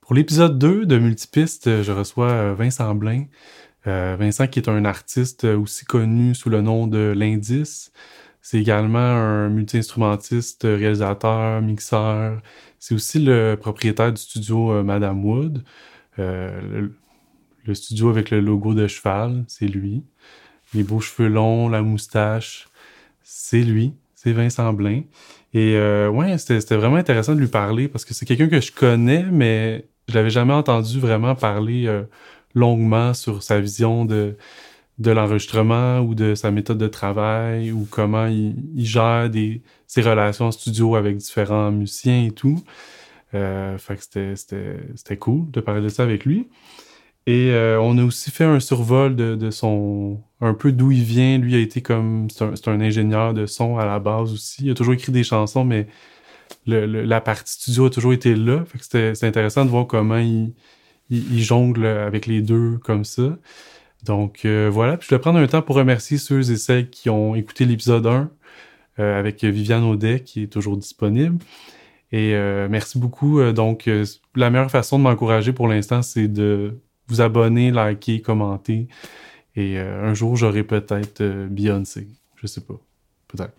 Pour l'épisode 2 de Multipiste, euh, je reçois Vincent Blain. Euh, Vincent qui est un artiste euh, aussi connu sous le nom de l'Indice. C'est également un multi-instrumentiste, euh, réalisateur, mixeur. C'est aussi le propriétaire du studio euh, Madame Wood. Euh, le, le, studio avec le logo de cheval, c'est lui. Les beaux cheveux longs, la moustache, c'est lui. C'est Vincent Blain. Et euh, ouais, c'était vraiment intéressant de lui parler parce que c'est quelqu'un que je connais, mais je l'avais jamais entendu vraiment parler euh, longuement sur sa vision de, de l'enregistrement ou de sa méthode de travail ou comment il, il gère des, ses relations en studio avec différents musiciens et tout. Euh, fait que c'était cool de parler de ça avec lui. Et euh, on a aussi fait un survol de, de son. un peu d'où il vient. Lui a été comme. C'est un, un, ingénieur de son à la base aussi. Il a toujours écrit des chansons, mais le, le, la partie studio a toujours été là. Fait que c'était intéressant de voir comment il, il, jongle avec les deux comme ça. Donc euh, voilà, puis je vais prendre un temps pour remercier ceux et celles qui ont écouté l'épisode 1 euh, avec Viviane Audet qui est toujours disponible. Et euh, merci beaucoup. Donc euh, la meilleure façon de m'encourager pour l'instant, c'est de vous abonner, liker, commenter. Et euh, un jour, j'aurai peut-être euh, Beyoncé. Je sais pas. Peut-être.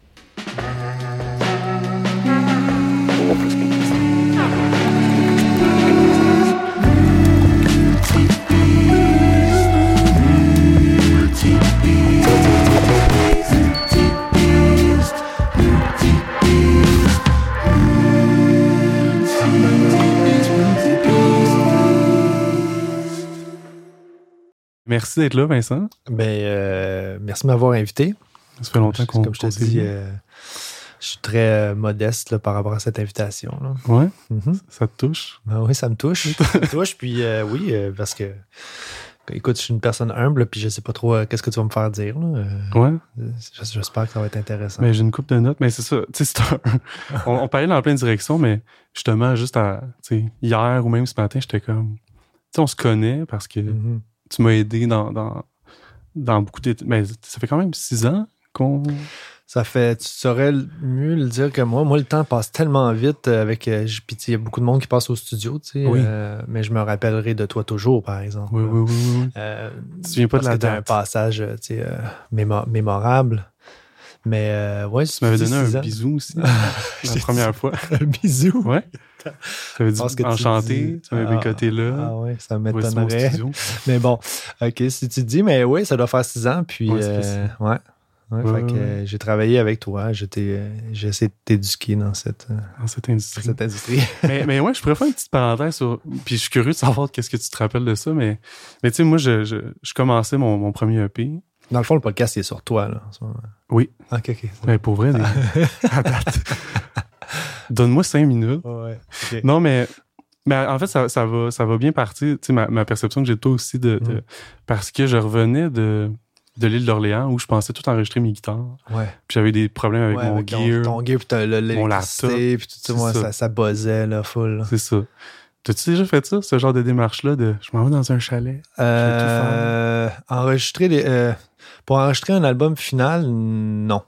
Merci d'être là, Vincent. Ben, euh, merci de m'avoir invité. Ça fait longtemps qu'on. Comme je te dis, euh, je suis très euh, modeste là, par rapport à cette invitation. Là. Mhm. Ouais. Mm -hmm. Ça te touche. Ben oui, ça me touche. ça me touche. Puis euh, oui, parce que, écoute, je suis une personne humble, puis je sais pas trop euh, qu'est-ce que tu vas me faire dire. Là. Euh, ouais. J'espère que ça va être intéressant. Mais j'ai une coupe de notes, mais c'est ça. Un... on, on, parlait dans plein de directions, mais justement, juste à, hier ou même ce matin, j'étais comme. Tu sais, on se connaît parce que. Mm Mhm. -hmm tu m'as aidé dans, dans, dans beaucoup de. Mais ça fait quand même six ans qu'on. Ça fait. Tu saurais mieux le dire que moi. Moi, le temps passe tellement vite euh, avec. Puis il y a beaucoup de monde qui passe au studio, tu sais. Oui. Euh, mais je me rappellerai de toi toujours, par exemple. Oui, oui, oui. oui. Euh, tu viens pas de la que date. un passage, tu sais, euh, mémo mémorable. Mais euh, ouais, tu m'avais donné un ans. bisou aussi la première fois. un bisou. Ouais. Ça veut dire que enchanté, tu m'avais côté là. Ah ouais, ça m'étonnerait. mais bon, OK, si tu dis mais oui, ça doit faire six ans puis ouais. Euh, ouais. ouais, ouais fait que euh, j'ai travaillé avec toi, euh, j'ai essayé de t'éduquer dans cette, euh, dans cette industrie. Cette industrie. mais, mais ouais, je pourrais faire une petite parenthèse sur. Puis je suis curieux de savoir qu'est-ce que tu te rappelles de ça, mais, mais tu sais, moi, je, je, je, commençais mon, mon premier E EP. Dans le fond, le podcast, il est sur toi, là, en ce moment. Ah, Oui. OK, OK. Mais pour vrai, Donne-moi cinq minutes. Ouais, okay. Non, mais, mais en fait, ça, ça, va, ça va bien partir. Tu sais, ma, ma perception que j'ai toi aussi, de, de mm. parce que je revenais de, de l'île d'Orléans où je pensais tout enregistrer mes guitares. Ouais. Puis j'avais des problèmes avec ouais, mon avec gear. Ton, ton gear, puis as le, mon laptop. Puis tout, tout moi, ça. ça, ça buzzait, là, full. C'est ça. T'as-tu déjà fait ça, ce genre de démarche-là de je m'en vais dans un chalet? Euh, je tout faire. Enregistrer les, euh, pour enregistrer un album final, non.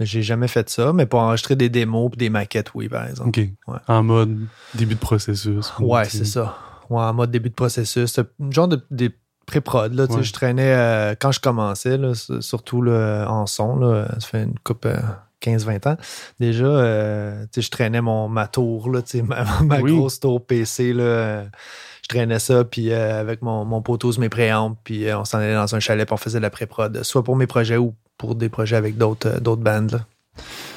J'ai jamais fait ça, mais pour enregistrer des démos et des maquettes, oui, par exemple. OK. Ouais. En mode début de processus. Ouais, c'est ça. Ouais, en mode début de processus. Genre de, des pré-prod. Là, ouais. Je traînais euh, quand je commençais, là, surtout là, en son. Là, ça fait une coupe. 15-20 ans, déjà, euh, je traînais mon, ma tour, là, ma, ma oui. grosse tour PC. Là, euh, je traînais ça, puis euh, avec mon, mon poteau, mes préampes, puis euh, on s'en allait dans un chalet, puis on faisait de la pré-prod, soit pour mes projets ou pour des projets avec d'autres euh, d'autres bandes là,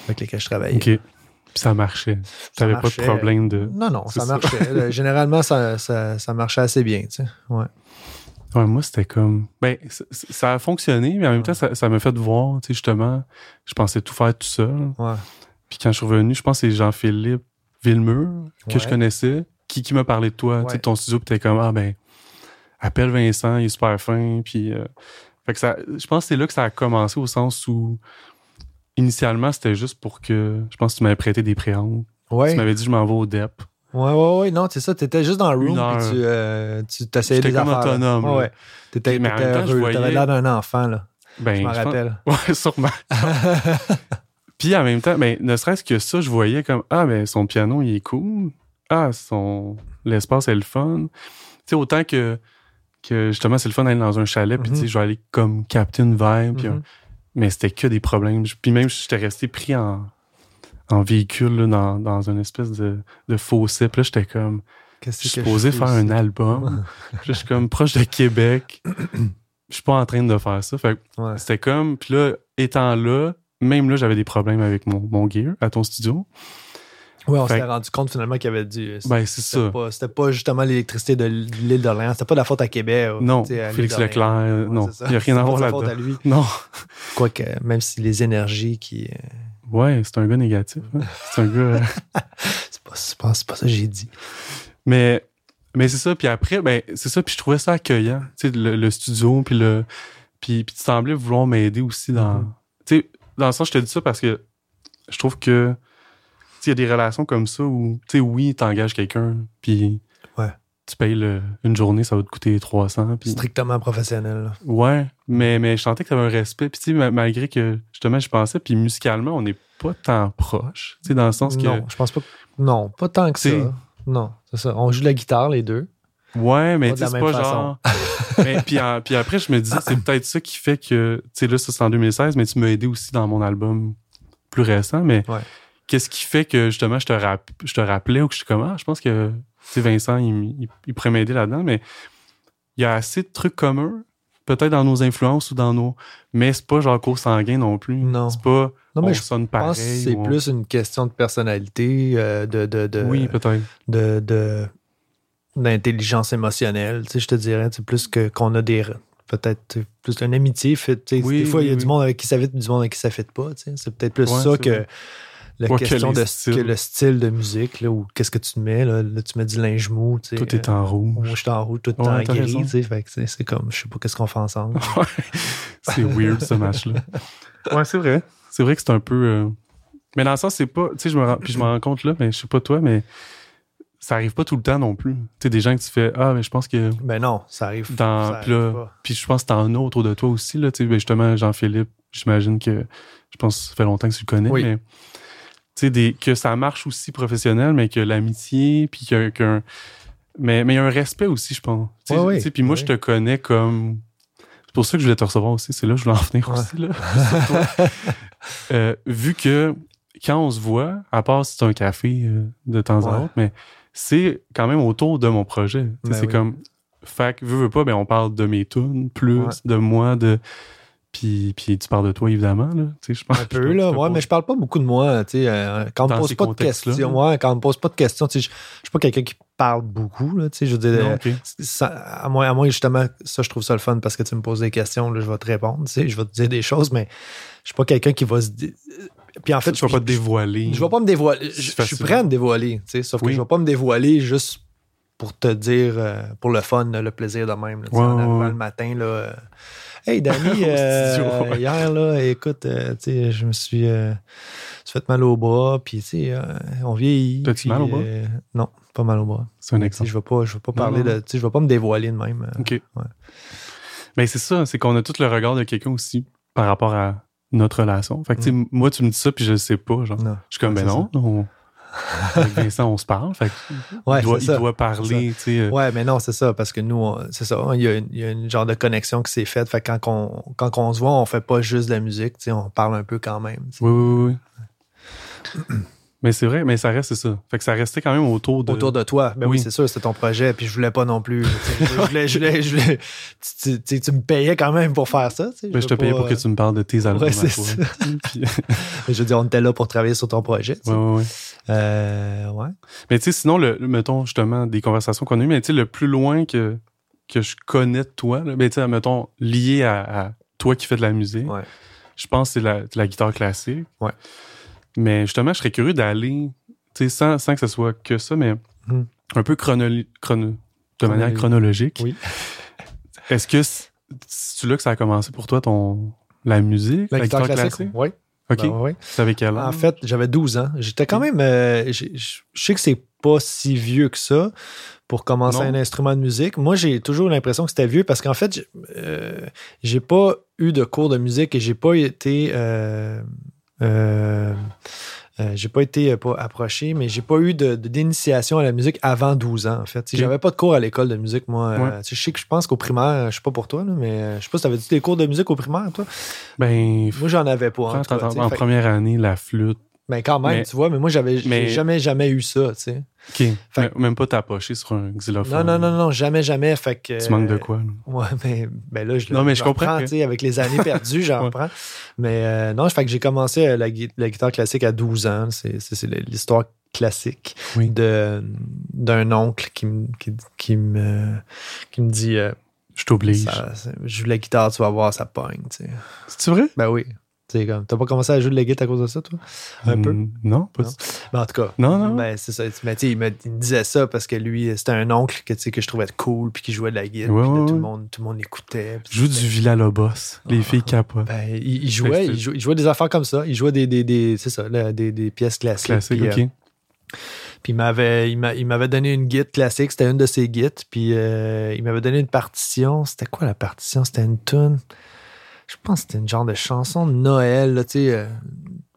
avec lesquelles je travaillais. euh, OK. Puis ça marchait. Tu n'avais pas de problème de. Non, non, ça, ça marchait. Euh, Généralement, ça, ça, ça, marchait assez bien. Tu sais. Ouais. Ouais, moi, c'était comme. Ben, ça a fonctionné, mais en même temps, ouais. ça m'a fait voir, tu sais, justement, je pensais tout faire tout seul. Ouais. Puis quand je suis revenu, je pense que c'est Jean-Philippe Villemur que je connaissais, qui, qui m'a parlé de toi, tu sais, ton studio, puis t'es comme, ah, ben, appelle Vincent, il est super fin. Puis. Euh... Fait que ça. Je pense que c'est là que ça a commencé au sens où, initialement, c'était juste pour que. Je pense que tu m'avais prêté des préambres. Ouais. Tu m'avais dit, je m'en vais au E DEP. Ouais, ouais, ouais, non, c'est ça. T'étais juste dans le room heure, puis tu, euh, tu t'essayais des comme affaires. autonome. Ouais, ouais. T'étais, heureux. Voyais... T'avais l'air d'un enfant, là. Ben, je m'en rappelle. Pense... Ouais, sûrement. puis en même temps, ben, ne serait-ce que ça, je voyais comme Ah, ben, son piano, il est cool. Ah, son, l'espace est le fun. Tu sais, autant que, que justement, c'est le fun d'aller dans un chalet, puis tu sais, Mm-hmm. je vais aller comme capter une vibe, puis euh, un- Mhm. mais c'était que des problèmes. Puis même, j'étais resté pris en, en véhicule là, dans, dans une espèce de, de fossé. Puis là, j'étais comme, Qu'est-ce je suis que supposé fais faire ici? un album. Puis là, je suis comme proche de Québec. Je suis pas en train de faire ça. Fait que Ouais. c'était comme, puis là, étant là, même là, j'avais des problèmes avec mon, mon gear à ton studio. Ouais, on Fait s'est que- rendu compte finalement qu'il y avait du. Ben, c'est C'était ça. pas, c'était pas justement l'électricité de l'île d'Orléans. C'était pas de la faute à Québec. ou, Non, tu sais, à l'île Félix d'Orléans. Leclerc, euh, Ouais, non, c'est ça. il n'y a rien C'est à pas voir de sa faute là-dedans. à lui. Non, Quoique, même si les énergies qui. euh, ouais, c'est un gars négatif. hein. C'est un gars. C'est pas, c'est pas, c'est pas ça que j'ai dit. Mais, mais c'est ça. Puis après, ben, c'est ça. Puis je trouvais ça accueillant. Tu sais, le, le studio, puis le. Puis, puis tu semblais vouloir m'aider aussi dans. Mhm. Tu sais, dans le sens, je te dis ça parce que je trouve que. Tu sais, il y a des relations comme ça où, tu sais, oui, t'engages quelqu'un, puis. Ouais. Tu payes le- une journée, ça va te coûter 300. Puis, Strictement professionnel. là. ouais, mais, mais je sentais que t'avais un respect. Puis, tu sais, ma- malgré que, justement, je pensais, puis musicalement, on n'est pas tant proche. Tu sais, dans le sens que. Non, je pense pas. Non, pas tant que ça. C'est- Non, c'est ça. On joue de la guitare, les deux. Ouais, mais Pas tu de sais, la c'est même pas genre. mais, puis, en- puis après, je me disais, c'est peut-être ça qui fait que. Tu sais, là, ça, c'est en 2016, mais tu m'as aidé aussi dans mon album plus récent. Mais Ouais. qu'est-ce qui fait que, justement, je te, rap- je te rappelais ou que je suis comme, ah, je pense que, tu sais, Vincent, il, m- il, il pourrait m'aider là-dedans, mais il y a assez de trucs communs, peut-être dans nos influences ou dans nos. Mais c'est pas genre cours sanguin non plus. Non. C'est pas. Non, on mais je sonne pense que pareil. c'est ou on- plus une question de personnalité, euh, de, de, de, Oui, peut-être. de, de- d'intelligence émotionnelle, tu sais, je te dirais, tu sais, plus que qu'on a des peut-être tu sais, plus une amitié fait, tu sais, Oui, des fois il y a oui, du oui. monde avec qui ça fit, du monde avec qui ça fit pas, tu sais. c'est peut-être plus Ouais, ça c'est que vrai. la Ouais, que question les de styles. que le style de musique là, ou qu'est-ce que tu mets là, Là, tu mets du linge mou, tu sais. euh, Tout est en Moi, rouge. je suis en rouge, tout le Ouais, temps en t'as gris, raison. tu sais, fait que, tu sais, c'est comme, je sais pas qu'est-ce qu'on fait ensemble. Ouais. c'est weird ce match-là. Ouais, c'est vrai. C'est vrai que c'est un peu. euh, Mais dans le sens, c'est pas. Tu sais, je me rends... puis je m'en rends compte là, mais je sais pas toi, mais ça arrive pas tout le temps non plus. Tu sais, des gens que tu fais Ah, mais je pense que. Ben non, ça arrive. Dans- ça puis là, arrive pas. Puis je pense que t'en as autour de toi aussi, là. Tu sais, ben, justement, Jean-Philippe, j'imagine que. Je pense que ça fait longtemps que tu le connais, Oui. mais. Tu sais, des... que ça marche aussi professionnel, mais que l'amitié, puis qu'un. qu'un- Mais mais il y a un respect aussi, je pense. Tu sais, Ouais, ouais. tu sais, puis moi, Ouais. je te connais comme. C'est pour ça que je voulais te recevoir aussi. C'est là que je voulais en venir Ouais. aussi, là. Euh, vu que quand on se voit, à part si c'est un café euh, de temps à Ouais. autre, mais c'est quand même autour de mon projet. Tu sais, Ben c'est oui. comme, fait que, veux, veux pas, ben, on parle de mes tunes, plus Ouais. de moi, de. Puis, puis tu parles de toi, évidemment, là. Tu sais, je pense. Un peu, là. Ouais, mais je parle pas beaucoup de moi, tu sais. euh, quand on me Dans pose ces pas de contextes-là. questions, ouais, quand on me pose pas de questions, tu sais, je je suis pas quelqu'un qui parle beaucoup, là, tu sais. Je veux dire, Non, euh, ok. ça- à, moins, à moins, justement, ça, je trouve ça le fun parce que tu me poses des questions, là, je vais te répondre, tu sais, je vais te dire des choses, mais je suis pas quelqu'un qui va se. dé- Puis en fait, tu vas je- pas te dévoiler. je vais pas me dévoiler. C'est Je, je suis facilement. prêt à me dévoiler, tu sais, sauf Oui. que je vais pas me dévoiler juste pour te dire, euh, pour le fun, le plaisir de même. là, tu sais, Ouais, en ouais, arrivant ouais. le matin, là. euh, hey, Danny, Au euh, studio, ouais. hier, là, écoute, euh, tu sais, je me suis, euh, suis fait mal au bras, puis, tu sais, euh, on vieillit. T'as-tu puis, mal au bras? euh, non, pas mal au bras. C'est un Tu sais, exemple. Je vais pas, je vais pas parler non. de. Tu sais, je vais pas me dévoiler de même. euh, OK. Mais c'est ça, c'est qu'on a tout le regard de quelqu'un aussi par rapport à notre relation. Fait que, tu sais, moi, tu me dis ça, puis je le sais pas, genre. non. Je suis comme, Mm. Ouais, ben c'est non, on- avec Vincent, on se parle. Fait que Ouais, il, doit, c'est il ça. doit parler, tu sais. euh, Ouais, mais non, c'est ça, parce que nous, on- c'est ça, il y, a une, il y a une genre de connexion qui s'est faite. Fait que quand, on, quand on se voit, on fait pas juste de la musique, tu sais, on parle un peu quand même. tu sais. Oui, oui, oui, oui. mais c'est vrai, mais ça reste, c'est ça. Fait que ça restait quand même autour de. Autour de toi, ben oui, Oui. c'est sûr, c'était ton projet, puis je voulais pas non plus. tu sais, Je voulais, je voulais, je voulais- tu- tu, tu sais, tu me payais quand même pour faire ça. tu sais, Ben, je te veux payais pas, euh, pour que tu me parles de tes albums. ouais, à c'est toi. ça. Puis- ouais, euh, Je veux dire, on était là pour travailler sur ton projet. tu sais. ouais, ouais. Euh, ouais. Mais tu sais, sinon, le, le- mettons justement des conversations qu'on a eues, mais tu sais, le plus loin que, que je connais de toi, là, ben, tu sais, mettons lié à, à toi qui fais de la musique, Ouais. je pense que c'est la, la guitare classique. Ouais. Mais justement, je serais curieux d'aller, tu sais, sans, sans que ce soit que ça, mais Mhm. un peu chronoli- chrono- de manière chronologique. Oui. Est-ce que c- c'est là que ça a commencé pour toi, ton la musique, la, guitare, classique? Oui. OK. ben oui. C'est avec elle. En fait, j'avais 12 ans. J'étais quand même. euh, j'ai- je je sais que c'est pas si vieux que ça pour commencer Non. un instrument de musique. Moi, j'ai toujours l'impression que c'était vieux parce qu'en fait, j'ai- euh, j'ai pas eu de cours de musique et j'ai pas été. euh, euh, Euh, j'ai pas été euh, pas approché, mais j'ai pas eu de, de- d'initiation à la musique avant 12 ans, en fait. Tu sais, Ok. J'avais pas de cours à l'école de musique, moi. Euh, Ouais. tu sais, je sais que je pense qu'au primaire, je sais pas pour toi, là, mais euh, je sais pas si t'avais-tu des cours de musique au primaire, toi? Ben, Moi, j'en avais pas, en quand tout cas, t'entends- tu sais. en Fait- première année, la flûte. Mais Ben, quand même, Mais- tu vois, mais moi, j'avais j'ai mais- jamais, jamais eu ça, tu sais. OK. Fait- Même pas t'approcher sur un xylophone. Non, non, non, non, jamais, jamais. Fait que, Tu manques de euh, quoi? là? Ouais, mais ben là, je le- Non, mais je j'en comprends reprends, que- tu sais, Avec les années perdues, j'en Ouais. reprends. Mais euh, non, fait que j'ai commencé euh, la, gui- la guitare classique à 12 ans. C'est c'est- c'est l'histoire classique Oui. de d'un oncle qui, me- qui, qui me, qui me dit euh, Je t'oblige. ça- ça- Joue de la guitare, tu vas voir, ça pogne. tu sais. C'est-tu vrai? Ben oui. Tu sais, comme, T'as pas commencé à jouer de la guitare à cause de ça, toi? Un peu. Hum, Non, pas Non. du Ben, en tout cas. Non, non. Ben, c'est ça. Mais tu sais, il me il me disait ça parce que lui, c'était un oncle que, tu sais, que je trouvais cool, puis qui jouait de la guitare, Ouais, puis là, ouais, tout, le ouais. monde, tout le monde l'écoutait. puis Je joue du Villa Lobos. Les ben, Ah. filles capotent. Ben, il, il Fait jouait, que c'est- il, jouait, il jouait des affaires comme ça. Il jouait des, des, des- c'est ça, là, des, des pièces classiques. Classique, puis, OK. euh, puis il m'avait, il m'a- il m'avait donné une guide classique. C'était une de ses guides. Puis euh, il m'avait donné une partition. C'était quoi la partition? C'était une tune. Je pense que c'était une genre de chanson de Noël, là, tu sais. euh,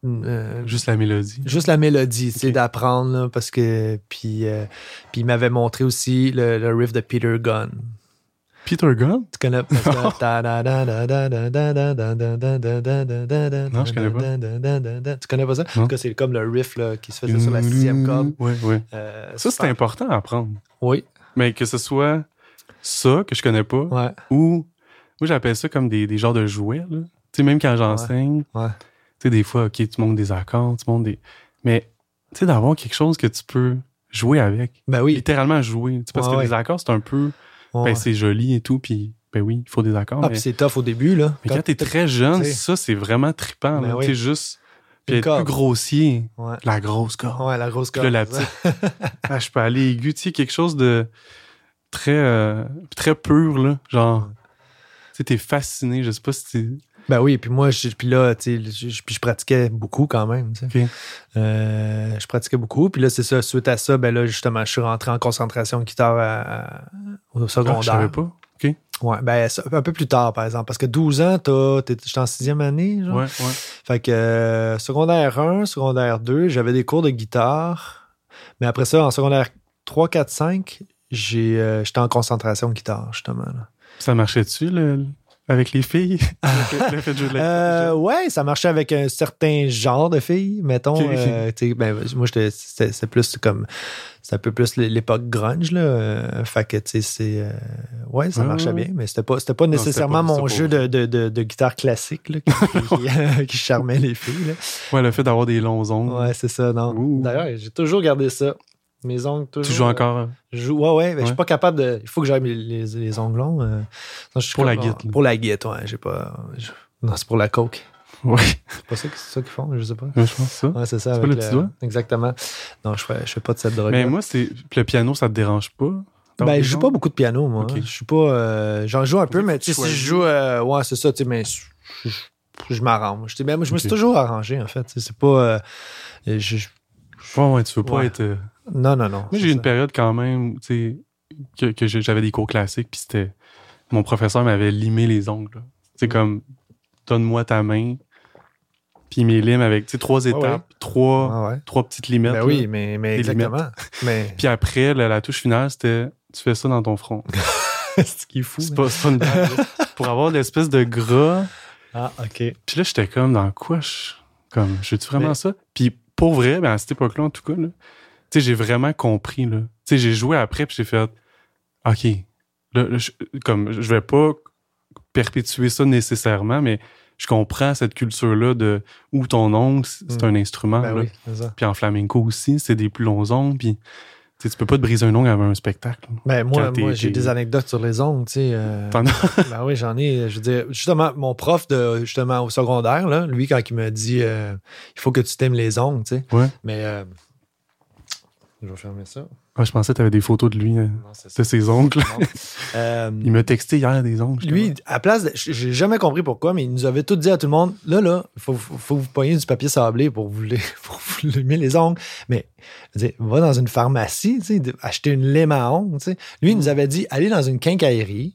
euh, Juste la mélodie. Juste la mélodie, tu sais, Ok. d'apprendre, là, parce que. Puis, euh, puis il m'avait montré aussi le, le riff de Peter Gunn. Peter Gunn? Tu connais parce Non. que- Non, je connais pas. Tu connais pas ça? En Non. tout cas, c'est comme le riff là, qui se faisait sur la sixième corde. Mm, Ouais, ouais. Euh, Ça, c'est super. important à apprendre. Oui, Mais que ce soit ça, que je connais pas, ouais. ou... Moi, j'appelle ça comme des, des genres de jouets, là. Tu sais, même quand j'enseigne, Ouais. tu sais, des fois, OK, tu montes des accords, tu montes des... Mais, tu sais, d'avoir quelque chose que tu peux jouer avec. Ben oui. Littéralement jouer. Tu sais, parce Ouais, que ouais. les accords, c'est un peu... ouais. Ben, c'est joli et tout, puis... Ben oui, il faut des accords, Ah, mais... puis c'est tough au début, là. Mais quand, t'es très jeune, tu sais. ça, c'est vraiment trippant. Ben là. oui. Tu sais, juste. Puis Une être plus corde. grossier. Ouais. La grosse corde. Ouais, la grosse Puis là, corde. la petite. ah, je peux aller aigu. Tu sais, quelque chose de très, euh, très pur, là. Genre. Tu sais, t'es fasciné. Je sais pas si t'es. Ah, Ben oui, puis moi, je, puis là, tu sais, je, je- puis je pratiquais beaucoup quand même. tu sais. Ok. Euh, je pratiquais beaucoup. Puis là, c'est ça, suite à ça, ben là, justement, je suis rentré en concentration de guitare à- à- Ah, au je savais secondaire. pas. ouais, ben ça, un peu plus tard, par exemple, parce que 12 ans, t'as- t'es- j'étais en sixième année, genre. Ouais, ouais. Fait que euh, secondaire 1, secondaire 2, j'avais des cours de guitare. Mais après ça, en secondaire 3, 4, 5, j'ai, euh, j'étais en concentration de guitare, justement. là. Ça marchait-tu, le... avec les filles? le fait- le fait de jouer de la- Euh, ouais, ça marchait avec un certain genre de filles, mettons. Ok. euh, tu sais, ben, moi, j'étais- c'était c'était plus comme. C'est un peu plus l'époque grunge, là. euh, fait que, tu sais, c'est. euh, ouais, ça Ouais, marchait ouais, bien, mais c'était pas, c'était pas c'était nécessairement pas- c'était mon pas- jeu de, de- de- de guitare classique, là, qui, qui- qui charmait les filles, là. Ouais, le fait d'avoir des longs ongles. Ouais, c'est ça, non. Ouh. D'ailleurs, j'ai toujours gardé ça. Mes ongles, toujours. euh, Tu joues encore. hein? Je joue, ouais, ouais, mais je suis Ouais. pas capable de. Il faut que j'aille les, les, les ongles longs. euh. Sinon, je suis Pour la comme- guitare. Pour la guitare, ouais. J'ai pas. je- Non, c'est pour la coke. Ouais. C'est pas ça, que- c'est ça qu'ils font, je sais pas. Ouais, Je pense ça. Ouais, c'est ça. C'est avec pas le petit doigt? Exactement. Non, je fais, je fais pas de cette drogue. Mais moi, c'est. puis le piano, ça te dérange pas? ben, je joue pas beaucoup de piano, moi. Ok. Je suis pas. euh, J'en joue un peu, faut mais que tu tu sais, si je choisisses. joue. euh, ouais, c'est ça, tu sais, mais je, je- je m'arrange. Tu sais, ben, moi, je me suis Ok. toujours arrangé, en fait. tu sais, C'est pas. euh, je- je- Ouais, ouais, tu veux pas Ouais. être. euh, non, non, non. Moi, j'ai c'est eu une ça. période quand même, tu sais, que, que j'ai- j'avais des cours classiques, puis c'était. Mon professeur m'avait limé les ongles. là. Mm. C'est comme, donne-moi ta main, puis il me les lime avec, tu sais, trois Ouais, ouais. étapes, Trois, Ah ouais. trois petites limites. Ben là. oui, mais, mais Des exactement. Mais Puis après, la, la touche finale, c'était, tu fais ça dans ton front. ce qui est fou. C'est hein. pas, c'est pas une blague, là. Pour avoir l'espèce de gras. Ah, OK. Puis là, j'étais comme, dans quoi je. Comme, je tu vraiment Mais- ça? Puis pour vrai, ben, à cette époque-là, en tout cas, là, tu sais, j'ai vraiment compris, là. Tu sais, j'ai joué après, puis j'ai fait, OK, là, là, je, comme, je vais pas perpétuer ça nécessairement, mais je comprends cette culture-là de où ton ongle, c'est c'est Mm. un instrument, Ben Ah, là. oui, c'est ça. Puis en flamenco aussi, c'est des plus longs ongles, puis tu sais, tu peux pas te briser un ongle avant un spectacle. là. Ben, moi, Quand t'es- moi j'ai t'es- des anecdotes sur les ongles, tu sais. euh, T'en as- ben oui, j'en ai. Je veux dire, justement, mon prof de justement au secondaire, là, lui, quand il me dit euh, il faut que tu t'aimes les ongles, tu sais. Ouais. Mais euh, je vais fermer ça. Ah, je pensais que t'avais des photos de lui, euh, Non, c'est ça. de ses ongles. là. Non. Euh, Il m'a texté hier des ongles. justement. lui, à place, de- j- j'ai jamais compris pourquoi, mais il nous avait tout dit à tout le monde là, là, faut, faut, faut vous pogner du papier sablé pour vous, les, pour vous limer les ongles. Mais, je veux dire, va dans une pharmacie, tu sais, de- acheter une lime à ongles. tu sais. Lui, Mm. il nous avait dit allez dans une quincaillerie,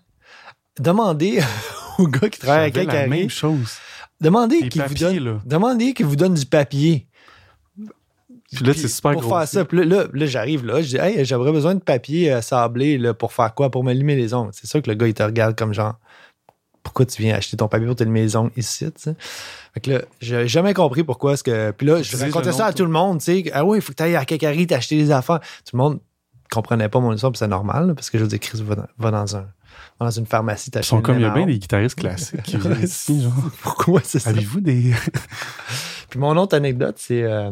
demandez au gars qui travaille à la J'avais la quincaillerie, même chose. demandez Des qu'il vous papiers, donne. là. Demandez qu'il vous donne du papier. Puis là, c'est super pour gros. faire ça, puis là, là, là, j'arrive là, je dis Hey, j'aurais besoin de papier euh, sablé là, pour faire quoi? Pour me limer les ongles. C'est sûr que le gars, il te regarde comme genre Pourquoi tu viens acheter ton papier pour te limer les ongles ici? tu sais? Fait que là, j'ai jamais compris pourquoi est-ce que. Puis là, je Utilise racontais le nom, ça à toi. tout le monde, tu sais, que, Ah oui, il faut que tu ailles à Kakari t'acheter des affaires. Tout le monde comprenait pas mon histoire, puis c'est normal, là, parce que je veux dire, Chris va dans, va dans un. va Dans une pharmacie, Ils t'achètes. sont comme, il y a bien des des guitaristes classiques qui viennent Ouais, ici, genre. Pourquoi c'est ça? Avez-vous des. Puis mon autre anecdote, c'est. euh,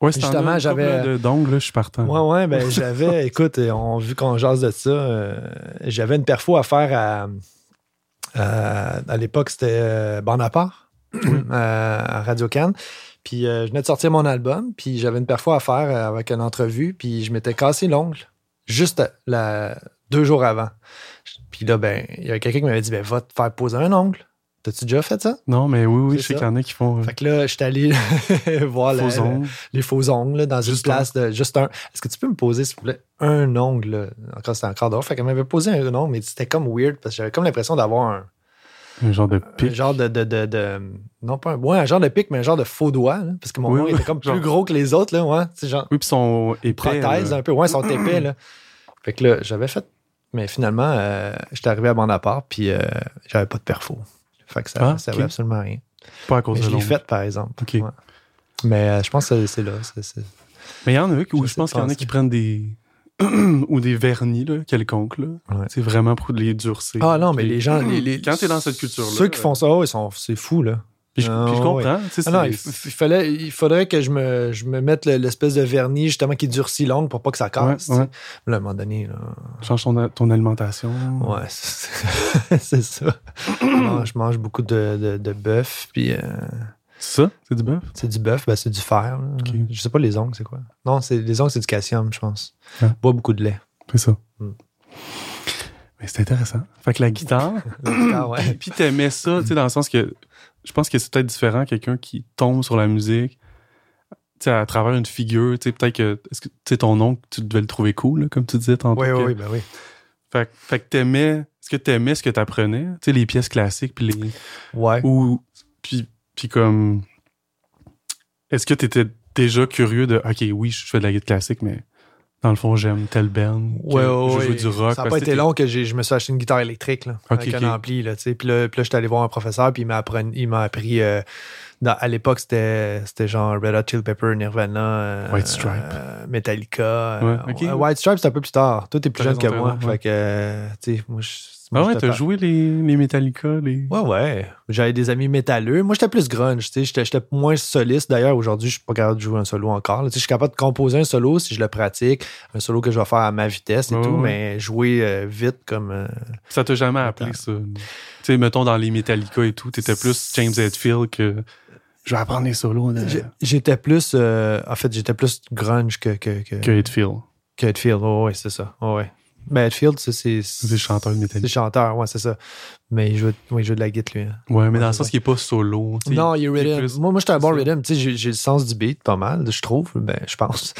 Ouais, c'est en Justement, a une couple, j'avais- là, de- Donc, là, je suis partant. Ouais, ouais, ben j'avais, écoute, euh, on, vu qu'on jase de ça, euh, j'avais une perfo à faire à. à- à l'époque, c'était euh, Bonaparte, euh, à, à Radio Cannes. Puis euh, je venais de sortir mon album, puis j'avais une perfo à faire euh, avec une entrevue, puis je m'étais cassé l'ongle juste la, deux jours avant. Puis là, ben, il y a quelqu'un qui m'avait dit ben, va te faire poser un ongle. T'as-tu déjà fait ça? Non, mais oui, oui, je C'est sais ça. qu'il y en a qui font. euh, Fait que là, j'étais allé voir la- faux ongles. les faux ongles là, dans Juste une place de juste un. Est-ce que tu peux me poser, s'il vous plaît, un ongle? là? Encore, c'était encore dehors. Fait qu'elle m'avait posé un ongle, mais c'était comme weird parce que j'avais comme l'impression d'avoir un, euh, Un genre de un pic. genre de, de, de- de- Non, pas un. Ouais, un genre de pic, mais un genre de faux doigt. là, parce que mon Oui, ongle oui, était comme genre- euh, plus gros que les autres. Là, ouais, tu sais, genre Oui, puis ils sont épais. prothèse là. un peu. Ouais, ils sont épais. Là. Fait que là, j'avais fait. Mais finalement, euh, j'étais arrivé à mon appart, puis euh, j'avais pas de perfo. Fait que ça Ah, ne servait ok. absolument à rien. Pas à cause Mais de je l'ai l'ongle. faite, par exemple. Ok. Ouais. Mais euh, je pense que c'est là. c'est- c'est- Mais il y en a qui- où Je je, sais pense qu'il y en a penser. qui prennent des. ou des vernis, là, quelconques, là. Ouais. C'est vraiment pour les durcir. Ah non, mais les gens. les- les- Quand t'es dans cette culture-là, Ceux qui euh, font ça, oh, ils sont, c'est fou, là. Puis je, Ah, puis je ouais. comprends. tu sais, Ah non, c'est- il, f- il fallait, il faudrait que je me, je me mette le- l'espèce de vernis, justement, qui dure si long pour pas que ça casse. Ouais, ouais. tu sais. Là, à un moment donné, là, Change ton, ton alimentation. ouais, c'est c'est ça. Non, je mange beaucoup de, de, de bœuf, puis euh, C'est ça? C'est du bœuf? c'est du bœuf, ben, c'est du fer. là. Ok. Je sais pas les ongles, c'est quoi. Non, c'est les ongles, c'est du calcium, je pense. Ah. Bois beaucoup de lait. C'est ça. Hmm. Mais c'est intéressant. Fait que la guitare, Ah puis ouais. puis t'aimais ça, tu sais, dans le sens que je pense que c'est peut-être différent quelqu'un qui tombe sur la musique, tu sais, à travers une figure, tu sais, peut-être que, est-ce que, tu sais, ton oncle, tu devais le trouver cool, là, comme tu disais tantôt. Oui, que- oui, oui, ben oui. Fait, que- fait que t'aimais, est-ce que t'aimais ce que t'apprenais, tu sais, les pièces classiques, puis les... Ouais. Ou, puis, puis comme, est-ce que t'étais déjà curieux de, OK, oui, je fais de la guitare classique, mais dans le fond, j'aime telle band, que Ouais, ouais, je joue ouais. du rock. Ça n'a parce pas que été t'étais- long que j'ai- je me suis acheté une guitare électrique là, Ok, avec ok. un ampli. Là, tu sais. puis là, puis là je suis allé voir un professeur, puis il m'a appren- il m'a appris. euh, dans- à l'époque, c'était c'était genre Red Hot Chili Pepper, Nirvana, euh, White Stripe. euh, Metallica. euh, Ouais, ok. ouais, White Stripe, c'est un peu plus tard. Toi, t'es plus T'as jeune que raison, moi. t'as raison, ouais. Fait que, euh, tu sais, moi, je. moi, Ah je ouais, te t'as parle. joué les, les Metallica, les... Ouais, ouais. J'avais des amis métalleux. Moi, j'étais plus grunge. tu sais. J'étais j'étais moins soliste. D'ailleurs, aujourd'hui, je suis pas capable de jouer un solo encore. là. Tu sais, Je suis capable de composer un solo si je le pratique. Un solo que je vais faire à ma vitesse et Ouais, tout, ouais. mais jouer euh, vite comme. euh, Ça t'a jamais appelé, ça. Tu sais, mettons, dans les Metallica et tout, t'étais plus James Hetfield que... Je vais apprendre les solos de... J'ai- J'étais plus. euh, en fait, j'étais plus grunge que, que, que, que Hetfield. que Hetfield. Oh, ouais, c'est ça. Oh, ouais. Mais Hetfield, c'est. C'est le chanteur de Metallica. C'est le chanteur, ouais, c'est ça. Mais il joue, oui, il joue de la guitare, lui. hein. Ouais, mais dans Ouais, le c'est sens vrai. qu'il est pas solo. tu sais, Non, il est il est rhythm. plus- Moi, moi j'étais un bon c'est ça. rhythm. Tu sais, j'ai- j'ai le sens du beat pas mal, je trouve. Ben, je pense.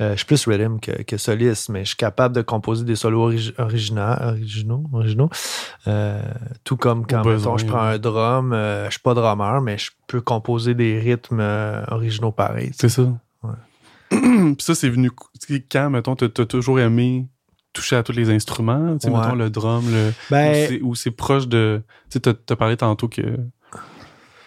Euh, je suis plus rhythm que, que soliste, mais je suis capable de composer des solos origi- origina- originaux. originaux. Euh, tout comme quand besoin, mettons, je prends ouais. un drum, euh, je suis pas drummer, mais je peux composer des rythmes euh, originaux pareils. tu sais. C'est ça. Ouais. Puis ça, c'est venu... cou- tu sais, Quand, mettons, t'as t'as toujours aimé toucher à tous les instruments, tu sais, Ouais. mettons, le drum, le... Ou Ben, c'est- Ou c'est proche de. Tu sais, t'as- t'as parlé tantôt que.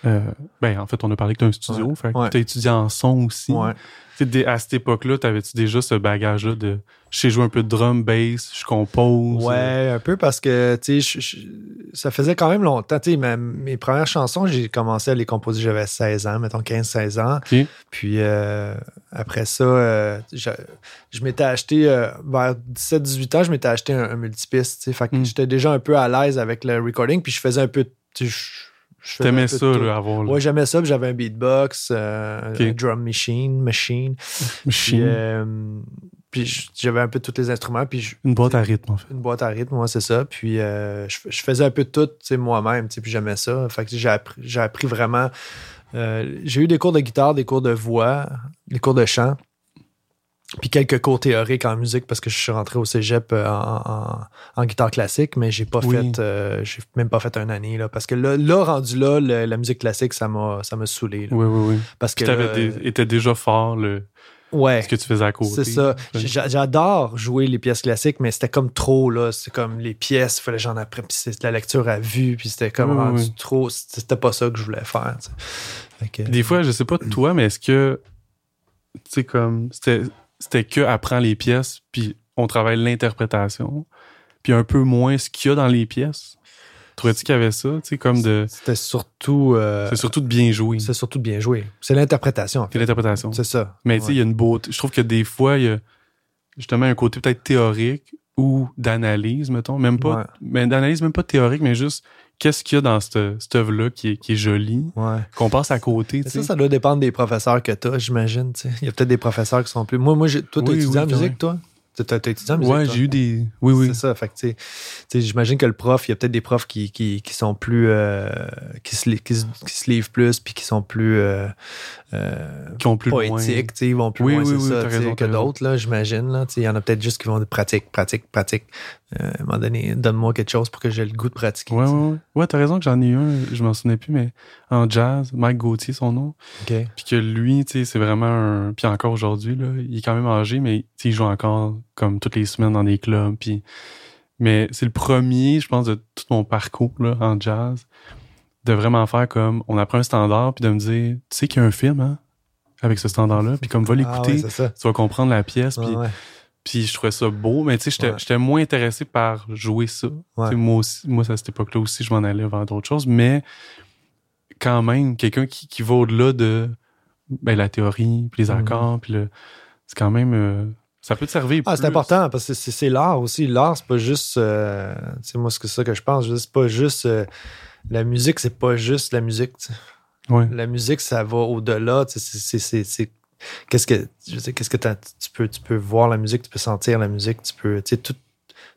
euh, ben, en fait, on a parlé que t'as un studio. Fait que ouais. t'as étudié en son aussi. Ouais. Tu sais, dès- à cette époque-là, t'avais-tu déjà ce bagage-là de. Je sais jouer un peu de drum, bass, je compose. euh, Ouais, un peu parce que, tu sais, je- je- ça faisait quand même longtemps. Tu sais, ma- mes premières chansons, j'ai commencé à les composer, j'avais 16 ans, mettons 15-16 ans. Ok. Puis euh, après ça, euh, je, je m'étais acheté, euh, vers 17-18 ans, je m'étais acheté un, un multipiste, tu sais. Fait que Mm. j'étais déjà un peu à l'aise avec le recording, puis je faisais un peu, de- tu sais, je- je faisais un T'aimais peu de ça, tout. là, avoir. le- Ouais, j'aimais ça, puis j'avais un beatbox, euh, Ok. un drum machine, machine. Machine. Puis, euh, puis je- j'avais un peu tous les instruments, puis je, Une boîte à rythme, en fait. une boîte à rythme, moi, c'est ça. Puis euh, je, je faisais un peu de tout, tu sais, moi-même, tu sais, puis j'aimais ça. Fait que j'ai appris, j'ai appris vraiment. euh, j'ai eu des cours de guitare, des cours de voix, des cours de chant, puis quelques cours théoriques en musique parce que je suis rentré au cégep euh, en, en- en guitare classique, mais j'ai pas Oui. fait, euh, j'ai même pas fait un année, là, parce que là, là, rendu là, le- la musique classique, ça m'a, ça m'a saoulé, là. Oui, oui, oui. parce Puis que t'avais là, des- était déjà fort le, Ouais. ce que tu faisais à côté. C'est ça. Ouais. J'a- J'adore jouer les pièces classiques, mais c'était comme trop, là. C'était comme les pièces, fallait que j'en apprenne, puis c'était de la lecture à vue, puis c'était comme Oui, rendu oui. trop. C'était pas ça que je voulais faire, tu sais. Fait que- Des fois, je sais pas de toi, mais est-ce que, tu sais, comme, c'était c'était que apprends les pièces, puis on travaille l'interprétation, puis un peu moins ce qu'il y a dans les pièces? Trouvais-tu qu'il y avait ça, tu sais, comme de. C'était surtout. euh, C'est surtout de bien jouer, c'est surtout de bien jouer. C'est l'interprétation, en c'est fait. l'interprétation. C'est ça. Mais tu sais, il y a une beauté. Je trouve que des fois, il y a justement un côté peut-être théorique ou d'analyse, mettons. Même pas. Ouais. Mais d'analyse, même pas théorique, mais juste qu'est-ce qu'il y a dans cette cette œuvre-là qui est, qui est jolie, Ouais. Ouais. qu'on passe à côté, Mais tu Ça, sais. ça doit dépendre des professeurs que t'as, j'imagine. tu sais. Il y a peut-être des professeurs qui sont plus. Moi, moi j'ai- toi, t'as Oui, étudié oui, en quand musique, même. toi? T'as- T'as t'as étudié en musique? Ouais, toi? j'ai eu des. Oui, oui. C'est ça. Fait que, tu sais, tu sais, j'imagine que le prof, il y a peut-être des profs qui, qui, qui sont plus. euh, qui, se, li- qui, se, qui se livrent plus, puis qui sont plus euh, euh, Qui ont plus de loin. poétiques, tu sais, ils vont plus Oui, loin, oui, c'est oui, ça, t'as tu sais, raison, que t'as raison. d'autres, là, j'imagine. là, tu sais, Il y en a peut-être juste qui vont dire pratique, pratique, pratique. Euh, à un moment donné, donne-moi quelque chose pour que j'ai le goût de pratiquer. Ouais, tu ouais, sais. ouais. Ouais, t'as raison que j'en ai eu un, je m'en souvenais plus, mais en jazz, Mike Gauthier, son nom. OK. Ah, Puis que lui, tu sais, c'est vraiment un. Puis encore aujourd'hui, là, il est quand même âgé, mais tu sais, il joue encore comme toutes les semaines dans des clubs. Puis... Mais c'est le premier, je pense, de tout mon parcours là, en jazz, de vraiment faire comme on apprend un standard, puis de me dire, tu sais qu'il y a un film, hein, avec ce standard-là, puis comme va Ah l'écouter, ouais, c'est ça. Ah tu vas comprendre la pièce, Ouais, puis ouais. puis je trouvais ça beau, mais tu sais, j'étais- Ouais. j'étais moins intéressé par jouer ça. Tu Ouais. sais, Moi aussi, moi, à cette époque-là aussi, je m'en allais vers d'autres choses, mais quand même, quelqu'un qui, qui va au-delà de ben, la théorie, puis les Mhm. accords, puis le. C'est quand même. euh, ça peut te servir. Ah, c'est plus. important parce que c'est- c'est l'art aussi. L'art, c'est pas juste. euh, tu sais, moi, c'est ça que je pense. Je veux dire, C'est pas juste. euh, la musique, c'est pas juste la musique. tu sais. Ouais. La musique, ça va au-delà. tu sais, c'est- c'est- c'est- c'est- Qu'est-ce que. Je sais, qu'est-ce que t'as- tu peux, tu peux voir la musique, tu peux sentir la musique, tu peux. Tu sais, tout-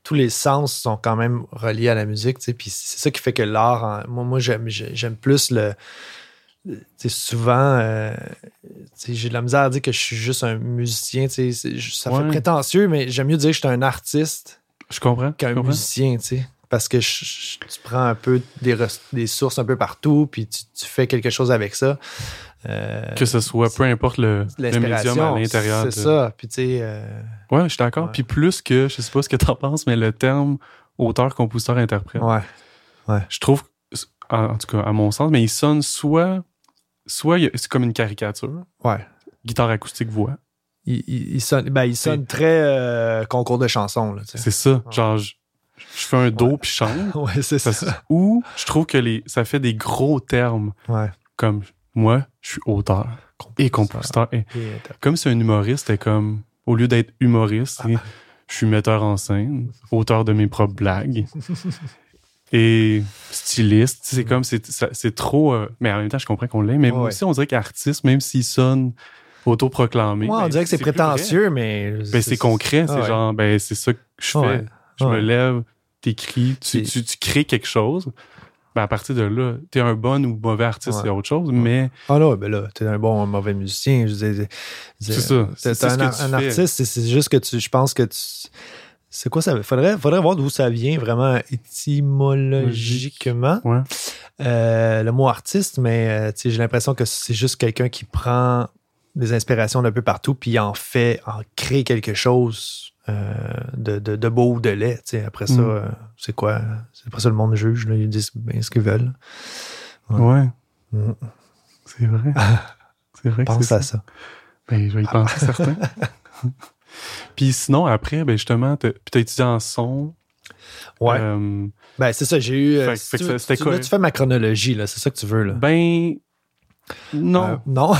tous les sens sont quand même reliés à la musique. tu sais, Puis c'est ça qui fait que l'art. en- moi, moi j'aime j'ai- j'aime plus le. tu sais, souvent, euh, tu sais, j'ai de la misère à dire que je suis juste un musicien. tu sais, c'est- je- ça fait Ouais. prétentieux, mais j'aime mieux dire que je suis un artiste Je comprends. je qu'un comprends. musicien, tu sais. Parce que je- je- tu prends un peu des, res- des sources un peu partout, puis tu, tu fais quelque chose avec ça. Euh, Que ce soit, peu importe le, le médium à l'inspiration, l'intérieur. C'est de- ça. Puis tu sais, euh, Ouais, je suis d'accord. Ouais. Puis plus que, je sais pas ce que t'en penses, mais le terme auteur, compositeur, interprète. ouais. je trouve, en, en tout cas, à mon sens, mais il sonne soit, soit il y a- c'est comme une caricature, ouais. guitare acoustique voix. Il, il- il sonne, ben, il sonne très euh, concours de chansons, là, tu sais. C'est ça. Ouais. Genre, je, je fais un do puis je chante. Ouais, c'est Ça ça. se- ou je trouve que les, ça fait des gros termes Ouais. comme moi, je suis auteur et compositeur. Et Et, euh, comme c'est un humoriste, c'est comme au lieu d'être humoriste, Ah. c'est je suis metteur en scène, auteur de mes propres blagues. Et styliste, c'est comme, c'est ça- c'est trop. euh, mais en même temps, je comprends qu'on l'est. Mais moi Ouais. aussi, on dirait qu'artiste, même s'il sonne autoproclamé. Moi, on ben, dirait que c'est plus vrai. prétentieux, mais. Ben, c'est concret, c'est Ah ouais. genre, ben, c'est ça que je fais. Ouais. Je Ouais. me lève, t'écris, tu, Et- tu, tu crées quelque chose. Ben, à partir de là, t'es un bon ou mauvais artiste, Ouais. c'est autre chose, mais Ah là, ben là, t'es un bon, un mauvais musicien. Je veux dire, c'est je veux dire, ça. C'est C'est c'est un, ce que ar- tu un fais. artiste, c'est- c'est juste que tu, je pense que tu. C'est quoi ça? Faudrait, faudrait voir d'où ça vient vraiment étymologiquement. Ouais. Euh, le mot artiste, mais euh, tu sais, j'ai l'impression que c'est juste quelqu'un qui prend des inspirations d'un peu partout puis en fait, en crée quelque chose euh, de, de- de beau ou de laid. tu sais. Après ça, Mm. euh, c'est quoi? C'est Après ça, le monde juge. là. ils disent ben, ce qu'ils veulent. Ouais. Ouais. Mhm. C'est vrai. C'est vrai que c'est Pense ça. à ça. Ben, je vais y penser, certain. Puis sinon, après, ben justement, t'as puis t'as étudié en son. Ouais. Euh, Ben, c'est ça, j'ai eu. euh, Fait- si fait tu que veux- c'était tu- quoi? là, tu fais ma chronologie, là, c'est ça que tu veux. Là. ben, non. Euh, non.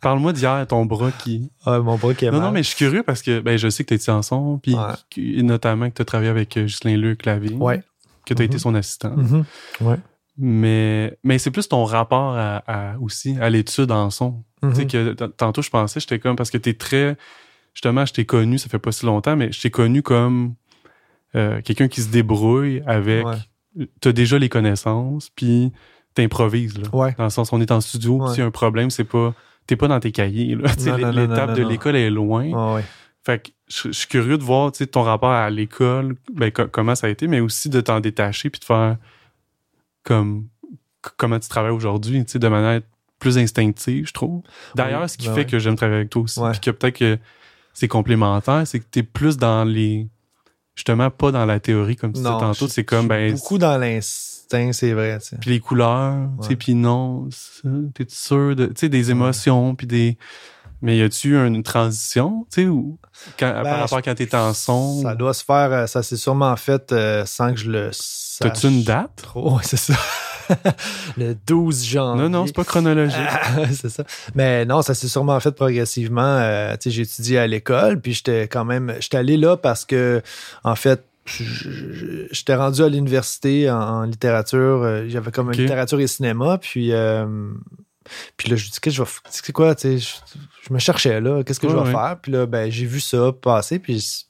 Parle-moi d'hier, ton bras qui... Ah, mon bras qui est Non, non, mal. mais je suis curieux parce que ben, je sais que t'as étudié en son, puis Ouais. qui- notamment que t'as travaillé avec euh, Ghislain Luc Lavigne, Ouais. que t'as été Mhm. son assistant. Mhm. Mais, mais c'est plus ton rapport à, à- aussi à l'étude en son. Tu sais Mhm. que t- tantôt, je pensais, j'étais comme, parce que t'es très. Justement, je t'ai connu, ça fait pas si longtemps, mais je t'ai connu comme euh, quelqu'un qui se débrouille avec. Ouais. T'as déjà les connaissances, puis t'improvises, là. Ouais. Dans le sens, on est en studio, puis Ouais. s'il y a un problème, c'est pas. T'es pas dans tes cahiers, là. Tu sais, Non, non, non, L'étape non, de non. l'école est loin. Ah, ouais. Fait que je, je suis curieux de voir tu sais, ton rapport à l'école, ben, co- comment ça a été, mais aussi de t'en détacher puis de faire comme c- comment tu travailles aujourd'hui, tu sais, de manière plus instinctive, je trouve. D'ailleurs, Oui, ce qui ben fait ouais. que j'aime travailler avec toi aussi, Ouais. puis que peut-être que c'est complémentaire, c'est que tu es plus dans les. Justement, pas dans la théorie, comme tu disais Non, tantôt. je- C'est comme, ben, Beaucoup dans l'instinct, c'est vrai. tu sais. puis les couleurs, tu sais, Ouais. puis non, ça, t'es sûr de, tu sais, des émotions, puis des. Mais y a-tu une transition, tu sais, ou quand, Ben, par rapport à quand t'étais en son, Ça doit se faire, euh, ça s'est sûrement fait euh, sans que je le sache. t'as-tu une date? Trop, ouais, c'est ça. le 12 janvier. Non, non, c'est pas chronologique. Ah, c'est ça. Mais non, ça s'est sûrement fait progressivement. Euh, tu sais, j'ai étudié à l'école, puis j'étais quand même. J'étais allé là parce que, en fait, je- je- je- j'étais rendu à l'université en, en littérature. Euh, J'avais comme Ok. littérature et cinéma, puis. euh, puis là, je me dis, qu'est-ce que je vais. f- C'est quoi, tu sais, je, je me cherchais là, qu'est-ce que je Ouais, vais ouais. faire? Puis là, ben, j'ai vu ça passer, puis c-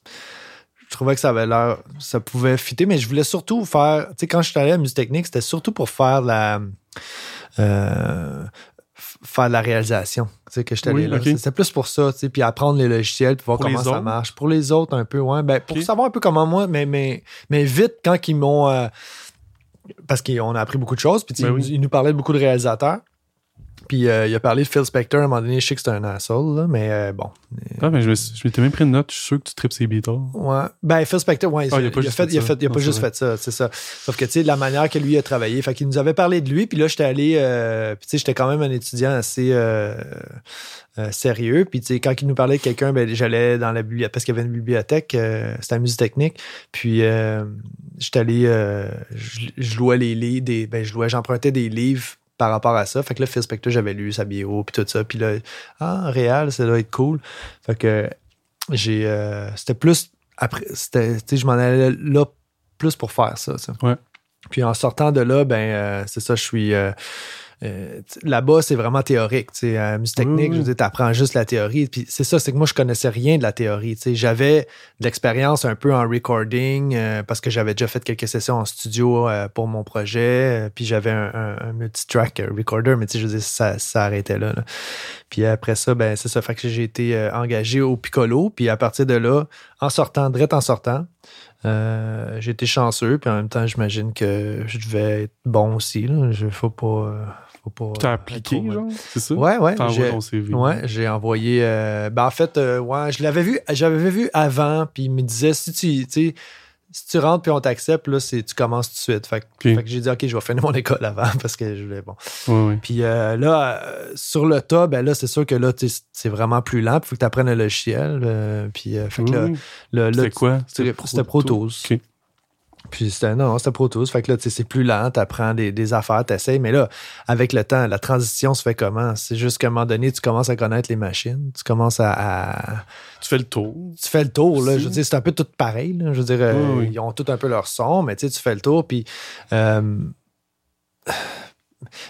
je trouvais que ça avait l'air. Ça pouvait fitter, mais je voulais surtout faire. Tu sais, quand je suis allé à la musique technique, c'était surtout pour faire de la. euh, f- faire de la réalisation, tu sais, que je suis allé Oui, là. ok. C'était plus pour ça, tu sais, puis apprendre les logiciels, puis voir Pour comment les ça autres? marche. Pour les autres, un peu, ouais. Ben, pour Ok. savoir un peu comment moi, mais, mais, mais vite, quand ils m'ont. euh, parce qu'on a appris beaucoup de choses, puis tu sais, Ben ils oui. nous- ils nous parlaient de beaucoup de réalisateurs. Puis euh, il a parlé de Phil Spector à un moment donné. Je sais que c'est un asshole, là, mais euh, bon. Ah, ben, je me suis- je m'étais même pris une note, je suis sûr que tu tripes ces Beatles. Ouais. Ben, Phil Spector, ouais, Ah, il a pas juste fait, il a ça. fait- il a Non, pas c'est juste vrai. fait ça, c'est ça. Sauf que, tu sais, de la manière que lui a travaillé, fait qu'il nous avait parlé de lui, puis là, j'étais allé, euh, puis tu sais, j'étais quand même un étudiant assez euh, euh, sérieux, puis tu sais, quand il nous parlait de quelqu'un, ben, j'allais dans la bibliothèque, parce qu'il y avait une bibliothèque, euh, c'était la musique technique, puis euh, j'étais allé, euh, je, je louais les livres, des, ben, je louais, j'empruntais des livres par rapport à ça. Fait que là, Phil Spector, j'avais lu sa bio, puis tout ça, puis là, ah, réel, ça doit être cool. Fait que j'ai, euh, c'était plus après, c'était, tu sais, je m'en allais là plus pour faire ça. tu sais. Ouais. Puis en sortant de là, ben euh, c'est ça, je suis. euh, euh, tu- Là-bas, c'est vraiment théorique. Tu sais, euh, musique Oui, technique, oui. je veux dire, t'apprends juste la théorie. Puis c'est ça, c'est que moi, je connaissais rien de la théorie. Tu sais, j'avais de l'expérience un peu en recording euh, parce que j'avais déjà fait quelques sessions en studio euh, pour mon projet. euh, puis j'avais un, un, un multitrack euh, recorder, mais tu sais, je veux dire, ça, ça arrêtait là, là. Puis après ça, ben c'est ça. Fait que j'ai été euh, engagé au piccolo. Puis à partir de là, en sortant, direct en sortant, euh, j'ai été chanceux. Puis en même temps, j'imagine que je devais être bon aussi. Là. Je, faut pas. euh, faut pas Tu as euh, appliqué, trop, euh, genre, c'est ça? Ouais, ouais. T'envoies j'ai- ton CV. Ouais, j'ai envoyé. euh, ben en fait, euh, ouais, je l'avais vu, j'avais vu avant, puis il me disait si tu, tu sais, si tu rentres puis on t'accepte, là, c'est, tu commences tout de suite. Fait, que- Ok. fait que j'ai dit ok, je vais finir mon école avant parce que je voulais bon. Ouais, ouais. Puis euh, là, euh, sur le tas, ben là, c'est sûr que là, tu sais, c'est vraiment plus lent. Il faut que tu apprennes le logiciel. euh, puis euh, fait que Oui, là, oui. le- là, Mmh. C'était quoi? c'était Pro Tools. Ok. Puis c'était, non, non, c'était Pro Tools. Fait que là, tu sais, c'est plus lent, t'apprends des, des affaires, t'essayes. Mais là, avec le temps, la transition se fait comment? C'est juste qu'à un moment donné, tu commences à connaître les machines. Tu commences à- à Tu fais le tour. tu fais le tour, là. Si. Je veux dire, c'est un peu tout pareil. là. Je veux dire, euh, Oui, oui. ils ont tout un peu leur son, mais tu sais, tu fais le tour, puis. euh,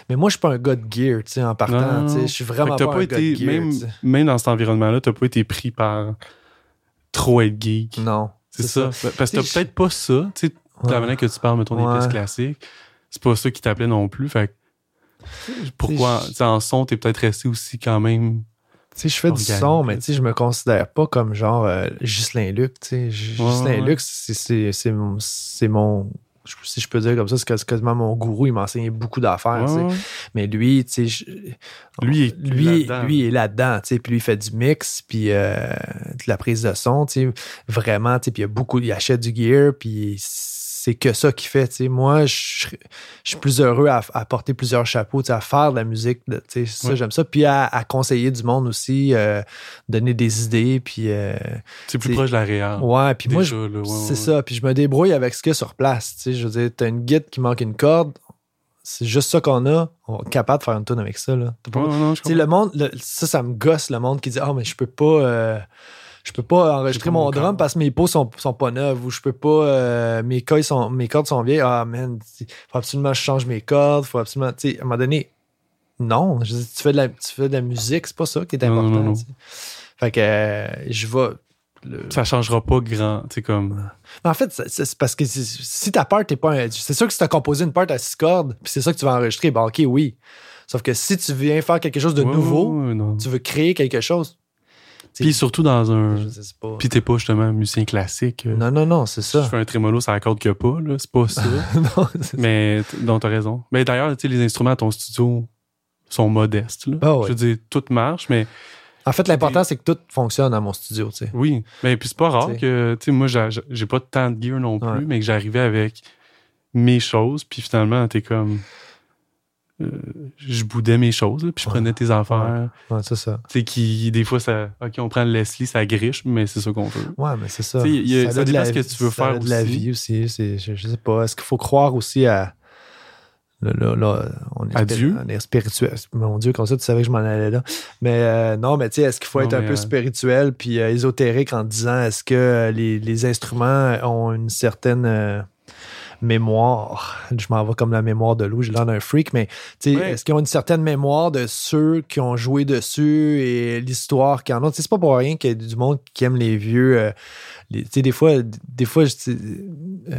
Mais moi, je suis pas un gars de gear, tu sais, en partant. Non. tu sais, Je suis Fait vraiment que t'as pas, un pas gars de été, gear. même, tu sais. même dans cet environnement-là, t'as pas été pris par trop être geek. Non. C'est ça. Ben, Parce que t'as Tu sais, peut-être pas ça. Tu sais, de la Ouais. manière que tu parles, mettons, des Ouais. pièces classiques, c'est pas ça qui t'appelait non plus. Fait que pourquoi, je- tu sais, en son, t'es peut-être resté aussi quand même. Tu sais, je fais du Organique, son, là. mais tu sais, je me considère pas comme genre euh, Ghislain Luc. Tu sais, G- Ouais, Ghislain ouais. Luc, c'est- c'est c'est mon. c'est mon- je- Si je peux dire comme ça, c'est quasiment mon gourou. Il m'a enseigné beaucoup d'affaires. tu sais. Ouais, ouais. Mais lui, tu sais, je- euh, Lui est lui, là-dedans. lui est là-dedans, tu sais, puis lui il fait du mix, puis euh, de la prise de son, tu sais, vraiment, tu sais, puis il y a beaucoup, il achète du gear, puis c'est que ça qu'il fait, tu sais. Moi, je je suis plus heureux à, à porter plusieurs chapeaux, tu sais, à faire de la musique, de- tu sais, ça, Ouais. j'aime ça, puis à, à conseiller du monde aussi, euh, donner des idées, puis euh, C'est plus t'sais, proche de la réelle. ouais, puis moi, je, Déjà, là, ouais, ouais, c'est ouais. ça. Puis je me débrouille avec ce qu'il y a sur place. Tu sais, je veux dire, t'as une guide qui manque une corde. C'est juste ça qu'on a. On est capable de faire une tune avec ça. Là. T'as pas- Ouais, ouais, non, je Tu sais, comprends. le monde, le- ça, ça me gosse le monde qui dit Ah, mais je peux pas. euh, je peux pas enregistrer pas mon mon drum corps. parce que mes pots sont, sont pas neuves ou je peux pas. euh, mes, cordes sont, mes cordes sont vieilles. Ah, man, il faut absolument que je change mes cordes. Faut absolument. Tu sais, à un moment donné, non. Je veux dire, tu, fais de la, tu fais de la musique, c'est pas ça qui est Non, non, important. non, non. tu sais. Fait que euh, je vais. le- Ça changera pas grand. Tu sais, comme. mais En fait, c'est- c'est c'est parce que si- si ta part, t'es pas un. C'est sûr que si t'as composé une part à six cordes, puis c'est ça que tu vas enregistrer, ben ok, oui. Sauf que si tu viens faire quelque chose de Ouais, nouveau, ouais, ouais, non. tu veux créer quelque chose. tu sais, Puis surtout dans un. je sais pas. Puis t'es pas justement musicien classique. euh, non, non, non, c'est Je ça. fais un trémolo sur la corde qu'il n'y a pas, là. C'est pas ça. non, c'est ça. mais t- non, t'as raison. Mais d'ailleurs, tu sais, les instruments à ton studio, sont modestes. là. Ah oui. Je veux dire, tout marche, mais En fait, l'important, c'est que tout fonctionne à mon studio, tu sais. oui. Mais puis c'est pas rare T'sais. que, tu sais, moi, j'a- j'a- j'ai pas tant de gear non plus, Ouais. mais que j'arrivais avec mes choses, puis finalement, t'es comme. euh, je boudais mes choses, là, puis je Ouais. prenais tes affaires. Ouais, c'est ça. Tu sais, qui, des fois, ça. OK, on prend le Leslie, ça griche, mais c'est ça qu'on veut. Ouais, mais c'est ça. Tu sais, il y a- ça a de dépend la ce que vie- tu veux ça faire a de la aussi. vie aussi. c'est- Je, je sais pas. Est-ce qu'il faut croire aussi à. Là, là, là, on est À spiri- Dieu? On est spirituel. Mon Dieu, comme ça, tu savais que je m'en allais là. Mais euh, non, mais tu sais, est-ce qu'il faut Non, être un mais, peu euh, spirituel puis euh, ésotérique en disant est-ce que euh, les, les instruments ont une certaine. euh, mémoire. Je m'en vais comme la mémoire de Lou, j'ai l'air d'un freak, mais tu sais, Ouais. est-ce qu'ils ont une certaine mémoire de ceux qui ont joué dessus et l'histoire qu'ils en ont? Tu sais, C'est pas pour rien qu'il y a du monde qui aime les vieux. euh, les- tu sais, des fois, des fois, je, tu sais, euh,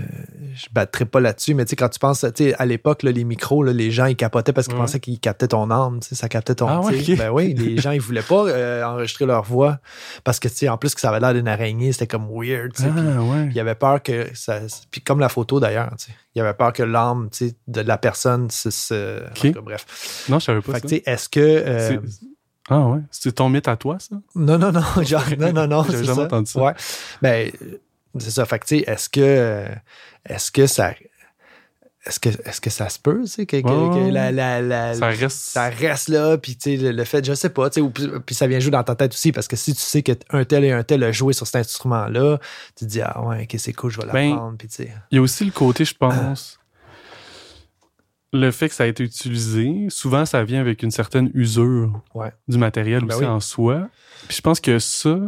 je battrai pas là-dessus, mais tu sais, quand tu penses, tu sais, à l'époque, là, les micros, là, les gens, ils capotaient parce qu'ils Ouais. pensaient qu'ils captaient ton âme, tu sais, ça captait ton. Ah ouais, tu sais. ok. Ben oui, les gens, ils voulaient pas euh, enregistrer leur voix parce que, tu sais, en plus que ça avait l'air d'une araignée, c'était comme weird, tu sais, puis- Ah, ouais. il avait peur que ça. Puis comme la photo d'ailleurs, tu sais, il avait peur que l'âme tu sais, de la personne se. se- en tout cas, bref. Non, je savais pas Fait que, ça. tu sais, est-ce que. euh, C'est- Ah, ouais. C'est ton mythe à toi, ça? non, non, non, genre, non, non, non. J'avais c'est jamais ça. entendu ça. Ouais. Ben, euh, c'est ça. Fait que, tu sais, est-ce que. euh, Est-ce que ça. Est-ce que, est que ça se peut, tu sais, que, que- Ouais. que la, la- la- Ça reste. ça reste là, puis tu sais, le, le fait, je sais pas, tu sais, ou- puis puis ça vient jouer dans ta tête aussi, parce que si tu sais qu'un tel et un tel a joué sur cet instrument-là, tu te dis, ah ouais, ok, c'est cool, je vais Ben, l'apprendre, puis tu sais. Il y a aussi le côté, Euh. je pense, le fait que ça a été utilisé, souvent ça vient avec une certaine usure Ouais. du matériel Ben aussi oui. en soi. Puis je pense que ça,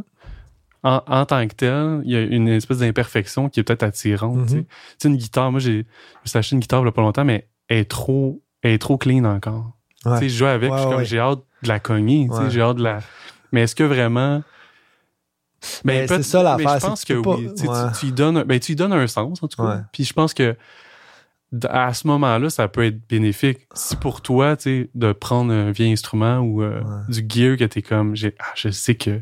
en, en tant que tel, il y a une espèce d'imperfection qui est peut-être attirante. Mhm. tu sais. Tu sais, une guitare, moi j'ai, je me suis acheté une guitare il y a pas longtemps, mais elle est trop, elle est trop clean encore. Ouais. Tu sais, je joue avec, puis Ouais, je suis comme ouais. j'ai hâte de la cogner, tu sais, Ouais. j'ai hâte de la. Mais est-ce que vraiment. Mais peut- c'est ça mais l'affaire, Je c'est pense que tu que peux pas- oui. Tu, sais, tu- ouais. tu y donnes, un- ben, tu y donnes un sens, en tout cas. Ouais. Puis je pense que d- à ce moment-là, ça peut être bénéfique. Si pour toi, tu sais, de prendre un vieil instrument ou euh, Ouais. du gear que t'es comme, j'ai, ah, je sais que.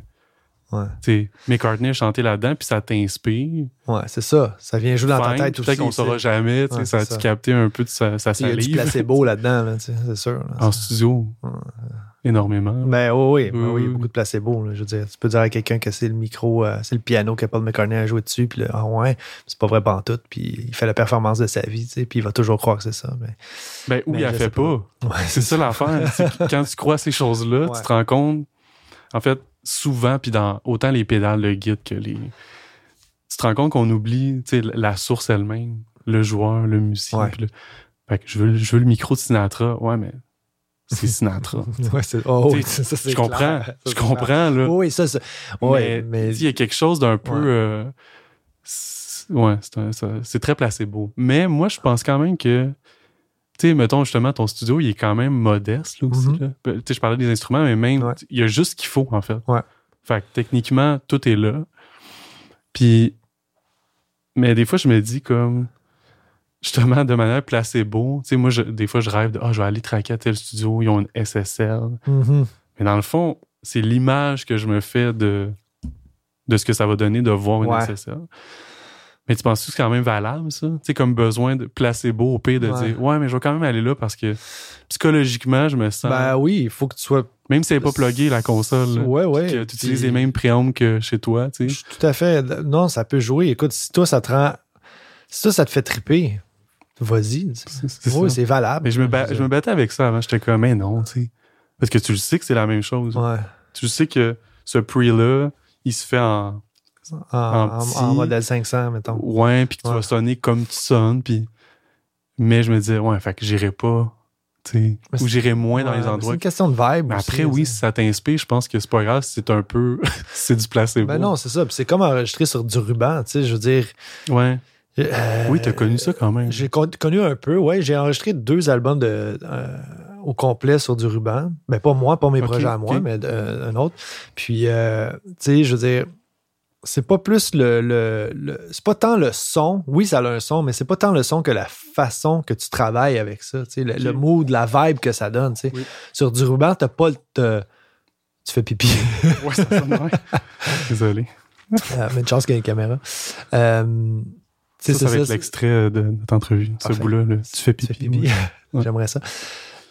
Ouais. Tu sais, McCartney a chanté là-dedans, puis ça t'inspire. Ouais, c'est ça. Ça vient jouer dans Fine, ta tête aussi. Peut-être qu'on tu sais. saura jamais. tu sais, Ouais, ça c'est a-tu ça. capté un peu de sa, sa Tu sais, Il y a du salive? placebo là-dedans, là, tu sais, c'est sûr. là. en studio. Ouais. Énormément. Ben oui, oui, ben Oui, oui, oui. il y a beaucoup de placebo. là, je veux dire, tu peux dire à quelqu'un que c'est le micro, euh, c'est le piano que Paul McCartney a joué dessus, puis là, ah ouais, c'est pas vrai pantoute, puis il fait la performance de sa vie, tu sais, puis il va toujours croire que c'est ça. Mais... Ben, ou Ben, il la je fait sais pas. pas. Ouais, C'est ça l'affaire. c'est que quand tu crois à ces choses-là, tu Ouais. te rends compte, en fait, souvent, puis dans autant les pédales, le guide que les. Tu te rends compte qu'on oublie tu sais, la source elle-même, le joueur, le musicien. Ouais. puis le- Fait que je veux, je veux le micro de Sinatra. Ouais, mais c'est Sinatra. Ouais, c'est- oh, Tu oui, sais, ça, c'est je clair. comprends. Ça, je c'est clair. comprends, là. Oui, ça, c'est. Ouais, mais. Tu sais, Il y a quelque chose d'un peu. Ouais. euh, c'est- ouais, c'est un- ça- c'est très placebo. Mais moi, je pense quand même que. Tu sais, mettons justement, ton studio, il est quand même modeste, là aussi. Mhm. là. Tu sais, je parlais des instruments, mais même, Ouais. il y a juste ce qu'il faut, en fait. Ouais. Fait que techniquement, tout est là. Puis. Mais des fois, je me dis comme. Justement, de manière placebo, tu sais, moi, je- des fois, je rêve de, ah, je vais aller traquer à tel studio, ils ont une SSL. Mhm. Mais dans le fond, c'est l'image que je me fais de, de ce que ça va donner de voir une Ouais. SSL. Mais tu penses que c'est quand même valable, ça? Tu sais, comme besoin de placebo au pire de Ouais. dire Ouais, mais je vais quand même aller là parce que psychologiquement, je me sens. Ben oui, il faut que tu sois. même si elle n'est pas pluguée, la console, là, Ouais, ouais. que tu utilises puis- les mêmes préambres que chez toi, tu Je sais. suis tout à fait. Non, ça peut jouer. Écoute, si toi, ça te rend. Si toi, ça te fait triper, vas-y. tu sais. C'est- c'est Oui, ça. c'est valable. Mais je me, ba- je me battais avec ça avant. J'étais comme, mais non, tu sais. Parce que tu le sais que c'est la même chose. Ouais. Tu sais que ce pre-là, il se fait en. En, en, petit. en modèle 500, mettons. Ouais, puis que tu Ouais. vas sonner comme tu sonnes, puis... Mais je me disais, ouais, fait que j'irai pas, tu Mais sais, ou c'est- j'irai moins dans Ouais, les mais C'est endroits. une question de vibe. Mais aussi, après, oui, tu si sais. ça t'inspire, je pense que c'est pas grave, c'est un peu... c'est du placebo. Ben non, c'est ça. Puis c'est comme enregistrer sur du ruban, tu sais, je veux dire. Ouais. euh, Oui, t'as connu ça quand même. J'ai con- connu un peu, ouais. J'ai enregistré deux albums de, euh, au complet sur du ruban. Mais pas moi, pas mes Ok, projets à moi, ok. mais euh, un autre. Puis, euh, tu sais, je veux dire, c'est pas plus le. le- le- c'est pas tant le son. Oui, ça a un son, mais c'est pas tant le son que la façon que tu travailles avec ça. Tu sais, le, le Ok. mood, la vibe que ça donne. tu sais. Oui. Sur du ruban, t'as pas le. t'as- Tu fais pipi. Ouais, ça sonne, ouais. Désolé. Euh, mais une chance qu'il y a une caméra. Euh, Ça, c'est ça va être c'est- l'extrait de notre entrevue, ce Parfait. bout-là, là. Tu fais Tu fais pipi. pipi. ouais. J'aimerais ça.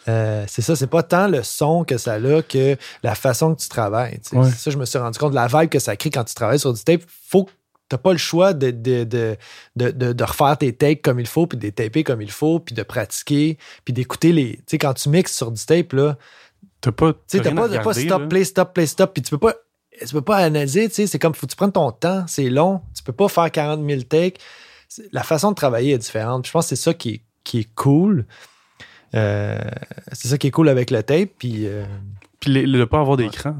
euh, c'est ça, c'est pas tant le son que ça a que la façon que tu travailles. tu sais. Ouais. C'est Ça, je me suis rendu compte de la vibe que ça crée quand tu travailles sur du tape. Faut que T'as pas le choix de, de, de, de, de- de refaire tes takes comme il faut, puis de les taper comme il faut, puis de pratiquer, puis d'écouter les. Tu sais, quand tu mixes sur du tape, là, T'as pas. tu sais, t'as rien pas, à t'as pas regarder, stop, là. play, stop, play, stop, puis tu peux pas, tu peux pas analyser, tu sais, c'est comme, faut que tu prennes ton temps, c'est long, tu peux pas faire 40 000 takes. C'est- La façon de travailler est différente. Puis Je pense que c'est ça qui est, qui est cool. Euh, c'est ça qui est cool avec le tape, puis euh, Puis le, le pas avoir Ouais. d'écran.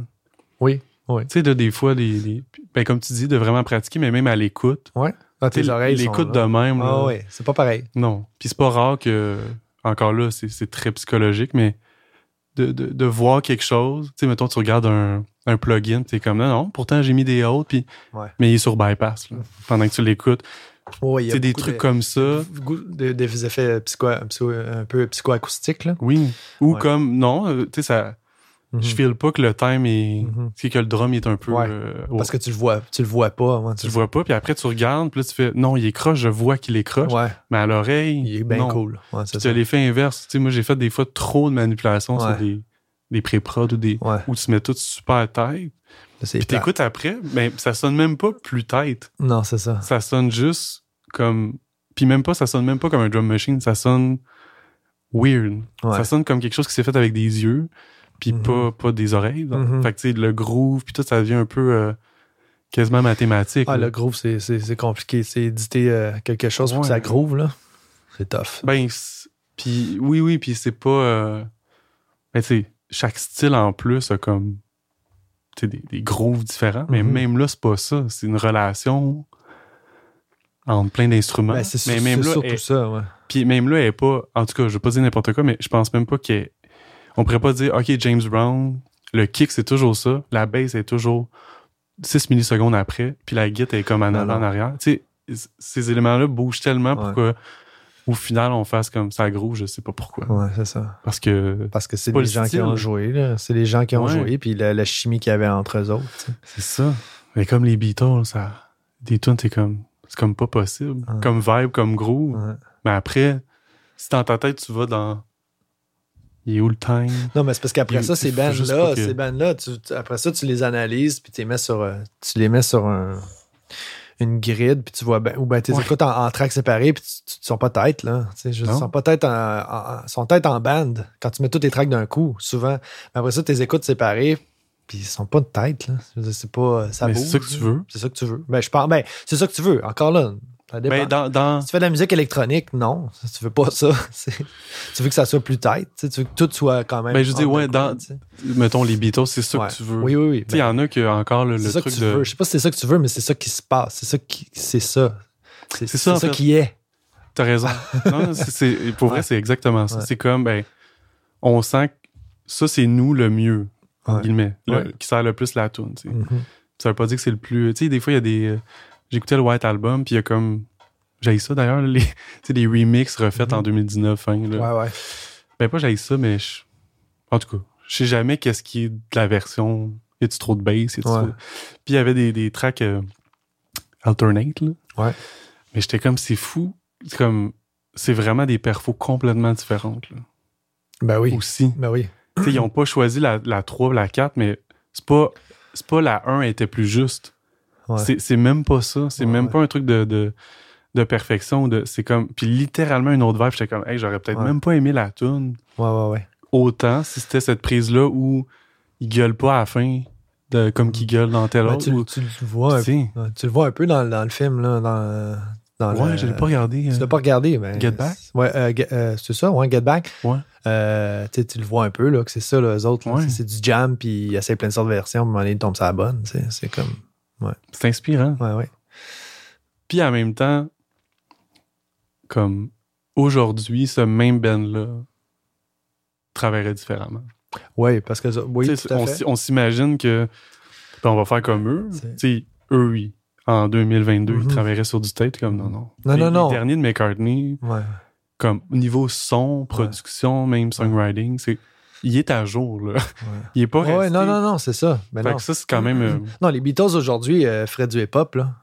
oui, oui. Tu sais, là, des fois, les, les- ben, comme tu dis, de vraiment pratiquer, mais même à l'écoute. Dans Tu ah, tes sais, oreilles. sont L'écoute de là. même. là. Ah oui, c'est pas pareil. Non. Puis c'est pas rare que, encore là, c'est c'est très psychologique, mais de, de- de voir quelque chose. Tu sais, mettons, tu regardes un, un plugin, tu es comme, non, non, pourtant j'ai mis des hautes, puis, Ouais. mais il est sur bypass, là, pendant que tu l'écoutes. Oui, il y Tu a sais, des beaucoup trucs de- comme ça. goût- de- des effets psycho, psycho- un peu psychoacoustiques. là. Oui. Ou Ouais. comme, non, euh, tu sais, ça. Je file pas que le time est. Mhm. Tu sais, que le drum est un peu. Ouais. euh, Parce au- que tu le vois, tu le vois pas. ouais, tu le vois pas, puis après tu regardes, puis là tu fais non, il est croche, je vois qu'il est croche, Ouais, mais à l'oreille. il est bien non. cool. Ouais, c'est Puis ça. t'as l'effet inverse. Tu sais, moi j'ai fait des fois trop de manipulations Ouais. sur des, des pré-prod ou des. Ouais, où tu mets tout super tête. c'est Puis plate. t'écoutes après, ben ça sonne même pas plus tête. Non, c'est ça. Ça sonne juste comme. Puis même pas, ça sonne même pas comme un drum machine, ça sonne weird. Ouais. Ça sonne comme quelque chose qui s'est fait avec des yeux, puis Mhm. pas, pas des oreilles. donc. Mhm. Fait que, tu sais, le groove, puis tout, ça devient un peu euh, quasiment mathématique. Ah, là. le groove, c'est- c'est c'est compliqué. C'est éditer euh, quelque chose pour que Ouais. ça groove, là. C'est tough. Ben, c'est- puis oui, oui, puis c'est pas... euh, ben, tu sais, chaque style en plus a comme tu sais, des, des grooves différents, mais Mhm. même là, c'est pas ça. C'est une relation entre plein d'instruments. Ben, c'est sur- mais même c'est là, surtout elle- ça, ouais. Puis même là, elle est pas. En tout cas, je veux pas dire n'importe quoi, mais je pense même pas qu'elle. On pourrait pas dire, OK, James Brown, le kick, c'est toujours ça. La bass est toujours 6 millisecondes après. Puis la guitare est comme en Non, avant, en non. arrière. Tu sais, c- ces éléments-là bougent tellement pour que, au final, on fasse comme ça gros, je sais pas pourquoi. Ouais, c'est ça. Parce que Parce que c'est C'est pas les le gens qui style. ont joué, là. C'est les gens qui ont Ouais. joué, puis la, la chimie qu'il y avait entre eux autres. tu sais. c'est ça. Mais comme les Beatles, ça. Des tunes, c'est comme. C'est comme pas possible. Ah. Comme vibe, comme groove. Ouais. Mais après, si dans ta tête, tu vas dans. Il est où le time? Non, mais c'est parce qu'après Il- ça, il ces faut juste bandes-là, pas que- ces bandes-là, tu- tu- après ça, tu les analyses, puis tu les mets sur, euh, tu les mets sur un- une grid, puis tu vois, ben, ou ben, tu les Ouais. écoutes en, en tracks séparés, puis tu, tu- ils sont pas tête, là. Tu sais, je veux dire, Non. Ils sont pas tête en, en- en- sont tête en bande quand tu mets toutes les tracks d'un coup, souvent. Mais après ça, tu les écoutes séparés, puis ils sont pas de tête, là. Je veux dire, C'est pas, euh, ça Mais bouge, c'est ça que tu là. veux. C'est ça que tu veux. Ben, je pense, ben, c'est ça que tu veux, encore là. Ça dépend. Ben, dans, dans- Si tu fais de la musique électronique, non, tu veux pas ça. C'est- tu veux que ça soit plus tête. Tu sais, tu veux que tout soit quand même. Ben, je dis, entre ouais, le coin, dans- tu sais. mettons, les Beatles, c'est ça Ouais. que tu veux. Oui, oui, oui. Ben, Tu sais, il y en a qui encore le, le c'est ça que truc tu de. veux. Je sais pas si c'est ça que tu veux, mais c'est ça qui se passe. C'est ça qui. C'est ça. C'est C'est c'est ça, en ça, fait. qui est. T'as raison. non, c'est- c'est- pour vrai, Ouais. c'est exactement ça. Ouais. C'est comme, ben, on sent que ça, c'est nous le mieux, Ouais. entre guillemets, le- Ouais. Mm. qui sert le plus la tune. tu sais. Mhm. Ça veut pas dire que c'est le plus. Tu sais, des fois, il y a des. euh, J'écoutais le White Album, puis il y a comme. J'ai ça d'ailleurs, les, tu sais, les remixes refaits Mhm. en 2019. hein, là. Ouais, ouais. Ben, pas j'ai ça, mais je- en tout cas, je sais jamais qu'est-ce qui est de la version. Y a-tu trop de bass? Y a-tu Ouais. trop- Puis il y avait des, des tracks euh, alternate, là. Ouais. Mais j'étais comme, c'est fou. C'est comme, c'est vraiment des perfos complètement différentes, là. Ben oui. Aussi. Ben oui. Tu sais, ils ont pas choisi la, la 3 la 4, mais c'est pas, c'est pas la 1 était plus juste. Ouais. C'est- C'est même pas ça. C'est Ouais, même ouais. pas un truc de, de, de perfection. De, c'est comme, puis littéralement une autre vibe. J'étais comme, hey, j'aurais peut-être Ouais. même pas aimé la tune Ouais, ouais, ouais. autant si c'était cette prise-là où il gueule pas à la fin, de, comme qu'il gueule dans telle Ben, autre. tu, le- ou- tu le vois un peu. Tiens, ouais, Tu le vois un peu dans, dans le film, là. Dans, dans ouais, le- je l'ai pas regardé. Tu euh, l'as pas regardé, mais. Get Back? Ouais, euh, Get- euh, c'est ça, ouais, Get Back. Ouais. Euh, tu sais, tu le vois un peu, là, que c'est ça, les autres. là. Ouais. C'est- C'est du jam, puis il essaie plein de sortes de versions, puis à un moment donné, il tombe sur la bonne. tu sais. C'est comme. C'est inspirant. Ouais, ouais. Puis en même temps, comme aujourd'hui, ce même Ben-là travaillerait différemment. Ouais, parce que. ça- Oui, Tu sais, tout à on fait. s- on s'imagine que ben, on va faire comme eux. C'est- Tu sais, eux, oui. En 2022, Mhm. ils travailleraient sur du tape. comme non, non. Non, Les- non, non. Les derniers de McCartney, Ouais. comme au niveau son, production, même songwriting, c'est il est à jour là. Il est pas Ouais, ouais, resté. non, non, non, c'est ça. Ben fait non. Mm-hmm. que ça c'est quand même euh, non, les Beatles aujourd'hui euh, feraient du hip-hop, là.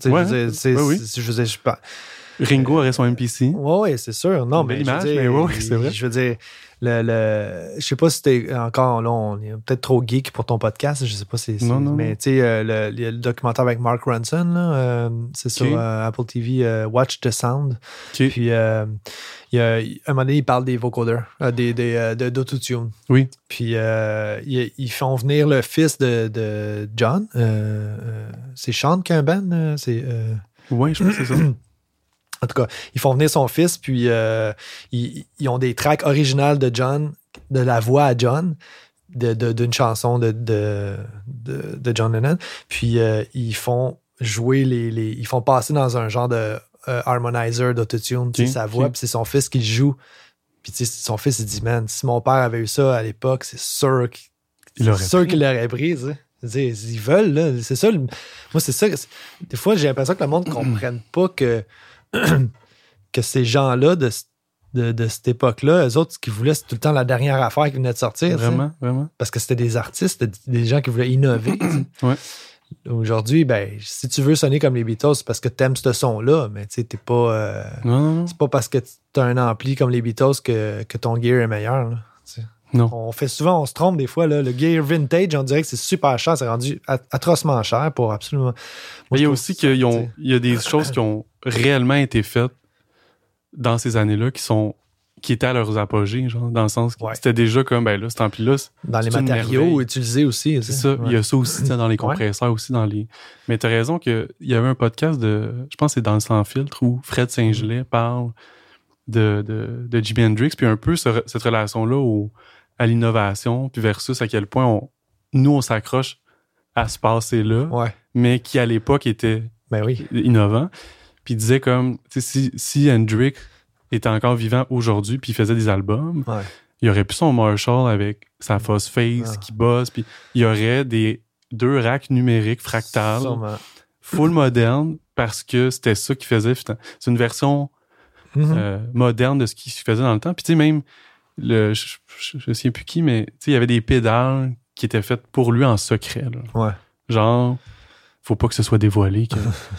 Tu sais, Ouais, je veux dire, c'est- ouais, oui. c'est- je veux dire, je par- Ringo aurait son MPC. Oui, ouais, c'est sûr. Non, Une mais, belle je veux image, dire, mais ouais, ouais, c'est vrai. Je veux dire, le, le- je sais pas si t'es encore là, on est peut-être trop geek pour ton podcast. Je sais pas si. si- Non, non. Mais tu sais, euh, le, il y a le documentaire avec Mark Ronson, là, euh, c'est Ok. sur euh, Apple TV, euh, Watch the Sound. Ok. Puis, euh, il y a- il- à un moment donné, il parle des vocodeurs, euh, des, des, euh, de- d'autotune. Oui. Puis, euh, ils, ils font venir le fils de, de John. euh, euh, c'est Sean qui a un band, euh, c'est. euh, Ouais, je pense que c'est ça. en tout cas, ils font venir son fils, puis euh, ils, ils ont des tracks originales de John, de la voix à John, de- de- d'une chanson de, de, de- de John Lennon. Puis euh, ils font jouer les, les- Ils font passer dans un genre de euh, harmonizer d'autotune, tu sais, Ok, sa voix, ok. puis c'est son fils qui le joue. Puis tu sais, son fils, il dit Man, si mon père avait eu ça à l'époque, c'est sûr qu'il Il c'est aurait sûr pris. qu'ils l'auraient prise. hein. Je veux dire, Ils veulent, là. C'est ça. le- Moi, c'est ça. que- Des fois, j'ai l'impression que le monde ne comprenne pas que, que ces gens-là de, c- de, de cette époque-là, eux autres, ce qu'ils voulaient, c'est tout le temps la dernière affaire qui venait de sortir. tu sais. Vraiment, vraiment. Parce que c'était des artistes, c'était des gens qui voulaient innover. tu sais. Ouais. Aujourd'hui, ben, si tu veux sonner comme les Beatles, c'est parce que t'aimes ce son-là, mais tu sais, t'es pas. euh, Non, non, non. c'est pas parce que t'as un ampli comme les Beatles que, que ton gear est meilleur. là. Tu sais. Non. On fait souvent, on se trompe des fois. là. Le gear vintage, on dirait que c'est super cher. C'est rendu at- atrocement cher pour absolument. Moi, Mais il je y a trouve aussi ça, qu'il tu sais. y a des choses qui ont réellement été faites dans ces années-là qui sont qui étaient à leurs apogées, genre, dans le sens que Ouais. c'était déjà comme, ben là, cet ampli-là, c'est Dans les c'est une matériaux merveille. utilisés aussi. c'est ça. Il y a ça aussi tu sais, dans les compresseurs, aussi dans les. Mais t'as raison qu'il y avait un podcast de. Je pense que c'est dans le Sans Filtre où Fred Saint-Gelais parle de, de, de Jimi Hendrix, puis un peu ce- cette relation-là au- à l'innovation, puis versus à quel point on, nous, on s'accroche à ce passé-là, Ouais. mais qui à l'époque était Ben oui. innovant. Puis il disait comme, tu sais, si, si Hendrix était encore vivant aujourd'hui puis il faisait des albums, Ouais. il aurait pu son Marshall avec sa fausse face Ah. qui bosse, puis il y aurait des deux racks numériques fractales, Sûrement. full moderne, parce que c'était ça qu'il faisait. putain. C'est une version Mhm. euh, moderne de ce qui se faisait dans le temps. Puis tu sais, même, le, je, je, je sais plus qui, mais tu sais, il y avait des pédales qui étaient faites pour lui en secret. là. Ouais. Genre, faut pas que ce soit dévoilé que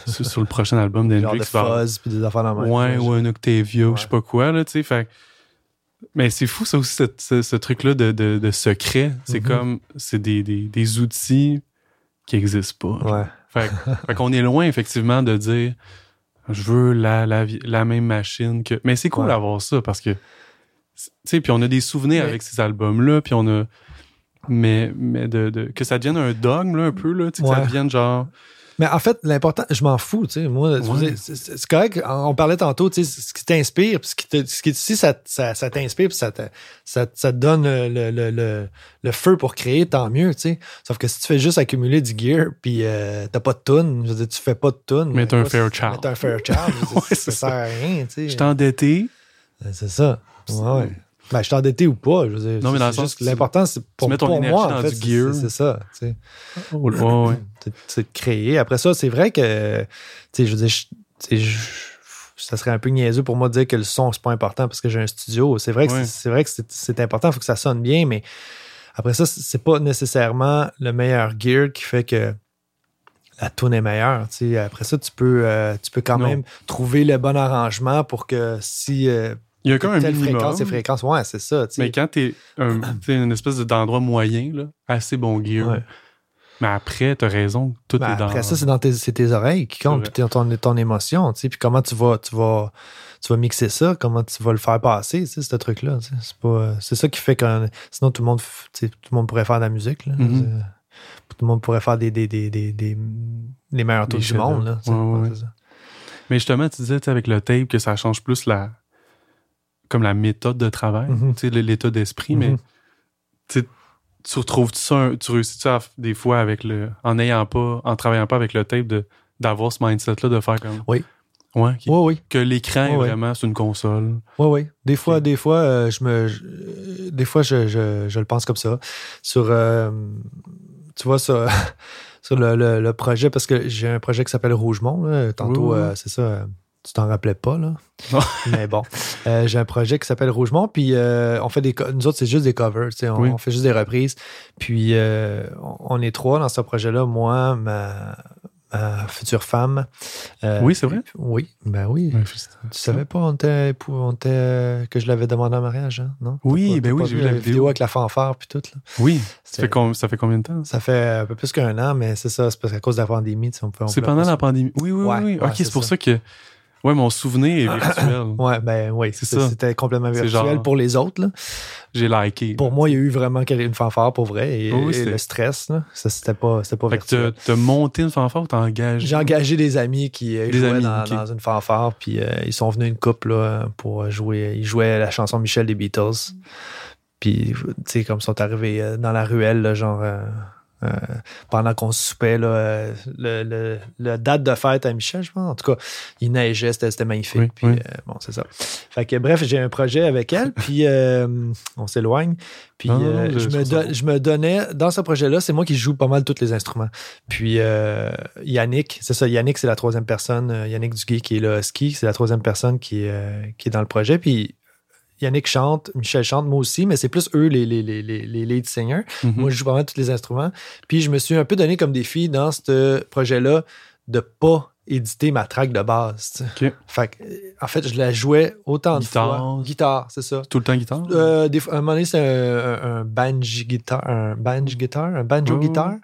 sur, sur le prochain album Genre d'Hendrix, de il va y avoir- fuzz puis des affaires normales. ouais, ou un Octavia, ou Ouais. je sais pas quoi, là, tu sais. Fait... Mais c'est fou, ça aussi, ce, ce- ce truc-là de, de- de secret. C'est Mhm. comme, c'est des, des- des outils qui existent pas. Ouais. Fait, fait qu'on est loin, effectivement, de dire je veux la, la, vie- la même machine que. Mais c'est cool Ouais. d'avoir ça parce que. Tu sais, puis on a des souvenirs Mais- avec ces albums-là, puis on a. Mais, mais de, de- que ça devienne un dogme, là, un peu, là, tu sais, que Ouais. ça devienne genre. Mais en fait, l'important, je m'en fous, tu sais. Moi, je veux Ouais. dire, c'est- c'est c'est correct. On on parlait tantôt, tu sais, ce qui t'inspire, puis ce qui te, ce qui, si ça, ça, ça t'inspire, puis ça te, ça, te- ça te donne le, le- le- le- le feu pour créer, tant mieux, tu sais. Sauf que si tu fais juste accumuler du gear, puis euh, t'as pas de tune, je veux dire, tu fais pas de tune. Mais t'es un fair Fairchild. Mais t'es un Fairchild, je veux dire, Ouais, c'est ça sert à rien, tu Je sais. t'ai endetté, Euh, C'est ça. Ouais, ouais. Ben, je t'ai endetté ou pas, je veux dire. Non, mais dans le c'est sens juste que tu- l'important, c'est pour, mets ton pour énergie moi, dans en fait, du c'est- gear. c'est c'est ça, tu sais Oh, ouais, ouais. c'est- c'est de créer. Après ça, c'est vrai que, tu sais, je veux dire, je- tu sais, je- ça serait un peu niaiseux pour moi de dire que le son, c'est pas important parce que j'ai un studio. C'est vrai que Ouais. c'est- c'est vrai que c'est- c'est important, il faut que ça sonne bien, mais après ça, c'est- c'est pas nécessairement le meilleur gear qui fait que la tune est meilleure. tu sais. Après ça, tu peux, euh, tu peux quand Non. même trouver le bon arrangement pour que si euh, Il y a comme un telle minimum. fréquence et fréquence, ouais, c'est ça. tu sais. Mais quand t'es un, t'sais, une espèce de- d'endroit moyen, là, assez bon gear. Ouais. Mais après, t'as raison, tout Ben, est dans. Après ça, c'est dans tes, c'est tes oreilles qui comptent, C'est puis t'es- ton, ton émotion, tu sais, puis comment tu vas, tu vas, tu vas mixer ça, comment tu vas le faire passer, tu sais, ce truc-là. tu sais. C'est pas, euh, c'est ça qui fait que sinon tout le monde, f- tu sais, tout le monde pourrait faire de la musique, là. Mhm. Euh, tout le monde pourrait faire des, des, des, des, des- les meilleurs Des trucs du monde, là. tu sais. Ouais, ouais, ouais. Ouais, c'est ça. Mais justement, tu disais t'sais, avec le tape que ça change plus la comme la méthode de travail, Mhm. t'sais, l- l'état d'esprit, mais Mhm. t'sais, tu retrouves ça, un- tu réussis ça des fois avec le en n'ayant pas, en travaillant pas avec le tape de d'avoir ce mindset-là de faire comme Oui. ouais, ok. Ouais, oui. que l'écran est Ouais, ouais. vraiment sur une console. Oui, oui. Des fois, Ok. des fois, euh, je me. je- euh, des fois, je, je- je le pense comme ça. Sur. euh, tu vois, sur, sur le, le- le projet, parce que j'ai un projet qui s'appelle Rougemont, là. Tantôt, Oui, oui, oui. euh, c'est ça. euh, tu t'en rappelais pas, là. Non. Mais bon. Euh, j'ai un projet qui s'appelle Rougemont, puis euh, on fait des. co- Nous autres, c'est juste des covers, tu sais. On, Oui. on fait juste des reprises. Puis, euh, on, on est trois dans ce projet-là. Moi, ma, ma future femme. Euh, Oui, c'est vrai? Oui, ben oui. Ouais, Tu savais pas, on était, épou- on était, euh, que je l'avais demandé en mariage, hein? non? T'as Oui, pas- ben t'as oui, pas j'ai vu vu la vidéo. avec la fanfare puis tout. Là. Oui, ça C'était- fait, com- ça fait combien de temps? ça? Ça fait un peu plus qu'un an, mais c'est ça, c'est parce qu'à cause de la pandémie, tu sais, on peut. on C'est peut- pendant la pandémie. Oui, oui, Ouais, oui. ouais, ok, c'est c'est pour ça. ça. que. Ouais, mon souvenir est virtuel. Ouais, ben oui, C'est c'est- ça. c'était complètement C'est virtuel genre- pour les autres. Là. J'ai liké. Pour moi, il y a eu vraiment quel- une fanfare pour vrai et, Oh, Oui, et c'était- le stress, là, ça c'était pas, c'était pas Fait que virtuel. t'as- t'as monté une fanfare ou t'as engagé? J'ai engagé des amis qui euh, Des jouaient amis, dans, ok. dans une fanfare, puis euh, ils sont venus une couple là, pour euh, jouer. Ils jouaient la chanson Michel des Beatles. Puis, tu sais, comme ils sont arrivés euh, dans la ruelle, là, genre, euh, euh, pendant qu'on soupait, là, euh, le, le- le date de fête à Michel, je pense. En tout cas, il neigeait, c'était c'était magnifique. Oui, puis, oui. euh, bon, c'est ça. Fait que, bref, j'ai un projet avec elle, puis euh, on s'éloigne. Puis, Non, non, euh, non, je- je, je me comprends. don- je me donnais, dans ce projet-là, c'est moi qui joue pas mal tous les instruments. Puis euh, Yannick, c'est ça, Yannick, c'est la troisième personne, euh, Yannick Duguay qui est là, ski, c'est la troisième personne qui, est, euh, qui est dans le projet. Puis Yannick chante, Michel chante, moi aussi, mais c'est plus eux les, les, les, les, les lead singers. Mhm. Moi, je joue vraiment tous les instruments. Puis je me suis un peu donné comme défi dans ce projet-là de pas éditer ma track de base. tu sais. Ok. Fait que, euh, en fait, je la jouais autant de Guitare. fois. Guitare, c'est ça. Tout le temps guitare? Euh, des fois- un moment donné, c'est un, un- un banjo guitar, un banjo guitar, un banjo Oh. guitar.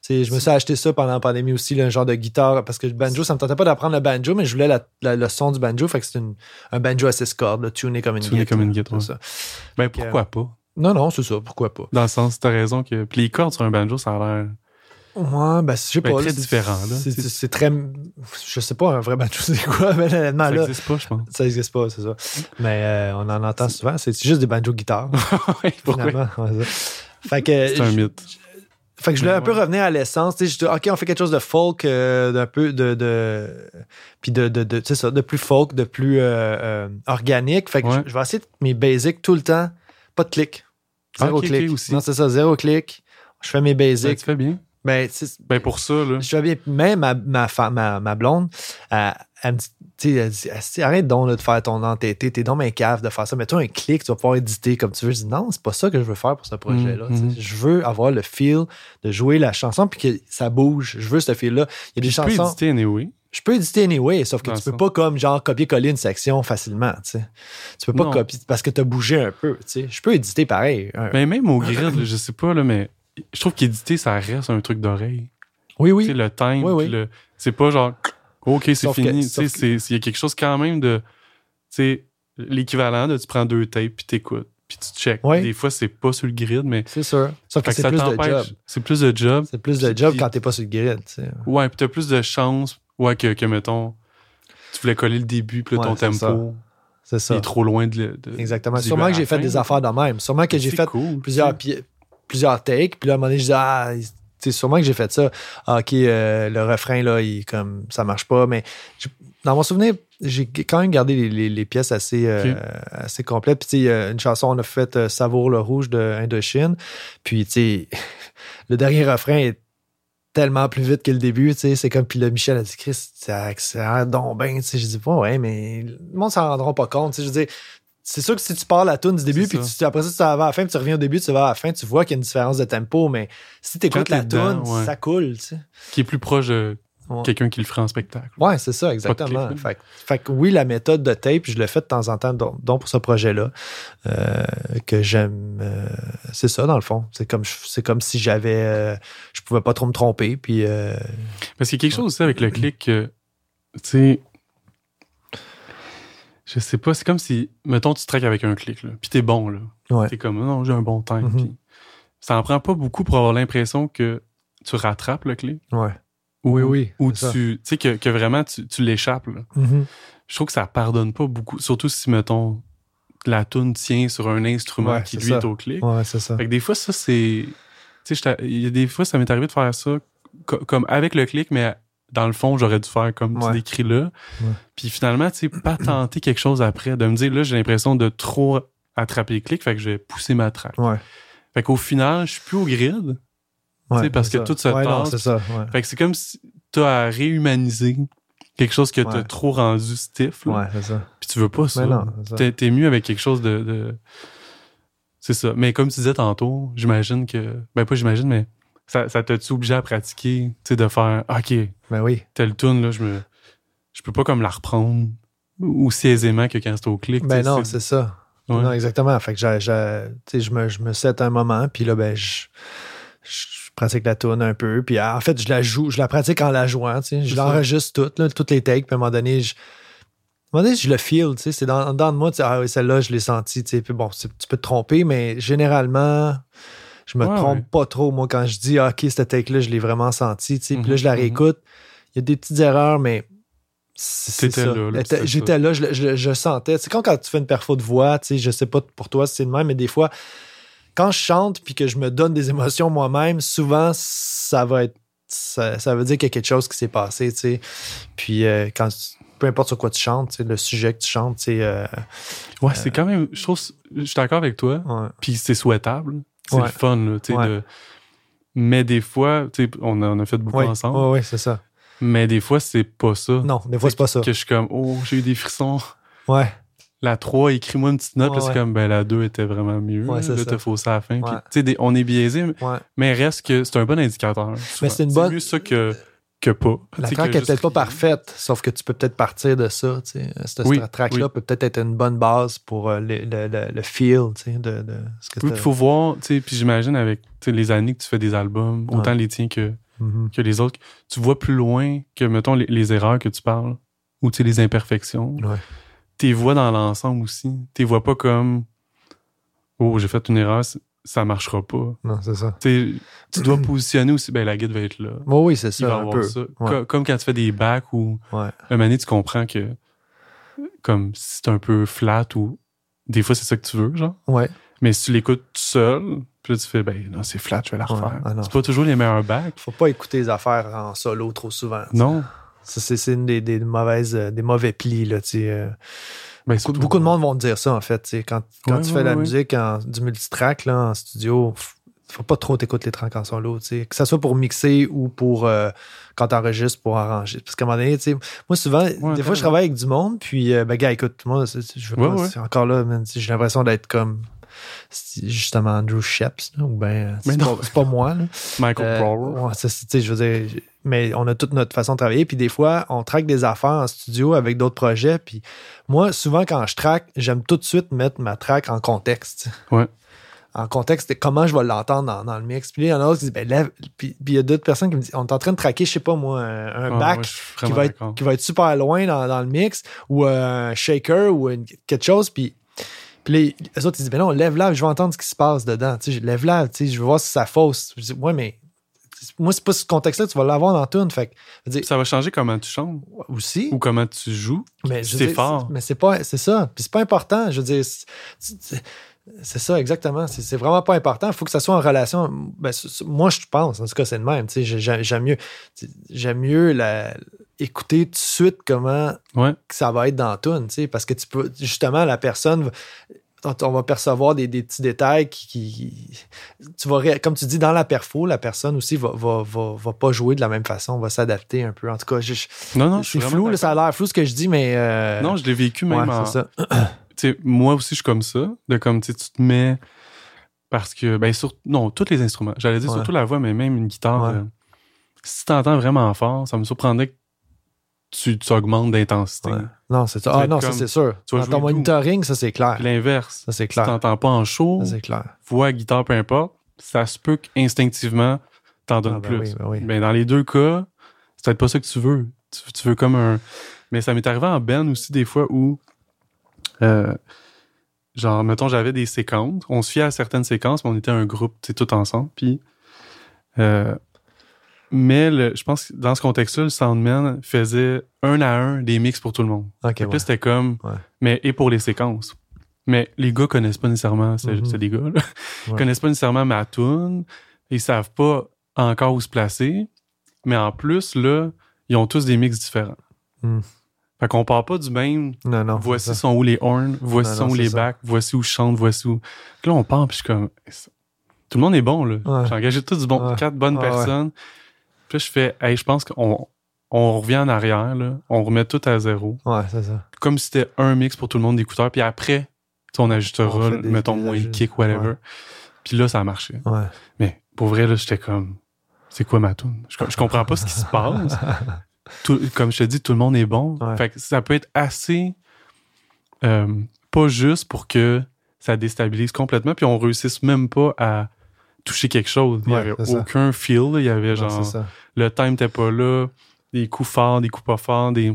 C'est- je me suis acheté ça pendant la pandémie aussi, là, un genre de guitare, parce que le banjo, ça me tentait pas d'apprendre le banjo, mais je voulais la- la- le son du banjo, fait que c'est une- un banjo à 6 cordes, là, tuné comme une Tuné guitare. comme une guitare, c'est ça. ben pourquoi pas? Non, non, c'est ça, pourquoi pas. Dans le sens, t'as raison que. Puis les cordes sur un banjo, ça a l'air. Ouais, ben, je sais Ben, pas. très là, c'est- différent, là. c'est- C'est c'est très. Je sais pas, un vrai banjo, c'est quoi, mais honnêtement, Ça Ah, là. existe pas, je pense. Ça existe pas, c'est ça. Mais euh, on en entend souvent. C'est juste des banjos guitares. Ouais, pourquoi? finalement. Ouais, ça. Fait que, C'est un mythe. Fait que je voulais Mais un peu ouais. revenir à l'essence. Tu sais, je dis, OK, on fait quelque chose de folk, euh, d'un peu de. de puis de, de, de, tu sais ça, de plus folk, de plus euh, euh, organique. Fait que Ouais. je, je vais essayer de- mes basics tout le temps. Pas de clic. Ah, Zéro ok, ok, clic. aussi. Non, c'est ça, zéro clic. Je fais mes Ça, basics. tu fais bien? Ben, tu sais, Ben pour ça, là. je fais bien. Même ma, ma, fa- ma, ma blonde, elle, elle me dit. tu sais, elle dit, Asti, arrête donc là, de faire ton entêté, t'es dans ma cave de faire ça, mets-toi un clic, tu vas pouvoir éditer comme tu veux. Je dis non, c'est pas ça que je veux faire pour ce projet-là. Mhm. tu sais. Je veux avoir le feel de jouer la chanson puis que ça bouge. Je veux ce feel-là. Il y a des Tu peux chansons. éditer anyway. Je peux éditer anyway, sauf que Dans tu le peux sens. pas comme genre copier-coller une section facilement. Tu, sais. tu peux pas Non. copier parce que t'as bougé un peu. tu sais. Je peux éditer pareil. un- Ben même au grid, là, je sais pas, là, mais je trouve qu'éditer, ça reste un truc d'oreille. oui, Tu sais, oui. le timbre, Oui, oui. puis le- c'est pas genre OK, c'est Sauf que- fini. Tu sauf sais, c'est- c'est- Il y a quelque chose quand même de. Tu sais, l'équivalent de tu prends deux tapes, puis t'écoutes, puis tu check. Ouais. Des fois, c'est pas sur le grid, mais. C'est sûr. Sauf Fait que, que c'est ça plus de job. t'empêche. C'est plus de job. C'est plus de Puis- job puis- quand t'es pas sur le grid. tu sais. Ouais, puis t'as plus de chance ouais, que, que, mettons, tu voulais coller le début, puis là, Ouais, ton c'est ça, tempo C'est il ça. est trop loin de. le- de- Exactement. du Sûrement à que j'ai la fait fin, des là. affaires de même. Sûrement que j'ai C'est fait cool, plusieurs, tu sais. pi- plusieurs takes. Puis là, à un moment donné, je disais, ah, tu sais, sûrement que j'ai fait ça. Ah, OK, euh, le refrain, là, il, comme, ça marche pas. Mais j'ai- dans mon souvenir, j'ai g- quand même gardé les, les- les pièces assez, euh, Ok. assez complètes. Puis, tu sais, euh, une chanson, on a fait euh, Savour le rouge de Indochine. Puis, tu sais, le dernier refrain est tellement plus vite que le début, tu sais, c'est comme, puis là, Michel a dit, Chris, ça accélère donc ben, tu sais, j'ai dit, ouais, ouais, mais le monde s'en rendra pas compte, tu sais, je veux dire, c'est sûr que si tu pars la tune du début, C'est puis ça. tu- après ça, tu vas à la fin, puis tu reviens au début, tu vas à la fin, tu vois qu'il y a une différence de tempo, mais si tu écoutes Quand la t'es dedans, tune, ouais. ça coule, tu sais. Qui est plus proche de Ouais. quelqu'un qui le ferait en spectacle. Ouais, c'est ça, clic, exactement. là. Fait, que- fait que oui, la méthode de tape, je le fais de temps en temps, donc, donc pour ce projet-là, euh, que j'aime. euh, c'est ça, dans le fond. C'est comme, je- c'est comme si j'avais. euh, je pouvais pas trop me tromper, puis. euh, Parce qu'il y a quelque chose aussi avec le clic que, tu sais, je sais pas, c'est comme si, mettons, tu traques avec un clic, là, puis t'es bon, là. Ouais. T'es comme, non, j'ai un bon time. Mhm. puis ça en prend pas beaucoup pour avoir l'impression que tu rattrapes le clic. ouais. Ou, Oui, oui, Ou c'est ça. tu, tu sais, que, que vraiment, tu, tu l'échappes, là. Mhm. Je trouve que ça pardonne pas beaucoup, surtout si, mettons, la toune tient sur un instrument Ouais, qui, c'est lui, ça. est au clic. Ouais, c'est ça. Fait que des fois, ça, c'est. Tu sais, je t'a- il y a des fois, ça m'est arrivé de faire ça co- comme avec le clic, mais dans le fond, j'aurais dû faire comme Ouais. tu décris là. Ouais. Puis finalement, tu sais, pas tenter quelque chose après, de me dire, là, j'ai l'impression de trop attraper le clic, fait que je vais pousser ma traque. Ouais. Fait qu'au final, je suis plus au grid. Ouais, sais, parce c'est que ça. tout se Ouais, non, tasse. c'est ça. ouais. Fait que c'est comme si t'as à réhumaniser quelque chose que t'as Ouais. trop rendu stiff. là. Ouais, c'est ça. Puis tu veux pas ça. Mais non, c'est ça. T'es, t'es mieux avec quelque chose de. de- C'est ça. Mais comme tu disais tantôt, j'imagine que. Ben, pas j'imagine, mais ça, ça t'a-tu obligé à pratiquer, tu sais, de faire OK, Ben oui. telle tune là, je me. Je peux pas comme la reprendre aussi aisément que quand c'est au clic. Ben tu sais, non, c'est ça. Ouais. Non, exactement. Fait que j'ai- j'ai- tu sais, je me, je me set un moment, puis là, ben, je, je pratique la tourne un peu. Puis ah, en fait, je la joue, je la pratique en la jouant. tu sais. C'est Je ça. l'enregistre toute, là, toutes les takes. Puis à un moment donné, je, à un moment donné, je le feel. tu sais, C'est dans, dans de moi, tu sais, ah oui, celle-là, je l'ai sentie. tu sais. Puis bon, c'est- tu peux te tromper, mais généralement, je me Ouais, trompe ouais. pas trop. Moi, quand je dis, ah, OK, cette take-là, je l'ai vraiment sentie. tu sais. Puis là, je la Mhm, mhm. réécoute. Il y a des petites erreurs, mais c'est T'étais ça. là, là, Elle puis était- c'est J'étais là, je, le- je le- je le sentais. C'est comme quand tu fais une perfo de voix, tu sais, je sais pas pour toi si c'est le même, mais des fois, quand je chante puis que je me donne des émotions moi-même, souvent, ça va être. Ça, ça veut dire qu'il y a quelque chose qui s'est passé, tu sais. Puis, euh, quand, tu- peu importe sur quoi tu chantes, tu sais, le sujet que tu chantes, tu sais, euh, Ouais, c'est quand même. Je trouve. Je suis d'accord avec toi. ouais. Puis c'est souhaitable. C'est Ouais. le fun, là, tu sais, Ouais. de- Mais des fois, tu sais, on en a fait beaucoup Ouais, ensemble. ouais, ouais, c'est ça. Mais des fois, c'est pas ça. Non, des fois, c'est pas ça. Que je suis comme, oh, j'ai eu des frissons. Ouais, La 3, écris-moi une petite note. Ouais, Là, c'est ouais. comme, ben, la 2 était vraiment mieux. Ouais, c'est là, ça. t'as faussé à la fin. Puis, Ouais. tu sais, des- on est biaisé, mais- ouais. mais reste que c'est un bon indicateur. souvent. c'est une bonne- mieux ça que, que pas. Tu La sais, track que est peut-être juste pas crier. parfaite, sauf que tu peux peut-être partir de ça. tu sais. Euh, Cette Oui, cette track-là oui. peut peut-être être une bonne base pour euh, le, le- le- le feel tu sais, de, de ce que Oui, t'as- puis faut voir, tu sais, puis j'imagine avec tu sais, les années que tu fais des albums, Ouais. autant les tiens que, Mhm. que les autres, tu vois plus loin que, mettons, les, les erreurs que tu parles ou tu sais, les imperfections. Ouais. T'es vois dans l'ensemble aussi. T'es vois pas comme Oh, j'ai fait une erreur, c- ça marchera pas. Non, c'est ça. Tu sais, tu dois positionner aussi, ben la guide va être là. Bon, oui, c'est Il ça, va un avoir peu. ça. Ouais. Co- Comme quand tu fais des bacs ou Ouais. un moment donné, tu comprends que comme si c'est un peu flat ou des fois c'est ça que tu veux, genre. Ouais. Mais si tu l'écoutes tout seul, puis là, tu fais, ben non, c'est flat, je vais la Ouais, refaire. ah non. c'est pas toujours les meilleurs bacs. Faut pas écouter les affaires en solo trop souvent. tu sais. Non. Ça, c'est c'est une des, des mauvaises, euh, des mauvais plis. Là, tu sais, euh. Ben, beaucoup, surtout- beaucoup de monde vont te dire ça, en fait. tu sais. Quand, quand Ouais, tu fais ouais, la ouais. musique en, du multitrack là, en studio, f- faut pas trop t'écouter les tracks en solo. tu sais. Que ce soit pour mixer ou pour euh, quand t'enregistres pour arranger. Parce qu'à un moment donné, tu sais, moi, souvent, des fois, t'as- je travaille avec du monde, puis, euh, ben, gars, écoute, moi, c'est- c'est- je veux Ouais, pas- ouais. c'est encore là, man, tu sais, j'ai l'impression d'être comme si- justement Andrew Sheps, là, ou ben, euh, Mais c'est non. pas, c'est pas moi. là. Michael Euh, Brewer. ouais, ça, c'est- tu sais, je veux dire, j- mais on a toute notre façon de travailler. Puis des fois, on traque des affaires en studio avec d'autres projets. Puis moi, souvent, quand je traque, j'aime tout de suite mettre ma track en contexte. Ouais. En contexte de comment je vais l'entendre dans, dans le mix. Puis là, il y en a d'autres qui disent, ben, lève. Puis puis il y a d'autres personnes qui me disent, on est en train de traquer, je sais pas moi, un, un Ah, back ouais, je suis qui vraiment va, être, d'accord. qui va être super loin dans, dans le mix, ou euh, un shaker, ou une- quelque chose, puis puis les, les autres, ils disent, ben non, lève là, je veux entendre ce qui se passe dedans. Tu sais, je- lève là, tu sais, je veux voir si ça fausse. Je dis, ouais, mais c'est- moi, c'est pas ce contexte-là que tu vas l'avoir dans tune. Fait que, je veux Puis dire, Ça va changer comment tu chantes ouais, aussi. ou comment tu joues. mais je veux c'est dire, fort. Mais c'est pas, c'est ça. Puis c'est pas important. Je veux dire, c'est- c'est c'est ça, exactement. C'est c'est vraiment pas important. Il faut que ça soit en relation. ben, c'est- c'est- moi, je pense, en tout cas, c'est le même. Tu sais, j'ai- j'ai- j'aime mieux, tu sais, j'aime mieux la, écouter tout de suite comment Ouais. que ça va être dans Toon, tu sais, parce que tu peux, justement, la personne, va- on- on va percevoir des, des petits détails qui, qui- tu vas, ré- comme tu dis, dans la perfo, la personne aussi va, va, va, va pas jouer de la même façon, va s'adapter un peu. En tout cas, je- je- Non, non, je suis c'est vraiment flou, là, ça a l'air flou ce que je dis, mais. euh, d'accord. Non, je l'ai vécu même ouais, en- c'est ça. tu sais, moi aussi, je suis comme ça. De comme, tu sais, tu te mets. Parce que, ben, sur, non, tous les instruments. J'allais dire Ouais. surtout la voix, mais même une guitare. Ouais. euh, si tu t'entends vraiment fort, ça me surprendrait que tu, tu augmentes d'intensité. Ouais. Non, c'est ça. Tu vas Ah être non, ça, comme- c'est sûr. tu vas Dans jouer ton doux. monitoring, ça, c'est clair. Puis l'inverse. Ça, c'est Si tu clair. t'entends pas en show, Ça, c'est clair. voix, guitare, peu importe, ça se peut qu'instinctivement, t'en donnes Ah, ben plus. oui, ben oui. Ben, dans les deux cas, c'est peut-être pas ça que tu veux. Tu, tu veux comme un. Mais ça m'est arrivé en band aussi des fois où, euh, genre, mettons, j'avais des séquences. On se fiait à certaines séquences, mais on était un groupe, tu sais, tout ensemble. Puis. euh, mais le- je pense que dans ce contexte-là, le soundman faisait un à un des mix pour tout le monde. Ok, Fait que ouais. là, c'était comme. Ouais. Mais et pour les séquences. Mais les gars connaissent pas nécessairement. C'est Mhm. c'est des gars, là. Ils Ouais. connaissent pas nécessairement ma tune. Ils savent pas encore où se placer. Mais en plus, là, ils ont tous des mix différents. Hmm. Fait qu'on part pas du même. Non, non. voici c'est ça. sont où les horns, voici Non, sont non, où c'est les ça. backs, voici où je chante, voici où. Puis là, on part, puis je suis comme. Tout le monde est bon, là. Ouais. J'ai engagé tous du bon, Ouais. quatre bonnes Ouais, ouais. personnes. Puis là, je fais, hey, je pense qu'on on revient en arrière, là. On remet tout à zéro Ouais, c'est ça. comme si c'était un mix pour tout le monde d'écouteurs. Puis après, tu sais, on ajustera, On fait des- mettons, des moins de ajustes. kick, whatever. Ouais. Puis là, ça a marché. Ouais. Mais pour vrai, là, j'étais comme, c'est quoi ma tune? Je, je comprends pas ce qui se passe. Tout- comme je te dis, tout le monde est bon. Ouais. Fait que ça peut être assez euh, pas juste pour que ça déstabilise complètement, puis on réussisse même pas à toucher quelque chose. Il n'y Ouais, avait c'est ça. aucun feel. là. Il y avait Non, genre c'est ça. le time n'était pas là, des coups forts, des coups pas forts, des.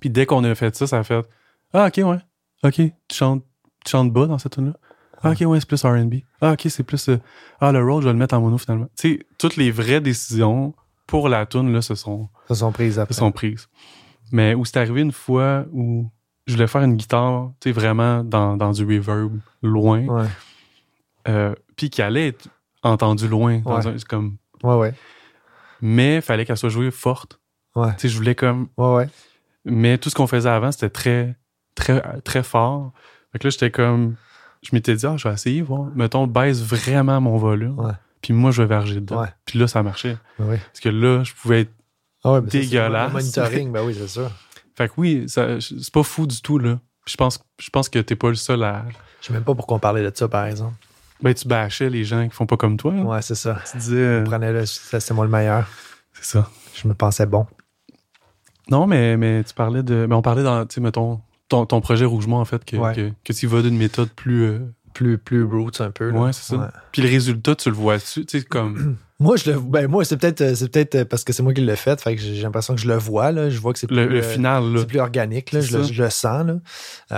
Puis dès qu'on a fait ça, ça a fait Ah, ok, ouais. Ok, tu chantes, tu chantes bas dans cette tune-là. Ah, ok, ouais, c'est plus RB. Ah, ok, c'est plus. euh, Ah, le roll, je vais le mettre en mono finalement. Tu sais, toutes les vraies décisions pour la tune, là, se sont, Ça sont prises se après. sont prises. Mais où c'est arrivé une fois où je voulais faire une guitare, tu sais, vraiment dans, dans du reverb, loin, Ouais, euh, puis qui allait être entendue loin. dans Ouais. un- c'est comme... ouais, ouais. Mais fallait qu'elle soit jouée forte. Ouais. Tu sais, je voulais comme Ouais, ouais. Mais tout ce qu'on faisait avant, c'était très, très, très fort. Fait que là, j'étais comme. Je m'étais dit, ah, je vais essayer, voir. Mettons, baisse vraiment mon volume. Ouais. Puis moi, je vais verger dedans. Ouais. Puis là, ça marchait. Ben oui. Parce que là, je pouvais être. Ah ouais, ben ça, c'est Dégueulasse. le monitoring, ben oui, c'est sûr. Fait que oui, ça- c'est pas fou du tout, là. Puis je pense, je pense que t'es pas le seul à. Je sais même pas pourquoi on parlait de ça, par exemple. Ben, tu bâchais les gens qui font pas comme toi. là. Ouais, c'est ça. Tu disais. euh, Prenez le, ça, c'est moi le meilleur. C'est ça. Je me pensais bon. Non, mais, mais tu parlais de. Mais on parlait dans. Tu sais, mettons, ton, ton projet Rougemont, en fait, que, Ouais. que, que tu vas d'une méthode plus. euh, Plus, plus roots un peu. là. Ouais, c'est ça. Ouais. Puis le résultat, tu le vois-tu? Tu sais, comme. Moi, je le, ben, moi, c'est peut-être, euh, c'est peut-être euh, parce que c'est moi qui l'ai fait. Fait que j'ai j'ai l'impression que je le vois, là. Je vois que c'est plus, le, le euh, final, là. c'est plus organique, là. C'est Je le, ça. je le sens, là.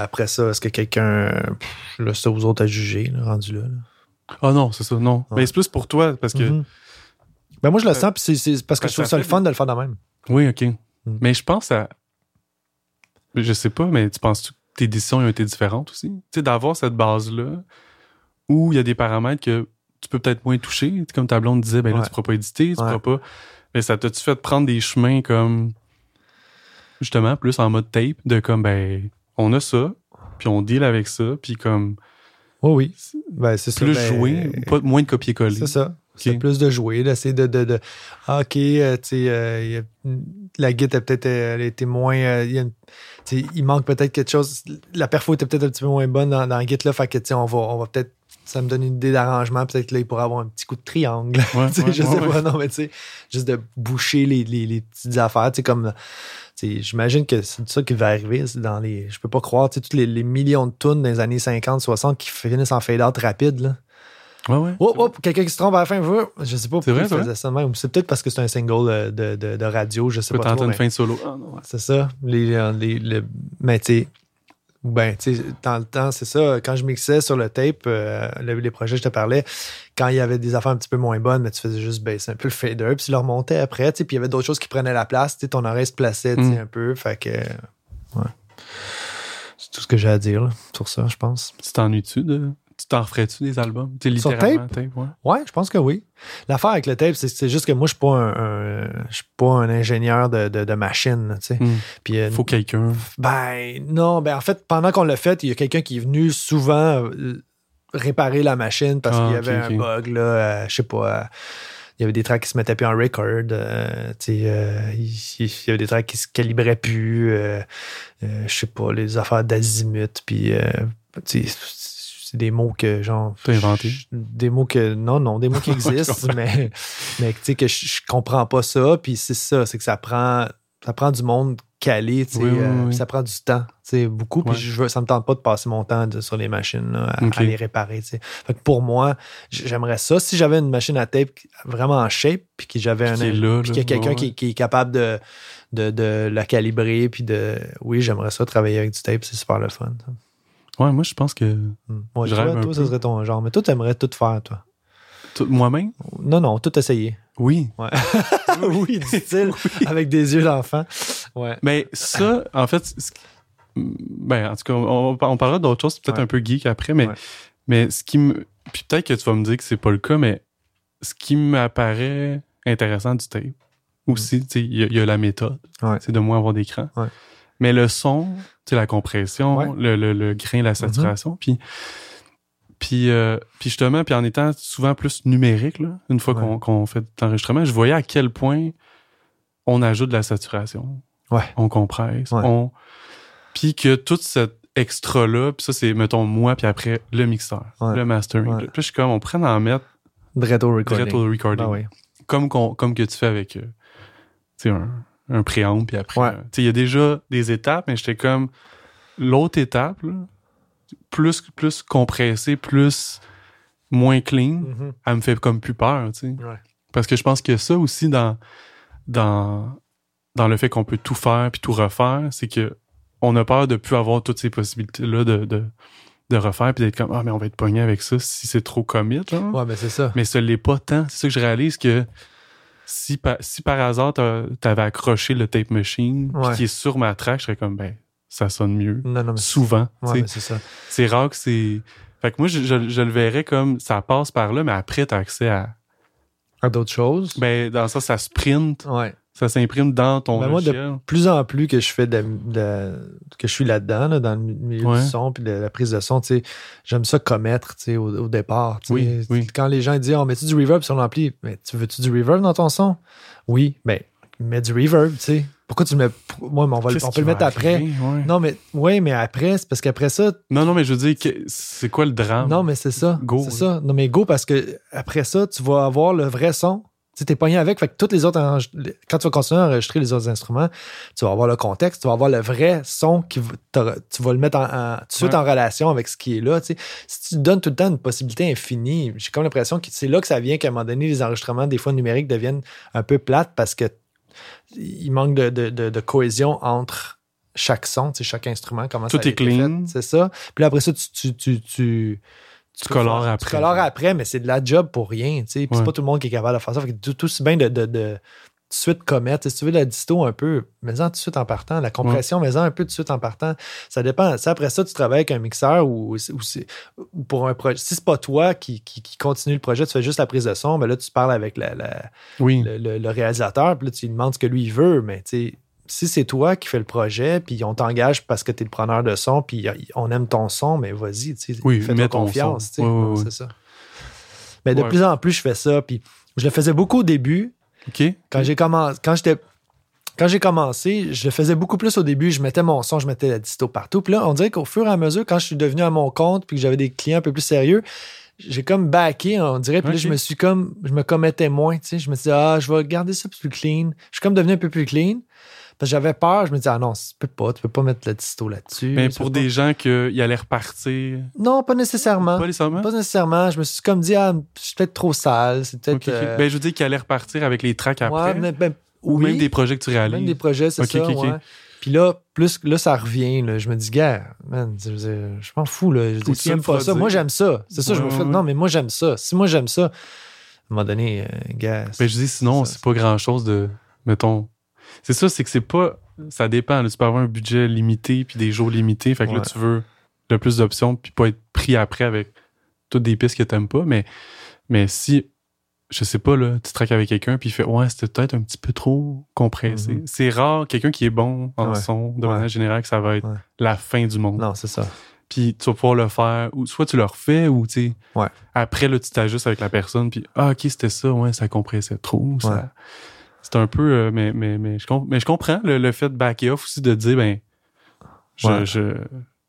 Après ça, est-ce que quelqu'un, pff, là, ça aux autres à juger, là, rendu là. là. Ah non, c'est ça, non. Ouais. Mais c'est plus pour toi, parce que. Mhm. Ben, moi, je le sens, puis c'est, c'est parce que Ben, je trouve ça ça le fait- fun de le faire de même. Oui, OK. Mhm. Mais je pense à. Je sais pas, mais tu penses que tes décisions ont été différentes aussi? Tu sais, d'avoir cette base-là où il y a des paramètres que tu peux peut-être moins toucher. Tu sais, Comme ta blonde disait, ben là, Ouais. tu pourras pas éditer, tu Ouais. pourras pas. Mais ça t'a-tu fait prendre des chemins comme. Justement, plus en mode tape, de comme, ben, on a ça, puis on deal avec ça, puis comme, Oui, oui. Ben, c'est ça. plus ben, jouer, pas, moins de copier-coller. C'est ça. C'est plus de jouer, d'essayer de, de, de- Ah, OK, euh, tu sais, euh, il y a- la guide a peut-être euh, elle a été moins. euh, il y a une- tu sais, il manque peut-être quelque chose. La perfo était peut-être un petit peu moins bonne dans, dans la guide, là. Fait que, tu sais, on va, on va peut-être. Ça me donne une idée d'arrangement. Peut-être que là, il pourrait avoir un petit coup de triangle. Ouais, Tu sais, ouais, je ouais, sais ouais. pas, non, mais tu sais, juste de boucher les, les- les petites affaires, tu sais, comme. tu sais, J'imagine que c'est ça qui va arriver. c'est dans les, je peux pas croire, tu sais, tous les, les millions de tunes des années 50, 60 qui finissent en fade-out rapide. Là. Ouais, ouais. Oh, oh, quelqu'un qui se trompe à la fin, veut. Je sais pas C'est pourquoi vrai, il c'est vrai. faisait ça de même. C'est peut-être parce que c'est un single euh, de, de- de radio, je sais Tu peux pas. tenter Trop, une mais fin de solo. Ah, non, ouais. C'est ça. Les, euh, les- le- mais tu sais, ou ben, tu sais, dans le temps, c'est ça. Quand je mixais sur le tape, euh, le- les projets, je te parlais, quand il y avait des affaires un petit peu moins bonnes, mais tu faisais juste baisser un peu le fader, puis tu le remontais après, tu sais, puis il y avait d'autres choses qui prenaient la place, tu sais, ton oreille se plaçait tu sais, Mm. un peu. Fait que, euh, ouais. C'est tout ce que j'ai à dire là, sur ça, je pense. Tu t'ennuies-tu de. Tu t'en ferais-tu des albums? T'es Sur littéralement tape, ouais. Ouais, je pense que oui. L'affaire avec le tape, c'est- c'est juste que moi, je suis pas un, un- je suis pas un ingénieur de, de, de machine, là, tu sais. Hmm. Puis, euh, Faut quelqu'un. ben non, ben en fait, pendant qu'on l'a fait, il y a quelqu'un qui est venu souvent euh, réparer la machine parce Ah, qu'il y ok, avait ok. un bug, là, euh, je sais pas. euh, il y avait des tracks qui se mettaient plus en record. euh, tu sais, euh, il, il y avait des tracks qui se calibraient plus. euh, euh, je sais pas, les affaires d'azimut. Puis, euh, tu sais, c'est des mots que, genre. T'as inventé. je- Des mots que. Non, non, des mots qui existent, mais, mais tu sais, que je, je comprends pas ça. Puis c'est ça, c'est que ça prend, ça prend du monde calé, tu sais, Oui, oui, euh, oui. puis ça prend du temps, tu sais, beaucoup. Puis Ouais. je veux, ça me tente pas de passer mon temps de- sur les machines, là, à, à Ok. les réparer, tu sais. Fait que pour moi, j- j'aimerais ça. Si j'avais une machine à tape vraiment en shape, puis que j'avais un. Qui est là, puis là. qu'il y a quelqu'un Ouais, qui, qui est capable de, de, de la calibrer, puis de. Oui, j'aimerais ça travailler avec du tape, c'est super le fun. ça. Ouais, moi, je pense que. Mm. Ouais, Je toi, rêve un toi, ça peu. serait ton genre. Mais toi, t'aimerais tout faire, toi. tout- Moi-même? Non, non, tout essayer. Ah Oui. oui, dit-il, avec des yeux d'enfant. Ouais. Mais ça, en fait. c'est- c'est- Ben, en tout cas, on, on parlera d'autres choses, peut-être Ouais. un peu geek après, mais, Ouais. mais ce qui me. Puis peut-être que tu vas me dire que c'est pas le cas, mais ce qui m'apparaît intéressant du tape aussi, tu sais, il y, a- il y a la méthode. Mm. Ouais. C'est de moins avoir d'écran. Ouais. Mais le son, tu sais, la compression, Ouais. Mm-hmm. le, le, le grain, la saturation, puis. Puis, euh, puis justement, puis en étant souvent plus numérique, là, une fois Ouais. qu'on- qu'on fait de l'enregistrement, je voyais à quel point on ajoute de la saturation. Ouais. On compresse. Ouais. On... Puis que tout cet extra-là, puis ça, c'est, mettons, moi, puis après, le mixeur, Ouais. le mastering. Ouais. Puis je suis comme, on prend en mettre Dread au recording. direct au recording. Ben oui. comme, qu'on- comme que tu fais avec euh, tu sais, un, un préamble, puis après. Ouais. euh, tu sais, Il y a déjà des étapes, mais j'étais comme l'autre étape, là, plus, plus compressée, plus moins clean, Mhm. elle me fait comme plus peur. tu sais. Ouais. Parce que je pense que ça aussi, dans, dans, dans le fait qu'on peut tout faire puis tout refaire, c'est que on a peur de plus avoir toutes ces possibilités-là de, de, de refaire puis d'être comme Ah, mais on va être pogné avec ça si c'est trop commit. genre. Ouais, mais c'est ça. Mais ça l'est pas tant. C'est ça que je réalise que si, par- si par hasard t'as- t'avais accroché le tape machine Ouais. puis qui est sur ma track, je serais comme Ben, ça sonne mieux. Non, non, mais c'est- Souvent. tu sais. ouais, mais c'est ça. C'est rare que c'est. Fait que moi, je, je- je le verrais comme ça passe par là, mais après, t'as accès à. À d'autres choses. Ben, dans ça, ça sprint, Ben, ouais. ça s'imprime dans ton Ben, moi, de- logiciel. plus en plus que je fais de, la- de la- que je suis là-dedans, là, dans le milieu Ouais. du son puis de la prise de son, tu sais, j'aime ça commettre tu sais, au, au départ. tu sais. Oui, oui. Quand les gens disent On met-tu du reverb sur l'ampli Mais tu veux-tu du reverb dans ton son Oui, mais mets du reverb, tu sais. Pourquoi tu le mets Moi, mais on, va le- Qu'est-ce on qui peut le va mettre après. arriver, ouais. non. Non, mais oui, mais après, c'est parce qu'après ça, non, mais je veux dire, que- c'est quoi le drame? non, mais c'est ça. Go, là. C'est ça. Non, mais go, parce que après ça, tu vas avoir le vrai son. Tu sais, t'es pogné avec. Fait que toutes les autres. enregistre- les- Quand tu vas continuer à enregistrer les autres instruments, tu vas avoir le contexte, tu vas avoir le vrai son qui va- t'auras- tu vas le mettre en, en- tout de suite Ouais. en relation avec ce qui est là. tu sais. Si tu donnes tout le temps une possibilité infinie, j'ai comme l'impression que c'est là que ça vient qu'à un moment donné, les enregistrements, des fois numériques, deviennent un peu plates parce que il manque de, de- de- de cohésion entre chaque son, tu sais, chaque instrument, comment Tout ça a est été clean. fait, C'est ça. Puis là, après ça, tu- tu- tu- tu Tu colores fais- après. Tu colores après, mais c'est de la job pour rien. tu sais. Puis Ouais. c'est pas tout le monde qui est capable de faire ça. Fait que tout, tout aussi bien de, de, de tout de suite commettre. Tu sais, Si tu veux de la disto un peu, mets-en tout de suite en partant. La compression, mets-en un peu tout de suite en partant. Ça dépend. Si après ça, tu travailles avec un mixeur ou, ou c'est- ou pour un projet. Si c'est pas toi qui, qui- qui continue le projet, tu fais juste la prise de son, ben là, tu parles avec la- la, Oui. le, le- le réalisateur, puis là, tu lui demandes ce que lui il veut, mais tu sais, si c'est toi qui fais le projet, puis on t'engage parce que tu es le preneur de son, puis y- on aime ton son, mais vas-y, tu sais, Oui, fais-toi mets ton confiance. son. tu sais. Ouais, ouais, Ouais, ouais. C'est ça. Mais de Ouais. plus en plus, je fais ça, puis je le faisais beaucoup au début. OK? Ben, Quand j'ai commencé, quand j'étais. Quand j'ai commencé, je le faisais beaucoup plus au début. Je mettais mon son, je mettais la disto partout. Puis là, on dirait qu'au fur et à mesure, quand je suis devenu à mon compte puis que j'avais des clients un peu plus sérieux, j'ai comme backé, on dirait. Puis là, Ok. je me suis comme, je me commettais moins. Tu sais, je me disais, ah, je vais garder ça plus clean. Je suis comme devenu un peu plus clean. Parce que j'avais peur. Je me disais, ah non, tu peux pas, tu peux pas mettre la disto là-dessus. Mais Tu Ben, pour peux pas. Hein? des gens qu'ils allaient repartir. Non, pas nécessairement. Pas nécessairement? Pas nécessairement. Je me suis comme dit, ah, je suis peut-être trop sale. C'est peut-être. Ok, ok. euh, Ben, je veux dire qu'ils allaient repartir avec les tracks après. ouais, mais- ben, ou oui. même des projets que tu réalises. Même des projets, c'est Ok, ça. ok, ok. ouais. Puis là, plus, là, ça revient. là. Je me dis, gars, man, je, veux dire, je m'en fous. Là. Je Ou dis, tu tu aimes le pas feras ça. dire. Moi, j'aime ça. C'est ça, je Ouais, me ouais, fais. ouais. Non, mais moi, j'aime ça. Si moi, j'aime ça, à un moment donné, euh, gars. Ben, je dis sinon, ça, c'est pas grand chose de. Mettons. C'est ça, c'est que c'est pas. Ça dépend. là. tu peux avoir un budget limité puis des jours limités. Fait que là, Ouais. tu veux le plus d'options puis pas être pris après avec toutes des pistes que t'aimes pas. Mais, mais si, je sais pas, là, tu traques avec quelqu'un puis il fait Ouais, c'était peut-être un petit peu trop compressé. Mhm. C'est rare, quelqu'un qui est bon en Ouais. son, de Ouais. manière générale, que ça va être Ouais. la fin du monde. Non, c'est ça. Puis tu vas pouvoir le faire. Ou soit tu le refais ou tu sais. Ouais. Après, là, tu t'ajustes avec la personne. Puis, ah, ok, c'était ça. Ouais, ça compressait trop. ça- Ouais. C'est un peu. euh, mais, mais, mais, je com- mais je comprends le, le fait de backer off aussi, de dire, ben. Je, Ouais. je-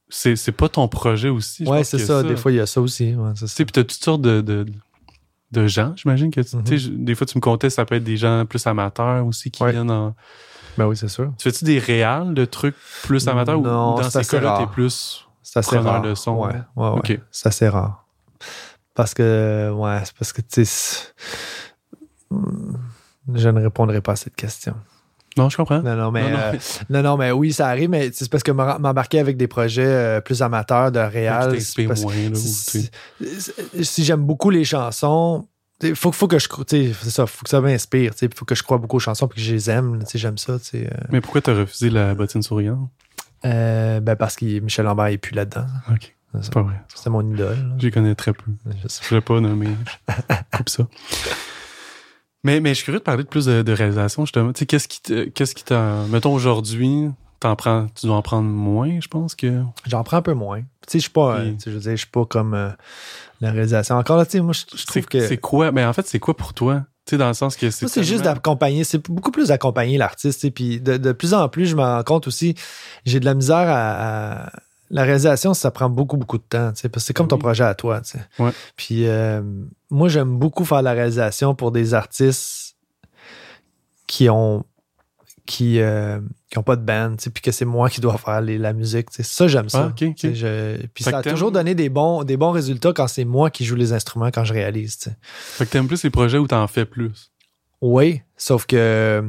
c'est, c'est pas ton projet aussi. je Ouais, pense c'est que ça. Des fois, il y a ça aussi. Ouais, c'est Tu ça. sais, puis t'as toutes sortes de. de de gens, j'imagine que tu Mhm. tu sais, je- des fois tu me comptais, ça peut être des gens plus amateurs aussi qui Ouais. viennent en. Ben oui, c'est sûr. Tu fais-tu des réals de trucs plus amateurs ou Non, dans c'est ces assez cas-là, rare. t'es plus. C'est assez Preneur rare. de son. Ouais, ouais, ouais. Ok. C'est assez rare. Parce que, ouais, c'est parce que, tu sais, c'est- Hmm, je ne répondrai pas à cette question. Non, je comprends. Non, non, mais, Non, non, euh, non, non, mais oui, ça arrive, mais c'est parce que m'en- m'embarquer avec des projets euh, plus amateurs de Tu réal. c'est t'inspires parce- moins, là, ou, tu sais. Si, si- si j'aime beaucoup les chansons, il faut, faut que je cro- tu sais, c'est ça, faut que ça m'inspire, il faut que je croie beaucoup aux chansons puis que je les aime, tu sais, j'aime ça, tu sais, euh. Mais pourquoi t'as refusé la bottine souriante? Euh, ben parce que Michel Lambert est plus là-dedans. Ok, Ah, C'est c'est ça. pas vrai. C'était mon idole. J'y connais très peu. là. Je sais. Je l'ai pas nommé. Je coupe ça. Mais, mais je suis curieux de parler de plus de, de réalisation, justement. Tu sais, qu'est-ce qui te- qu'est-ce qui t'a. Mettons aujourd'hui, t'en prends, tu dois en prendre moins, je pense que. J'en prends un peu moins. Tu sais, je suis pas, euh, Oui. tu sais, je veux dire, je suis pas comme euh, la réalisation. Encore là, tu sais, moi, je je C'est- trouve que C'est quoi? Mais en fait, c'est quoi pour toi? Tu sais, dans le sens que c'est. Moi, c'est juste tellement- d'accompagner, c'est beaucoup plus d'accompagner l'artiste. Et puis de, de plus en plus, je me rends compte aussi, j'ai de la misère à, à- la réalisation, ça prend beaucoup, beaucoup de temps, tu sais, parce que c'est comme ton Ben Oui. projet à toi. tu sais. Ouais. Puis euh, moi, j'aime beaucoup faire la réalisation pour des artistes qui ont qui euh, qui ont pas de band, tu sais, puis que c'est moi qui dois faire les- la musique. tu sais. Ça, j'aime ça. Ah, ok, ok. Tu sais, je- puis Fait ça que a t'aimes- toujours donné des bons, des bons résultats quand c'est moi qui joue les instruments, quand je réalise. tu sais. Fait que t'aimes plus les projets où t'en fais plus. Oui, sauf que euh,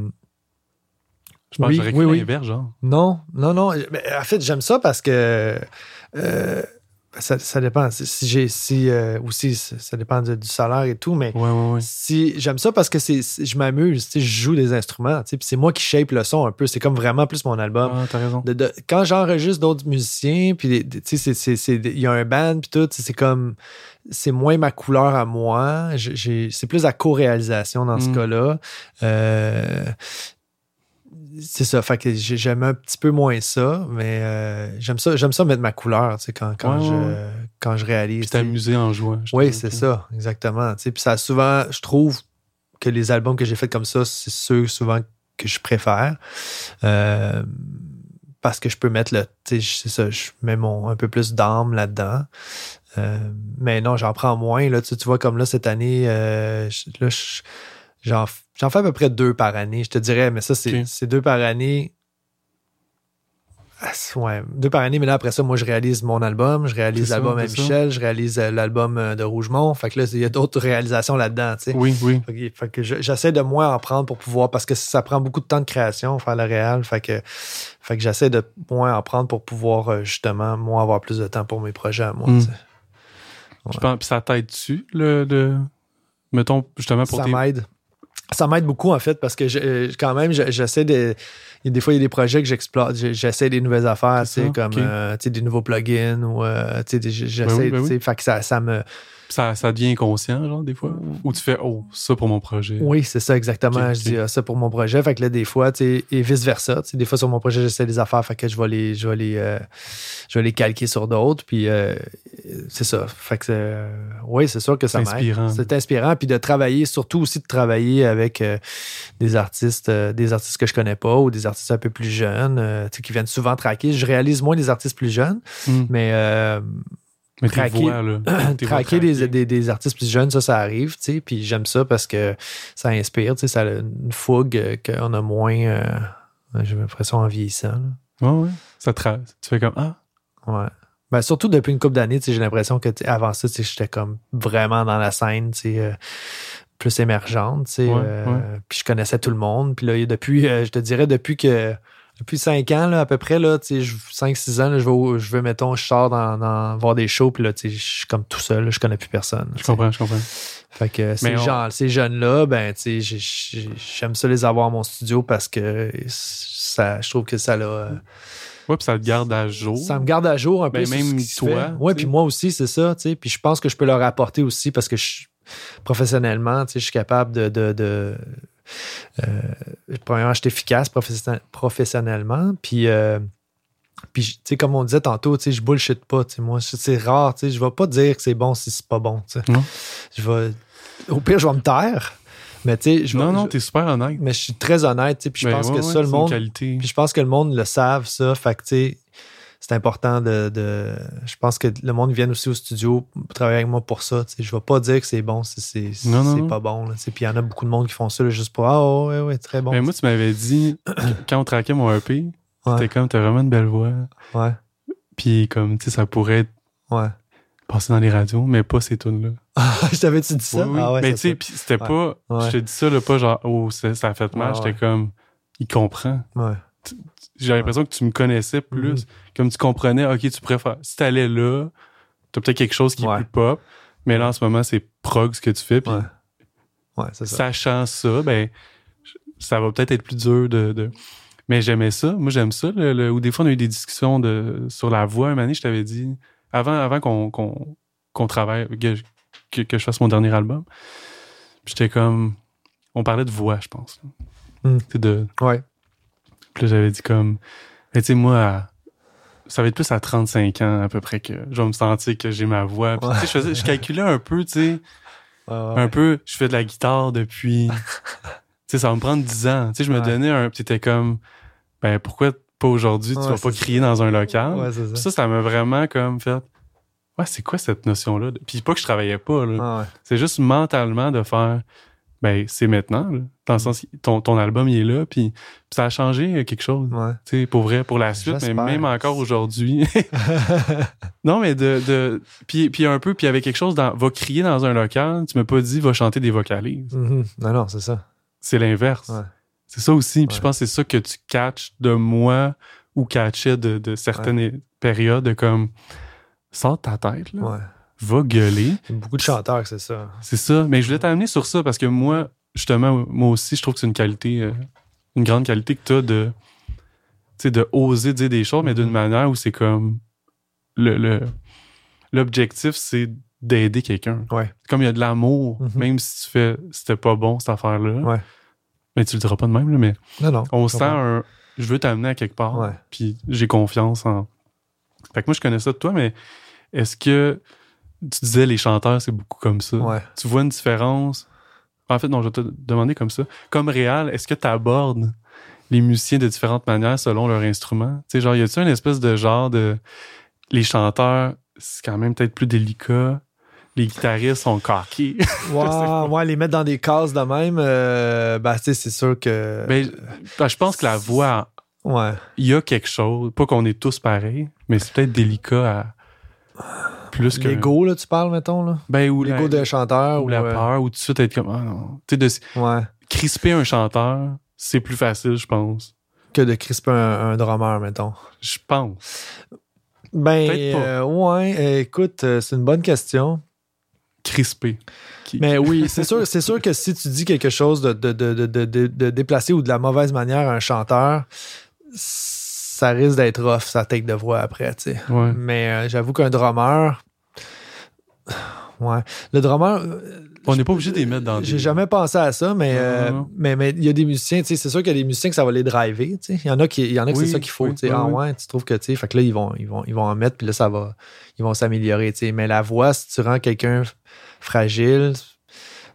Je pense Oui, que j'aurais oui, cru oui. l'inverse, genre. Non, non, non. Mais en fait, j'aime ça parce que euh, ça, ça dépend. Si- Si j'ai si euh, aussi, ça ça dépend de- du salaire et tout, mais Ouais, ouais, ouais. si j'aime ça parce que c'est c'est- je m'amuse, tu sais, je joue des instruments, tu sais, puis c'est moi qui shape le son un peu. C'est comme vraiment plus mon album. Ah, t'as raison. De- de- quand j'enregistre d'autres musiciens, puis des- des- tu sais, c'est- c'est- c'est- il y a un band, puis tout, tu sais, c'est comme, c'est moins ma couleur à moi. J'ai- j'ai- C'est plus la co-réalisation dans ce Mm. cas-là. Euh, c'est ça, fait que j'ai- j'aime un petit peu moins ça, mais euh, j'aime ça, j'aime ça mettre ma couleur, tu sais, quand, quand, Ouais, je, ouais, ouais. quand je réalise. Puis tu sais. t'amuser en jouant. je Oui, trouve, c'est ok. ça, exactement. tu sais. Puis ça, souvent, je trouve que les albums que j'ai faits comme ça, c'est ceux souvent que je préfère. Euh, parce que je peux mettre le. tu sais, je- C'est ça, je mets mon, un peu plus d'âme là-dedans. Euh, mais non, j'en prends moins. Là, tu, tu vois, comme là, cette année, euh, je- là, je- j'en f- j'en fais à peu près deux par année, je te dirais, mais ça, c'est Ok. c'est deux par année. Ah, c'est- Ouais, deux par année, mais là, après ça, moi, je réalise mon album, je réalise C'est ça, l'album à c'est ça. Michel, je réalise euh, l'album euh, de Rougemont. Fait que là, il y a d'autres réalisations là-dedans, tu sais. Oui, oui. Fait que- fait que je- j'essaie de moins en prendre pour pouvoir, parce que ça prend beaucoup de temps de création, faire le réal. Fait que, fait que j'essaie de moins en prendre pour pouvoir, euh, justement, moi, avoir plus de temps pour mes projets à moi. Mm. tu sais. Je pense- Puis ça t'aide dessus, le, le- Mettons, justement, pour Ça tes. m'aide. Ça m'aide beaucoup, en fait, parce que je- euh, quand même, je- j'essaie de. il y a Des fois, il y a des projets que j'explore. j'ai- J'essaie des nouvelles affaires, tu C'est sais, ça, comme ok. euh, tu sais, des nouveaux plugins ou. euh, tu sais, des- j'essaie. Ben oui, ben tu sais, Fait que ça, ça me. Ça, ça devient inconscient, genre, des fois. Mm. Ou tu fais, oh, ça pour mon projet. Oui, c'est ça, exactement. Ok, je ok. dis ah, ça pour mon projet. Fait que là, des fois, tu sais, et vice-versa. tu sais, Des fois, sur mon projet, j'essaie des affaires. Fait que je vais les, je vais les, euh, je vais les calquer sur d'autres. Puis, euh, c'est ça. Fait que, euh, oui, c'est sûr que ça C'est m'aide. inspirant. C'est inspirant. Puis de travailler, surtout aussi de travailler avec euh, des artistes, euh, des artistes que je connais pas ou des artistes un peu plus jeunes, euh, tu sais, qui viennent souvent traquer. Je réalise moins les artistes plus jeunes, Mm. mais euh, Mais tes Craquer. voix, là. tes voix traquer craquées. des, des- des artistes plus jeunes, ça, ça arrive, tu sais. Puis j'aime ça parce que ça inspire, tu sais, ça a une fougue euh, qu'on a moins, euh, j'ai l'impression, en vieillissant. là. Ouais, ouais. Ça te ra- Tu fais comme, ah, Ouais. Ben, surtout depuis une couple d'années, tu sais, j'ai l'impression que tu sais, avant ça, tu sais, j'étais comme vraiment dans la scène, tu sais, euh, plus émergente, tu sais, Ouais, euh, puis je connaissais tout le monde. Puis là, depuis, euh, je te dirais, depuis que depuis 5 ans, là, à peu près, là, tu sais, 5-6 ans, là, je vais, au- je vais, mettons, je sors dans, dans- voir des shows, puis là, tu sais, je suis comme tout seul, là, je connais plus personne. tu je sais. comprends, je comprends. Fait que ces, on- gens- ces jeunes-là, ben, tu sais, j'ai- j'ai- j'aime ça les avoir à mon studio parce que ça, je trouve que ça l'a. euh, Ouais, puis ça te garde à jour. ça me garde à jour un Ben, peu. sur même ce qui se toi, fait. Ouais, tu sais. puis moi aussi, c'est ça. tu sais. Puis je pense que je peux leur apporter aussi parce que je, professionnellement, tu sais, je suis capable de. de, de euh, premièrement, je suis efficace professionnel- professionnellement. Puis. euh, puis, tu sais, comme on disait tantôt, tu sais, je bullshit pas. tu sais, Moi, c'est- c'est rare. tu sais, Je ne vais pas dire que c'est bon si c'est pas bon. tu sais. Non. Je vais, au pire, je vais me taire. Mais tu sais, je vais- Non, non, je- t'es super honnête. mais je suis très honnête. tu sais, Puis je Ben, pense ouais, que ouais, ça, le c'est une monde, qualité. puis je pense que le monde le savent, ça. Fait que, tu sais, c'est important de, de- Je pense que le monde vienne aussi au studio pour travailler avec moi pour ça. tu sais. Je vais pas dire que c'est bon si c'est si Non, non, c'est non. pas bon. là, tu sais. Puis il y en a beaucoup de monde qui font ça là, juste pour Ah, ouais, ouais, ouais, très bon. Ben, moi, tu m'avais dit, que- quand on traquait mon EP, Ouais. c'était comme, t'as vraiment une belle voix. ouais, Puis, comme, tu sais, ça pourrait ouais. passer dans les radios, mais pas ces tunes-là. je t'avais-tu dit ça? Oui, oui. Ah, ouais, mais c'est tu sais, ça. puis c'était Ouais. pas, Ouais. je te dis ça, là, pas genre, oh, ça, ça a fait mal. Ouais, J'étais ouais. comme, il comprend. Ouais. Mhm. J'ai l'impression que tu me connaissais plus. Comme tu comprenais, ok, tu préfères. Si t'allais là, t'as peut-être quelque chose qui Ouais. est plus pop. Mais là, en ce moment, c'est prog ce que tu fais. Puis, Ouais. Ouais, c'est ça. sachant ça, ben, je- ça va peut-être être plus dur de. de- Mais j'aimais ça. Moi, j'aime ça. Le, le- Ou des fois, on a eu des discussions de, sur la voix. Une année, je t'avais dit, avant, avant qu'on qu'on- qu'on travaille, que, je- que, que je fasse mon dernier album, puis j'étais comme. On parlait de voix, je pense. là. Hmm. Tu sais, De, Ouais. puis là, j'avais dit comme, mais tu sais, moi, à- ça va être plus à 35 ans à peu près que je vais me sentir que j'ai ma voix. Puis, tu sais, je, faisais- je calculais un peu, tu sais, Ouais, Ah ouais, un ouais. peu, je fais de la guitare depuis, tu sais, ça va me prendre 10 ans. Tu sais, je me Ouais. donnais un, puis t'étais comme, ben pourquoi, pas aujourd'hui, tu Ouais, vas c'est pas ça. crier dans un local. Ouais, c'est ça. Ça, ça m'a vraiment comme fait. Ouais, c'est quoi cette notion-là? de- Puis pas que je travaillais pas, là. Ah ouais. C'est juste mentalement de faire. Ben, c'est maintenant, là. Dans le Mm. sens, ton, ton album, il est là, puis, puis ça a changé euh, quelque chose. Ouais. Tu sais, pour vrai, pour la suite, mais J'espère. même encore aujourd'hui. non, mais de. de puis, puis un peu, puis avec quelque chose, dans, va crier dans un local, tu m'as pas dit, va chanter des vocalises. Mhm. Non, non, c'est ça. C'est l'inverse. Ouais. C'est ça aussi. Puis je Ouais. pense que c'est ça que tu catches de moi ou catchais de, de certaines périodes, de comme. Sors de ta tête, là. Ouais. Va gueuler. Il y a beaucoup de chanteurs, que c'est ça. C'est ça. Mais je voulais t'amener sur ça parce que moi, justement, moi aussi, je trouve que c'est une qualité, euh, une grande qualité que tu as de, tu sais, de oser dire des choses, mais d'une manière où c'est comme. le- le- L'objectif, c'est d'aider quelqu'un. Ouais. Comme il y a de l'amour, Mhm. même si tu fais c'était pas bon cette affaire-là. Ouais. Mais tu le diras pas de même, là, mais Non, non. on je sent comprends. un. Je veux t'amener à quelque part. Ouais. Puis j'ai confiance en. Fait que moi, je connais ça de toi, mais est-ce que. Tu disais, les chanteurs, c'est beaucoup comme ça Ouais. tu vois une différence. En fait, non, je vais te demander comme ça. Comme réel, est-ce que tu abordes les musiciens de différentes manières selon leur instrument? Tu sais, genre, y a-tu une espèce de genre de. Les chanteurs, c'est quand même peut-être plus délicat. Les guitaristes sont coqués. Ouais, ouais, les mettre dans des cases de même, euh, bah, tu sais, c'est sûr que. Mais ben, je pense que la voix, ouais. il y a quelque chose. Pas qu'on est tous pareils, mais c'est peut-être délicat à. Plus que. L'ego, là, tu parles, mettons, là. Ben, ou la, L'ego de chanteur. ou la euh, peur, ou tout de suite être comme. Ah non. Tu sais, de s- Ouais. crisper un chanteur, c'est plus facile, je pense. Que de crisper un, un drummer, mettons. Je pense. Ben, Peut-être pas. euh, ouais, euh, écoute, euh, c'est une bonne question. Crispé. Qui- Mais oui, c'est sûr, c'est sûr que si tu dis quelque chose de, de, de, de, de- de- de déplacé ou de la mauvaise manière à un chanteur, ça risque d'être off, sa take de voix après, tu sais. Ouais. Mais euh, j'avoue qu'un drummer. Ouais. Le drummer. euh, On n'est pas obligé de les mettre dans des... J'ai jamais pensé à ça, mais Non, euh, non, non. mais mais il y a des musiciens, tu sais, c'est sûr qu'il y a des musiciens que ça va les driver, tu sais. Il y en a qui il y en a que Oui, c'est ça qu'il faut, oui, tu sais. oui, ah oui. ouais, tu trouves que tu sais, fait que là ils vont ils vont ils vont en mettre puis là ça va ils vont s'améliorer, tu sais. Mais la voix, si tu rends quelqu'un fragile,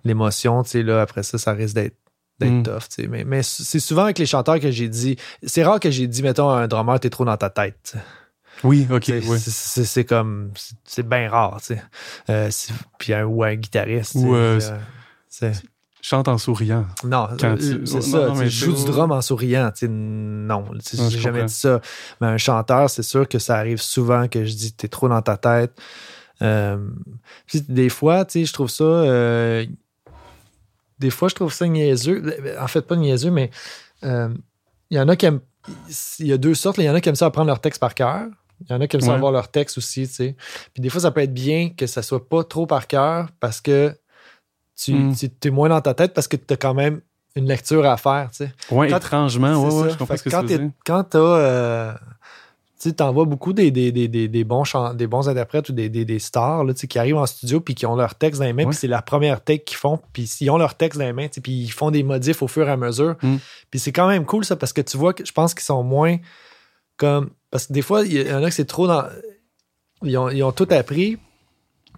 l'émotion, tu sais là après ça ça risque d'être d'être Mm. tough, tu sais. Mais, mais c'est souvent avec les chanteurs que j'ai dit, c'est rare que j'ai dit mettons à un drummer t'es trop dans ta tête. tu sais. Oui, OK, C'est- ouais. c'est- C'est c'est comme. c'est- C'est bien rare, tu sais. Euh, si- puis un, ou un guitariste. tu sais, Ou, euh, euh, c'est- Chante en souriant. non, quand euh, tu- c'est non, ça. non, tu sais, mais je joue c'est- du drum en souriant. tu sais, Non, tu sais, Non, je j'ai jamais comprends. dit ça. Mais un chanteur, c'est sûr que ça arrive souvent que je dis t'es trop dans ta tête. Euh, puis des fois, tu sais, je trouve ça. euh, des fois, je trouve ça niaiseux. En fait, pas niaiseux, mais euh, il y en a qui aiment. Il y a deux sortes. là. Il y en a qui aiment ça apprendre leur texte par cœur. Il y en a qui aiment ça Ouais. avoir leur texte aussi, tu sais. Puis des fois, ça peut être bien que ça soit pas trop par cœur parce que tu, Mm. tu es moins dans ta tête parce que tu as quand même une lecture à faire, tu sais. Ouais, Quand- étrangement, Ah, ouais, C'est ouais, ça. je comprends Fait ce que quand tu t'es- veux dire. Quand t'as, euh, tu sais, t'en vois beaucoup des, des, des, des, des bons chan- des bons interprètes ou des, des, des stars là, tu sais, qui arrivent en studio puis qui ont leur texte dans les mains, Ouais. puis c'est la première take qu'ils font, puis ils ont leur texte dans les mains, tu sais, puis ils font des modifs au fur et à mesure. Mm. Puis c'est quand même cool ça parce que tu vois que je pense qu'ils sont moins comme. Parce que des fois, il y en a que c'est trop dans. Ils ont, ils ont tout appris,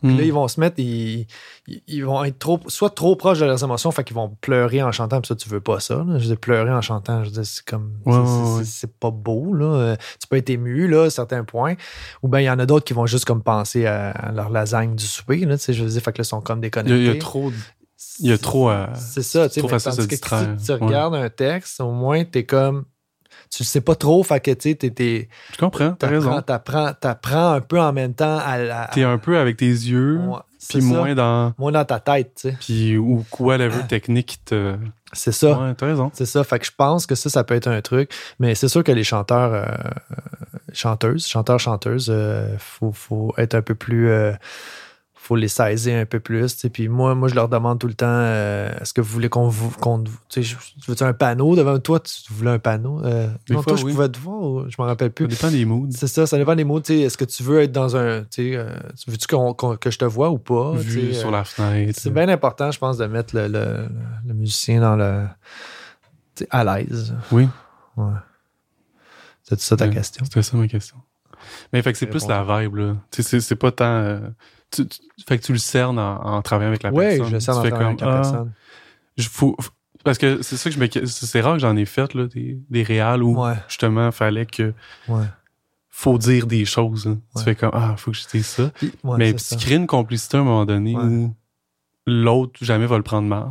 puis Mm. là, ils vont se mettre, ils, ils- ils vont être trop, soit trop proches de leurs émotions, fait qu'ils vont pleurer en chantant, puis ça, tu veux pas ça. là. Je veux dire, pleurer en chantant, je veux dire, c'est comme, Ouais, c'est- ouais, c'est- ouais. c'est c'est pas beau, là. Euh, Tu peux être ému, là, à certains points. Ou bien, il y en a d'autres qui vont juste comme penser à, à leur lasagne du souper, là, tu sais, je veux dire, fait que là, ils sont comme Il y, a- déconnectés. il y a trop... de- Il y a trop à... C'est ça, tu sais, trop mais facile de tandis se que distraire. si tu Ouais. regardes un texte, au moins, t'es comme, tu le sais pas trop, fait que, tu sais, t'es- t'es- Je comprends, t'as t'apprends, raison. t'apprends, t'apprends un peu en même temps à la... T'es un peu avec tes yeux, Ouais, c'est puis ça. moins dans... moins dans ta tête, tu sais. Puis ou whatever technique qui te... C'est ça. Ouais, t'as raison. C'est ça. Fait que je pense que ça, ça peut être un truc. Mais c'est sûr que les chanteurs, euh, euh, chanteuses, chanteurs, chanteuses, euh, faut, faut être un peu plus. euh, faut les saisir un peu plus. tu sais. Puis moi, moi, je leur demande tout le temps euh, est-ce que vous voulez qu'on vous. qu'on- tu sais, je- veux-tu un panneau devant toi Tu voulais un panneau Euh, Des Non, fois, toi, je oui. pouvais te voir. ou- Je m'en rappelle Ça plus. dépend des moods. C'est ça, ça dépend des mots. tu sais, Est-ce que tu veux être dans un. tu sais, euh, Veux-tu qu'on- qu'on- que je te vois ou pas tu Vu sais, sur euh, la fenêtre. c'est bien important, je pense, de mettre le, le- le musicien dans le. tu sais, à l'aise. Oui. Ouais. C'est ça ta Ouais. question. C'était ça ma question. Mais fait que c'est J'ai plus la vibe, là. Tu sais, C'est c'est pas tant... euh, tu- tu- fait que tu le cernes en, en travaillant avec la Oui, personne. je le sers Tu dans fais avec comme, la ah, personne. je- faut- Parce que c'est ça que je me. C'est rare que j'en ai fait, là, des, des réals où Ouais. justement, fallait que. Ouais. Faut dire des choses. hein. Tu Ouais. fais comme, ah, faut que je dise ça. Puis- ouais, mais c'est puis tu ça. crées une complicité à un moment donné Ouais. où l'autre jamais va le prendre mal.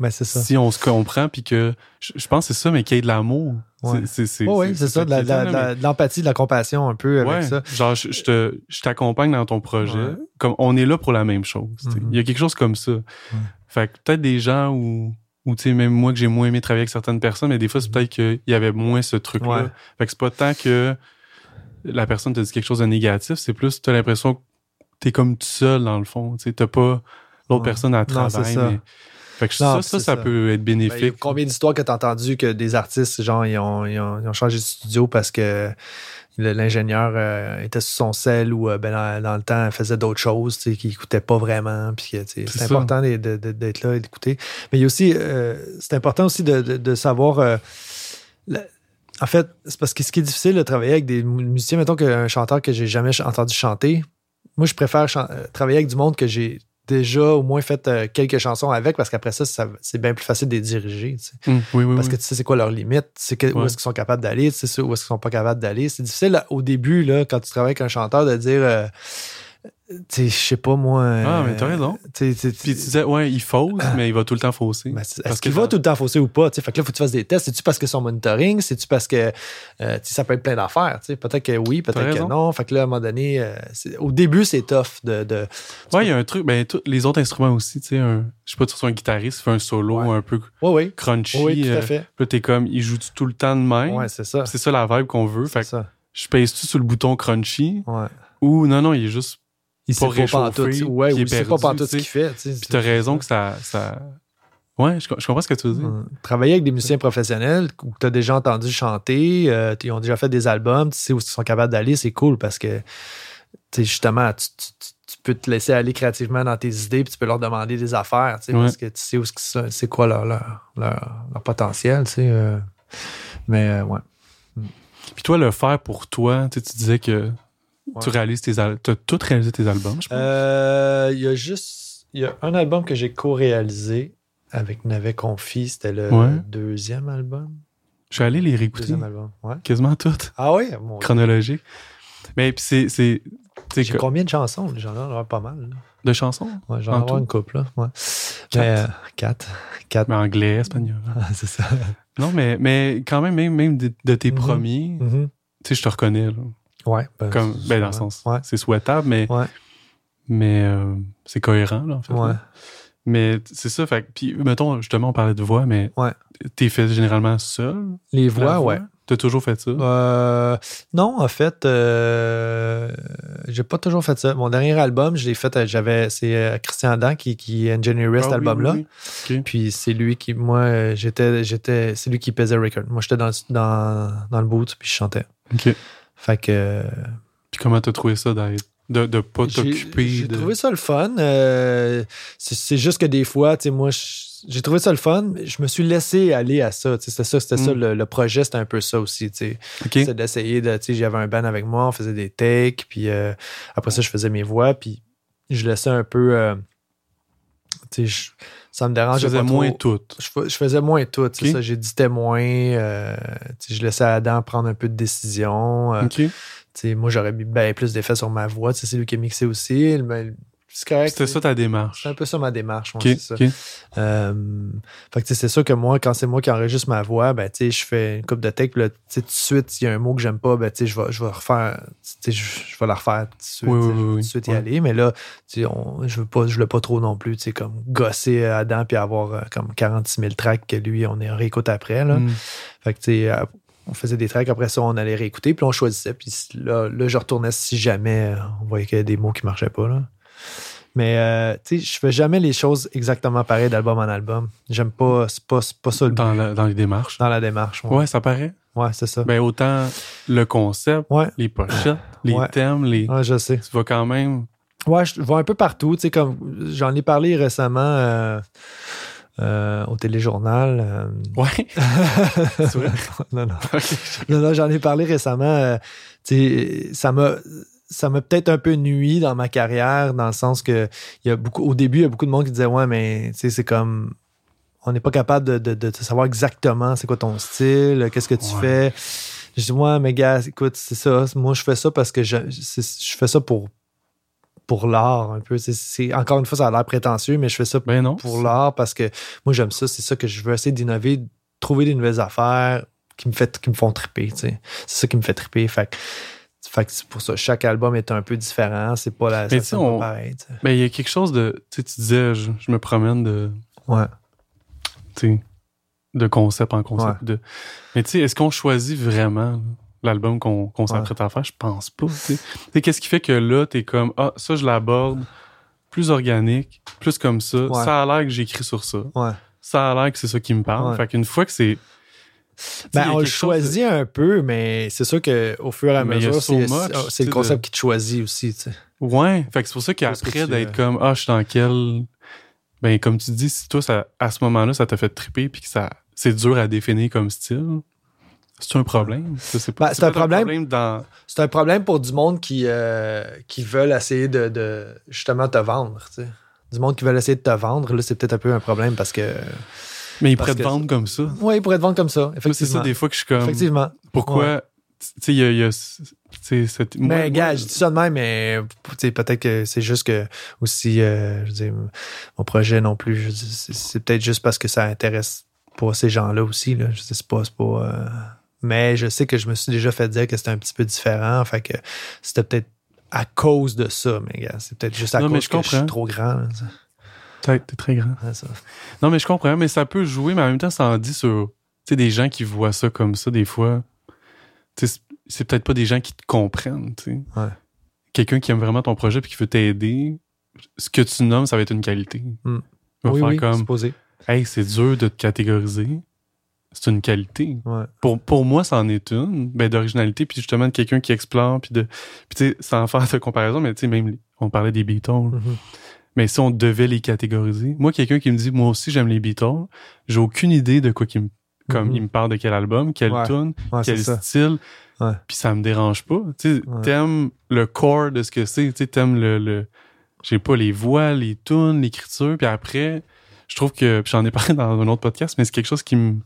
Ben, c'est ça. Si on se comprend, puis que. Je, je pense que c'est ça, mais qu'il y ait de l'amour. Ouais. C'est- C'est c'est- Oui, oui, c'est ça, de la- de là, la- de la- de l'empathie, de la compassion un peu avec Ouais, ça. Genre, je, je te, je t'accompagne dans ton projet. Ouais. Comme on est là pour la même chose. tu sais. Mhm. Il y a quelque chose comme ça. Fait que peut-être des gens où, où tu sais, même moi que j'ai moins aimé travailler avec certaines personnes, mais des fois, c'est peut-être qu'il y avait moins ce truc-là. Mm-hmm. Ouais. Fait que c'est pas tant que la personne te dit quelque chose de négatif, c'est plus t'as l'impression que t'es comme tout seul dans le fond. Tu sais, t'as pas l'autre Ouais. personne à le Non, c'est travail. ça. mais- Fait que Non, ça, puis ça, c'est ça ça. peut être Ben, il y a bénéfique. combien d'histoires que tu as entendues que des artistes, genre, ils ont, ils ont- ils ont changé de studio parce que le- l'ingénieur euh, était sur son sel ou euh, ben, dans, dans le temps, il faisait d'autres choses, tu sais, qu'il écoutait pas vraiment. Puis que, tu sais, C'est c'est ça. important de- de- de- d'être là et d'écouter. Mais il y a aussi, euh, c'est important aussi de, de- de savoir. euh, la- en fait, c'est parce que ce qui est difficile de travailler avec des mu- musiciens, mettons qu'un chanteur que j'ai jamais ch- entendu chanter, moi, je préfère chan- euh, travailler avec du monde que j'ai déjà au moins fait euh, quelques chansons avec parce qu'après ça, ça- c'est bien plus facile de les diriger. tu sais. Mm, oui, oui, Parce oui. que tu sais, c'est quoi leurs limites, tu sais que- où Ouais. est-ce qu'ils sont capables d'aller, tu sais ça, où est-ce qu'ils sont pas capables d'aller. C'est difficile là, au début, là, quand tu travailles avec un chanteur, de dire, euh, tu sais, je sais pas moi. Ah, mais t'as euh, raison. tu sais, tu- Puis tu disais, ouais, il fausse, mais il va tout le temps fausser. ben, c'est- Parce Est-ce qu'il que va dans- tout le temps fausser ou pas? tu sais? Fait que là, il faut que tu fasses des tests. C'est-tu parce que son monitoring? C'est-tu parce que euh, tu sais, ça peut être plein d'affaires? tu sais? Peut-être que oui, T'as peut-être que raison. non. Fait que là, à un moment donné, euh, c'est- au début, c'est tough de. de- Ouais, il y a un truc. Ben, tout- les autres instruments aussi, tu sais, un- je sais pas, tu reçois un guitariste, il fait un solo Ouais. un peu Oui, oui. crunchy. Oui, tout euh, à fait. puis là, t'es comme, il joue tout le temps de même. Ouais, c'est ça. c'est ça la vibe qu'on veut. C'est Fait que ça. je pèse-tu sur le bouton crunchy Ouais. ou non, non, il est juste. Il pas sait pas pantoute. réchauffé, Ouais, puis ou il est il sait pas perdu, pantoute tu ce sais. qu'il fait. tu sais. Puis t'as raison que ça. ça... Ouais, je, co- je comprends ce que tu veux dire. Hum. Travailler avec des musiciens professionnels ou que tu as déjà entendu chanter, euh, ils ont déjà fait des albums, tu sais où ils sont capables d'aller, c'est cool parce que tu sais, justement, tu, tu- tu- tu peux te laisser aller créativement dans tes idées puis tu peux leur demander des affaires tu sais, Ouais. parce que tu sais où ce qu'ils sont- c'est quoi leur, leur, leur- leur potentiel. tu sais, euh. Mais euh, ouais. Puis toi, le faire pour toi, tu sais, tu disais que tu Ouais. réalises tes albums. T'as tout réalisé tes albums, je pense. Euh, Il y a juste il y a un album que j'ai co-réalisé avec Navet Confi, c'était le Ouais. deuxième album. Je suis allé les réécouter Deuxième album, ouais. quasiment toutes, Ah oui, mon Dieu. chronologiques. Mais puis c'est. c'est tu sais, J'ai que- combien de chansons? là? J'en ai avoir pas mal. là. de chansons, Ouais, J'en En ai avoir tout? une couple. Là. Ouais. Quatre. Mais, euh, quatre. Quatre. mais anglais, espagnol. Ah, c'est ça. Non, mais, mais quand même, même, même de, de tes Mhm. premiers, Mhm. tu sais, je te reconnais. là. Ouais. ben, Mm-hmm. Comme, c'est- ben, dans le sens, Ouais. c'est souhaitable, mais, Ouais. mais euh, c'est cohérent, là, en fait. Ouais. là. Mais t- c'est ça, fait que- puis mettons, justement, on parlait de voix, mais Ouais. t'es fait généralement seul. Les la voix, voix? ouais. T'as toujours fait ça? Euh, non, en fait, euh, j'ai pas toujours fait ça. Mon dernier album, je l'ai fait, euh, j'avais, c'est euh, Christian Dan qui, qui engineerait Ah cet oui, album-là. oui, oui. Ok. Puis c'est lui qui, moi, euh, j'étais, j'étais, c'est lui qui pesait record. Moi, j'étais dans, le- dans, dans le boot, puis je chantais. Ok. Fait que. euh, Puis comment t'as trouvé ça d'être, de, de pas J'ai- t'occuper J'ai de. trouvé ça le fun. euh, c'est- c'est juste que des fois, tu sais, moi, je- j'ai trouvé ça le fun. mais Je me suis laissé aller à ça. tu sais, C'était ça, c'était Mm. ça. Le, le projet, c'était un peu ça aussi. tu sais. Ok. C'est d'essayer de. tu sais, J'avais un band avec moi, on faisait des takes, puis euh, après ça, je faisais mes voix, puis je laissais un peu. euh, tu sais, je- ça Tu me dérangeait faisais pas moins trop. tout. Je, fais- je faisais moins tout, c'est Ok. ça. J'éditais moins. euh, tu sais, je laissais Adam prendre un peu de décision. euh, Ok. tu sais, moi, j'aurais mis bien plus d'effets sur ma voix. Tu sais, C'est lui qui a mixé aussi. mais C'est correct. C'était c'est- ça ta démarche. C'est un peu ça ma démarche. ouais, Ok. c'est ça. ok. Euh, fait que, tu sais, c'est sûr que moi, quand c'est moi qui enregistre ma voix, ben, tu sais, je fais une coupe de texte. puis là, tu sais, tout de suite, s'il y a un mot que j'aime pas, ben, tu sais, je vais, je vais refaire. tu sais, Je, je vais la refaire tout de suite. Oui, tu sais, oui, oui, je vais tout de oui. suite y Ouais. aller. Mais là, tu sais, on- je veux pas, je veux pas trop non plus, tu sais, comme gosser Adam puis avoir euh, comme 46 000 tracks que lui, on est on réécoute après. Là. Mm. Fait que, tu sais, euh, on faisait des tracks, après ça, on allait réécouter, puis on choisissait. Puis là, là, je retournais si jamais euh, on voyait qu'il y avait des mots qui marchaient pas. Là. Mais, euh, tu sais, je fais jamais les choses exactement pareilles d'album en album. J'aime pas, c'est pas, c'est pas ça le- Dans, dans, la- dans les démarches. la démarche. Ouais, Ouais, ça paraît. Ouais, c'est ça. Ben, autant le concept, Ouais. les pochettes, les Ouais. thèmes, les. Ouais, je sais. Tu vas quand même. Ouais, je vois un peu partout. Tu sais, comme j'en ai parlé récemment euh, euh, au téléjournal. euh, Ouais. C'est vrai? non, non. Ok. Non, non, j'en ai parlé récemment. euh, tu sais, ça m'a. Ça m'a peut-être un peu nui dans ma carrière, dans le sens que il y a beaucoup, au début, il y a beaucoup de monde qui disait Ouais, mais tu sais, c'est comme on n'est pas capable de, de- de- de savoir exactement c'est quoi ton style, qu'est-ce que tu fais. Je dis, ouais, mais gars, écoute, c'est ça. Moi, je fais ça parce que je, c'est- je fais ça pour, pour l'art un peu. C'est- c'est- encore une fois, ça a l'air prétentieux, mais je fais ça Ben non. pour l'art parce que moi, j'aime ça. C'est ça que je veux essayer d'innover, de trouver des nouvelles affaires qui me, fait, qui me font triper. tu sais. C'est ça qui me fait triper. Fait que- fait que c'est pour ça. Chaque album est un peu différent. C'est pas la. Mais ça tu sais, sonne pas on- pareil, tu sais. Ben, il y a quelque chose de. Tu sais, tu disais, je, je me promène de. Ouais. Tu sais, de concept en concept. De... Mais tu sais, est-ce qu'on choisit vraiment là, l'album qu'on qu'on s'apprête à faire? Je pense pas. Tu sais, Tu sais, qu'est-ce qui fait que là, t'es comme, ah, ça, je l'aborde plus organique, plus comme ça. Ouais. Ça a l'air que j'écris sur ça. Ouais. Ça a l'air que c'est ça qui me parle. Ouais. Fait qu'une fois que c'est. tu sais, il y Ben, a on quelque le chose de- choisit un peu, mais c'est sûr qu'au fur et à Mais il y a mesure, so c'est much, c'est- tu c'est sais, le de- concept qui te choisit aussi. tu sais. Ouais, fait que c'est pour ça Qu'est-ce que qu'après tu, d'être euh, comme ah, je suis dans quel ben comme tu dis si toi ça à ce moment-là ça t'a fait triper puis que ça c'est dur à définir comme style, c'est un problème. Je sais pas. Ben, c'est un peut-être problème. dans C'est un problème pour du monde qui, euh, qui veulent essayer de, de justement te vendre. tu sais. Du monde qui veulent essayer de te vendre, là, c'est peut-être un peu un problème parce que. mais ils Parce pourraient te que- vendre comme ça. Oui, ils pourraient te vendre comme ça. Moi, C'est ça Effectivement. des fois que je suis comme Effectivement. pourquoi tu sais il y a, il y a tu sais cette moi- Mais moi, gars, je dis ça de même, mais tu sais, peut-être que c'est juste que aussi, euh, je veux dire, mon projet non plus, je veux dire, c'est, c'est peut-être juste parce que ça intéresse pas ces gens-là aussi. Là. Je sais c'est pas, c'est pas. euh, Mais je sais que je me suis déjà fait dire que c'était un petit peu différent, fait que c'était peut-être à cause de ça, mais gars, c'est peut-être juste à Non, mais cause je que je suis comprends. trop grand. là, ça. peut-être t'es très grand. Ouais, ça. Non mais je comprends mais ça peut jouer mais en même temps ça en dit sur tu sais des gens qui voient ça comme ça des fois. Tu sais, c'est- c'est peut-être pas des gens qui te comprennent, tu sais. Ouais. quelqu'un qui aime vraiment ton projet puis qui veut t'aider, ce que tu nommes, ça va être une qualité. Hmm. Il va Oui, faire oui, comme supposé. Hey, c'est dur de te catégoriser. C'est une qualité. Ouais. Pour, pour moi, c'en est une, ben, d'originalité, puis justement de quelqu'un qui explore, puis de. Puis tu sais, sans faire de comparaison, mais tu sais, même les- on parlait des Beatles. Mhm. Mais si on devait les catégoriser, moi, quelqu'un qui me dit Moi aussi j'aime les Beatles, j'ai aucune idée de quoi qu'il me. Comme Mhm. il me parle de quel album, quelle Ouais. tune, Ouais, c'est quel ça. style. Ouais. Puis ça me dérange pas. Tu sais, Ouais. t'aimes le corps de ce que c'est. Tu sais, t'aimes le, le- je sais pas, les voix, les tunes, l'écriture. Puis après, je trouve que, puis j'en ai parlé dans un autre podcast, mais c'est quelque chose qui me,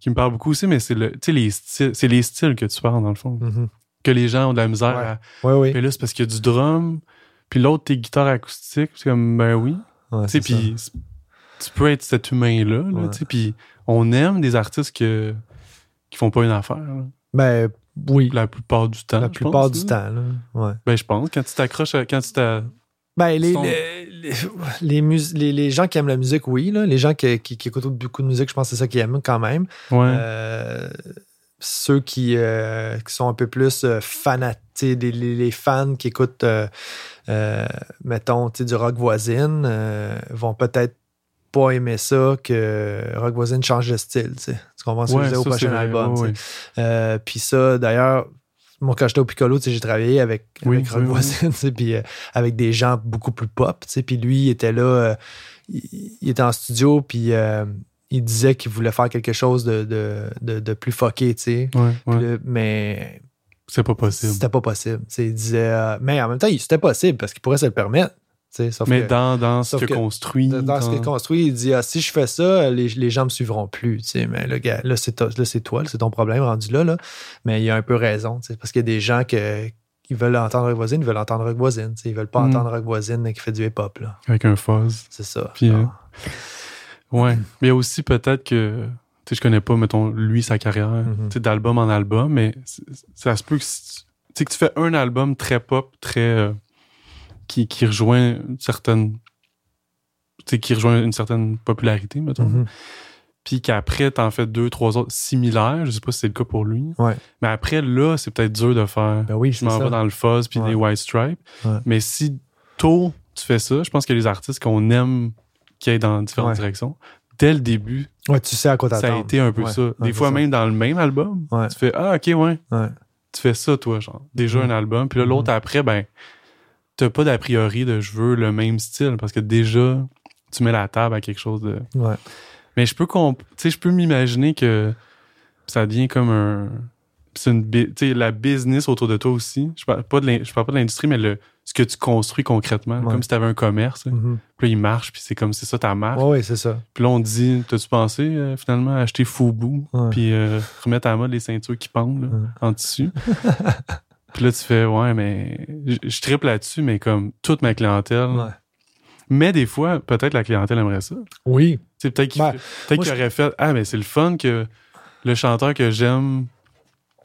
qui me parle beaucoup aussi, mais c'est le, tu sais, les styles, c'est les styles que tu parles dans le fond. Mhm. Que les gens ont de la misère Ouais. à, Oui, oui. mais là, c'est parce qu'il y a du drum, puis l'autre, t'es guitare acoustique. C'est comme, ben oui. Ouais, Tu sais, c'est ça. puis c- tu peux être cet humain-là, là, Ouais. tu sais, puis on aime des artistes que, qui font pas une affaire, là. Ben oui, la plupart du temps. la je plupart pense, du là. temps. Là. Ouais. Ben, je pense. Quand tu t'accroches, à- quand tu t'as. Ben, les, Son- les, les, les mus- les- les gens qui aiment la musique, oui. là. Les gens qui, qui- qui écoutent beaucoup de musique, je pense que c'est ça qu'ils aiment quand même. Ouais. Euh, ceux qui, euh, qui sont un peu plus euh, fanatés, des- les, les fans qui écoutent, euh, euh, mettons, tu sais, du rock voisine, euh, vont peut-être pas aimer ça que rock voisine change de style. tu sais. Tu comprends ce que ouais, je disais au ça, c'est prochain vrai. album? tu sais. Ouais, Euh, puis ça, d'ailleurs, moi, quand j'étais au Piccolo, tu sais, j'ai travaillé avec, Oui, avec Rock oui, oui. Voisine, tu sais, puis euh, avec des gens beaucoup plus pop. tu sais, Puis lui, il était là, euh, il, il était en studio, puis euh, il disait qu'il voulait faire quelque chose de, de, de- de plus fucké, tu sais. ouais, ouais. Puis euh, là, mais C'est pas possible. c'était pas possible. tu sais. Il disait, euh, mais en même temps, il- c'était possible parce qu'il pourrait se le permettre. tu sais, Sauf Mais que- dans, dans ce sauf que, que- construit. dans, dans ce dans- qu'il est construit, il dit ah, si je fais ça, les, les gens me suivront plus. Tu sais, mais le gars, là, c'est to- là, c'est toi, c'est ton problème rendu là. là. Mais il a un peu raison, tu sais, parce qu'il y a des gens que, qui veulent entendre Rock Voisine, ils veulent entendre Rock Voisine. tu sais, Ils veulent pas Mm. entendre Rock Voisine qui fait du hip-hop. là. Avec un fuzz. C'est ça. Puis, Non. euh, Ouais. Mais il y a aussi peut-être que. Tu sais, je connais pas, mettons, lui, sa carrière, Mhm. tu sais, d'album en album, mais c- ça se peut que. si Tu tu sais, que tu fais un album très pop, très. euh, qui, qui rejoint une certaine. Tu sais, qui rejoint une certaine popularité, mettons. Mhm. puis qu'après, t'en fais deux, trois autres similaires. Je sais pas si c'est le cas pour lui. Ouais. Mais après, là, c'est peut-être dur de faire. Ben oui, je c'est m'en ça. vais dans le fuzz puis Ouais. les white stripes. Ouais. Mais si tôt, tu fais ça, je pense que les artistes qu'on aime qui aillent dans différentes Ouais. directions, dès le début, Ouais, tu sais à quoi ça t'attendre. a été un peu Ouais, ça. ouais, Des c'est fois, ça. même dans le même album, Ouais. tu fais Ah, ok, ouais. Ouais. Tu fais ça, toi, genre. Déjà Mhm. un album. Puis là, l'autre après, ben, t'as pas d'a priori de je veux le même style parce que déjà, tu mets la table à quelque chose de. Ouais. Mais je peux comp- tu sais, je peux m'imaginer que ça devient comme un. c'est une bi- tu sais, la business autour de toi aussi. Je parle pas de l'in- je parle pas de l'industrie, mais le ce que tu construis concrètement, Ouais. comme si tu avais un commerce. hein. Mhm. Puis là, il marche, puis c'est comme c'est ça ta marque. Ouais, ouais, c'est ça. Puis là, on te dit, t'as-tu pensé euh, finalement à acheter Fubu, Ouais. Mhm. puis euh, remettre à mode les ceintures qui pendent là, Ouais. en tissu? puis là, tu fais, ouais, mais je- je tripe là-dessus, mais comme toute ma clientèle. Ouais. Mais des fois, peut-être la clientèle aimerait ça. Oui. C'est peut-être qu'il Ben, peut-être moi, qu'il je- aurait fait Ah, mais c'est le fun que le chanteur que j'aime,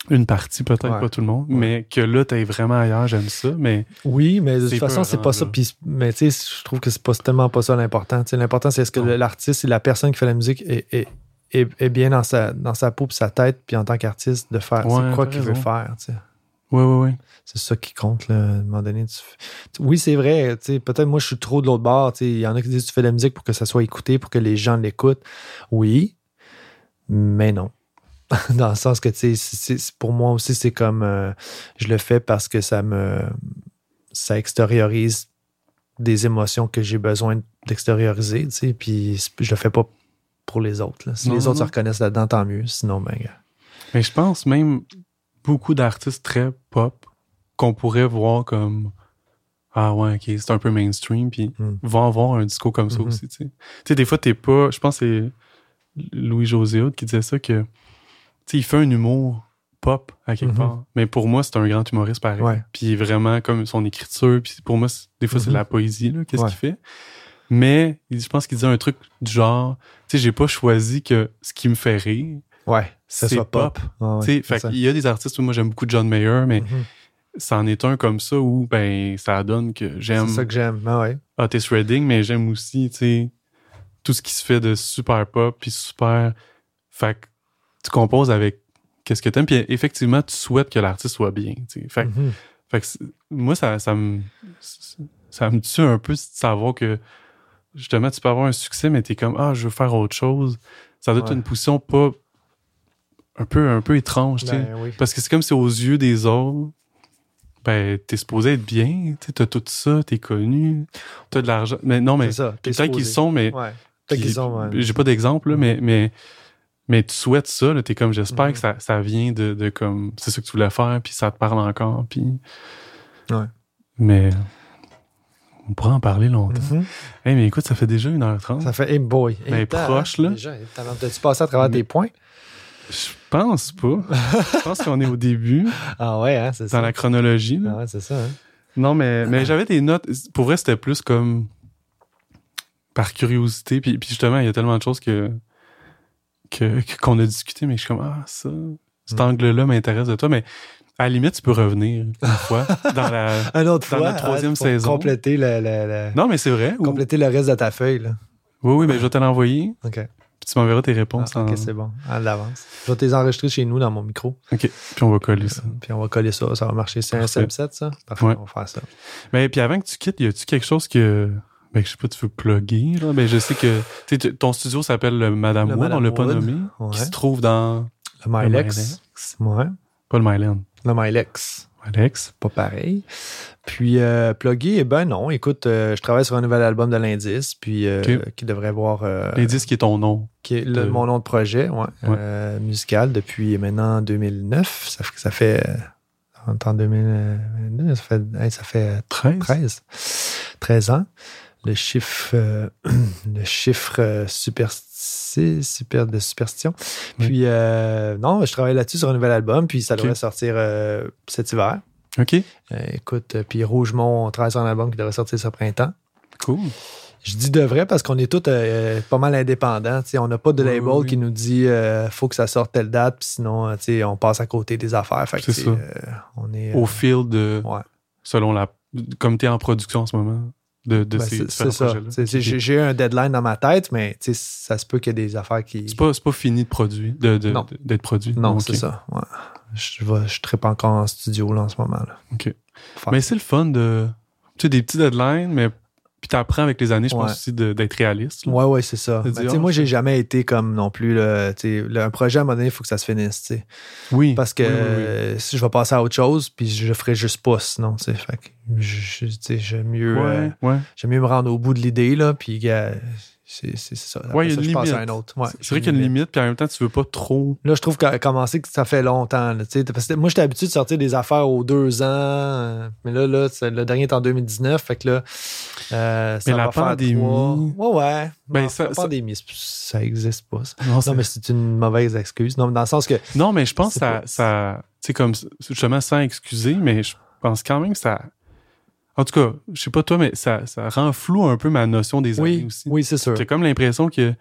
une partie, peut-être Ouais. pas tout le monde, Ouais. mais que là, t'es vraiment ailleurs, j'aime ça. Mais Oui, mais de C'est toute façon, c'est peurant, pas ça. là. Puis, mais tu sais, je trouve que c'est pas tellement pas ça l'important. Tu sais, l'important, c'est est-ce que Non. l'artiste et la personne qui fait la musique est, est- est- est bien dans sa, dans sa peau puis sa tête, puis en tant qu'artiste, de faire Ouais, c'est quoi t'as qu'il veut raison. faire. tu sais. ouais, ouais, ouais. C'est ça qui compte, là. À un moment donné, tu f- tu- oui, c'est vrai. tu sais, Peut-être moi, je suis trop de l'autre bord. tu sais. Il y en a qui disent tu fais de la musique pour que ça soit écouté, pour que les gens l'écoutent. Oui, mais non. Dans le sens que, tu sais, c'est- c'est- c'est- pour moi aussi, c'est comme euh, je le fais parce que ça me. Ça extériorise des émotions que j'ai besoin d'extérioriser, tu sais. Puis c'est- je le fais pas pour les autres. là. Si Non, les non, autres se non. reconnaissent là-dedans, tant mieux. Sinon, ben, gars. Mais je pense même beaucoup d'artistes très pop qu'on pourrait voir comme Ah ouais, ok, c'est un peu mainstream, puis Mm. vont avoir un discours comme ça Mhm. aussi. Tu sais. Tu sais, des fois, t'es pas. Je pense que c'est Louis-José Hood qui disait ça que tu sais, il fait un humour pop à quelque Mhm. part. Mais pour moi, c'est un grand humoriste pareil. Ouais. Puis vraiment, comme son écriture, puis pour moi, c'est- des fois, c'est de la poésie, là, qu'est-ce Mm-hmm. Ouais. qu'il fait. Mais il- je pense qu'il disait un truc du genre, tu sais, j'ai pas choisi que ce qui me fait rire, Ouais. Que ce c'est soit pop. Ouais, ouais, tu sais, c'est fait ça. qu'il y a des artistes, moi j'aime beaucoup John Mayer, mais Mhm. c'en est un comme ça où ben ça donne que j'aime C'est ça que j'aime. Ah ouais. Otis Redding, mais j'aime aussi tu sais, tout ce qui se fait de super pop puis super. Fait que tu composes avec qu'est-ce que t'aimes, puis effectivement tu souhaites que l'artiste soit bien. tu sais. Fait, que- Mhm. fait que c'est- moi ça, ça me ça me tue un peu de savoir que justement tu peux avoir un succès, mais t'es comme ah je veux faire autre chose. Ça doit être Ouais. une position pas un peu un peu étrange. tu sais. Ben oui. Parce que c'est comme si aux yeux des autres, ben, t'es supposé être bien, tu sais, t'as tout ça, t'es connu, t'as de l'argent. Mais non, mais c'est ça. t'es peut-être qu'ils exposé. sont, mais. Ouais. Peut-être qu'ils qui- sont. ouais. J'ai pas d'exemple, là, mais, mais, mais tu souhaites ça, là, t'es comme, j'espère Mhm. que ça, ça vient de, de comme, c'est ça que tu voulais faire, puis ça te parle encore, puis. Ouais. Mais. On pourrait en parler longtemps. Mhm. Hey, mais écoute, ça fait déjà 1h30. Ça fait hey boy. Ben, hey, t'as- proche, là. Mm. Déjà, t'as- T'as-tu passé à travers Mais- tes points? Je pense pas. Je pense qu'on est au début, Ah ouais, hein, c'est ça. dans la chronologie. là. Ah ouais, c'est ça. hein. Non, mais, Ah. mais j'avais des notes. Pour vrai, c'était plus comme par curiosité. Puis, puis justement, il y a tellement de choses que que- que- qu'on a discuté, mais je suis comme Ah, ça, cet Mm. angle-là m'intéresse de toi. Mais à la limite, tu peux revenir une fois dans la. Un autre Dans fois. la troisième hein, pour saison. Compléter le, le- le- Non, mais c'est vrai. ou- compléter le reste de ta feuille, là. Oui, oui, mais je vais te l'envoyer. OK. Puis tu m'enverras tes Ah, réponses. en- OK, c'est bon. À l'avance. Je vais te les enregistrer chez nous dans mon micro. OK. Puis on va coller ça. Puis on va coller ça. Ça va marcher. C'est un Mm. Parfait. SM7, ça? Parfait, Ouais. on va faire ça. Mais puis avant que tu quittes, y a-tu quelque chose que. Ben, que je sais pas, tu veux plugger, là? Ben, je sais que. tu sais, tu- ton studio s'appelle le Madame Le Wood, on Madame l'a pas Wood, nommé. Qui ouais. se trouve dans. Le Mylex. Mylex. Ouais. Pas le Myland. Le Mylex. Alex. pas pareil. Puis, euh, plugger, eh ben non. Écoute, euh, je travaille sur un nouvel album de l'Indice, puis euh, Ok. qui devrait voir euh, L'indice qui est ton nom. qui est le- de- mon nom de projet ouais, Ouais. euh, musical depuis maintenant 2009. Ça, fait- ça fait. euh, on est en 2022, ça fait, hey, ça fait 13. 13. 13 ans. Le chiffre, euh, le chiffre euh, supersti- super, de superstition. Oui. Puis, euh, non, je travaille là-dessus sur un nouvel album, puis ça Ok. devrait sortir euh, cet hiver. OK, Euh, écoute, euh, puis Rougemont, on travaille sur un album qui devrait sortir ce printemps. cool. Je dis devrait parce qu'on est tous euh, pas mal indépendants. tu sais, on n'a pas de Oui, label oui, oui. qui nous dit euh, faut que ça sorte telle date, puis sinon euh, tu sais, on passe à côté des affaires. Fait que, C'est tu sais, ça. euh, on est. euh, Au fil de. ouais. Selon la. Comme tu es en production en ce moment, de, de ben, ces c'est différents c'est ça. projets-là. C'est- c'est- J'ai j'ai un deadline dans ma tête, mais tu sais, ça se peut qu'il y ait des affaires qui. C'est pas, c'est pas fini de produire, de, de- Non. de- d'être produit. Non, Ok. c'est ça. ouais. Je ne je trippe encore en studio là, en ce moment. Là. OK. Faire- Mais c'est le fun de. Tu sais, des petits deadlines, mais. Puis t'apprends avec les années, je pense Ouais. aussi, de- d'être réaliste. là. Ouais, ouais, c'est ça. De Ben, dire, tu sais, ah, moi, j'ai jamais été comme non plus. Là, tu sais, là, un projet, à un moment donné, il faut que ça se finisse. tu sais. Oui. Parce que Oui, oui, oui. euh, si je vais passer à autre chose, puis je le ferai juste pas sinon, tu sais. Fait que je- je- tu sais, j'aime mieux, euh, Ouais, ouais. j'aime mieux me rendre au bout de l'idée, là, puis euh, c'est c'est ça. Après Ouais, il y a ça, une je passe à limite. un autre. Ouais, c'est vrai qu'il y a une limite, puis en même temps, tu veux pas trop. Là, je trouve que commencer que ça fait longtemps. là, tu sais, parce que moi, j'étais habitué de sortir des affaires aux deux ans. euh, Mais là, là c'est- le dernier est en 2019. Fait que là, euh, ça Mais la va faire pandémie- trois. Ouais, ouais. Ben, Non, ça- la ça- pandémie, c'est- ça existe pas. ça. Non, Non, c'est- mais c'est une mauvaise excuse. Non, mais dans le sens que. non, mais je pense que c'est ça. pas- ça tu sais, comme justement, sans excuser, mais je pense quand même que ça. En tout cas, je sais pas toi, mais ça, ça rend flou un peu ma notion des années Oui, aussi. oui c'est sûr. J'ai comme l'impression que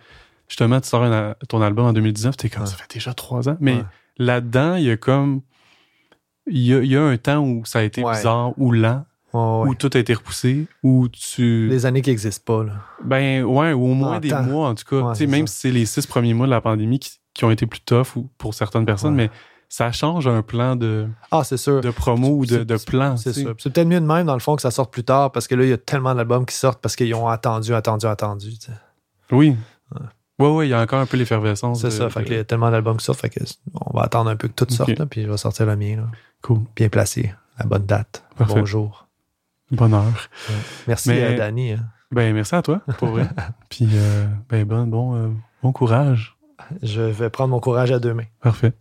justement, tu sors un- ton album en 2019, t'es comme Ouais. ça fait déjà trois ans. Mais Ouais. là-dedans, il y a comme. Il y a, il y a un temps où ça a été Ouais. bizarre ou lent, Ouais, ouais. où tout a été repoussé, où tu. Les années qui n'existent pas. Là. Ben ouais, ou au moins En des temps. mois en tout cas. Ouais, Tu sais, c'est même ça. si c'est les six premiers mois de la pandémie qui, qui ont été plus tough ou- pour certaines personnes, Ouais. mais ça change un plan de, Ah, c'est sûr. de promo ou de, C'est- de plan. C'est tu sais. sûr. Puis C'est peut-être mieux de même, dans le fond, que ça sorte plus tard parce que là, il y a tellement d'albums qui sortent parce qu'ils ont attendu, attendu, attendu. tu sais. Oui. Ouais. Ouais, ouais, il y a encore un peu l'effervescence. C'est de- ça. Fait de- qu'il y a tellement d'albums qui sortent. Fait que on va attendre un peu que tout sorte, Ok. là, puis je vais sortir le mien. là. Cool. Bien placé, la bonne date, Parfait. bonjour. Bonheur. Merci Mais- à Danny. hein. Ben merci à toi, pour vrai. Puis, euh, ben bon, bon, euh, bon courage. Je vais prendre mon courage à deux mains. Parfait.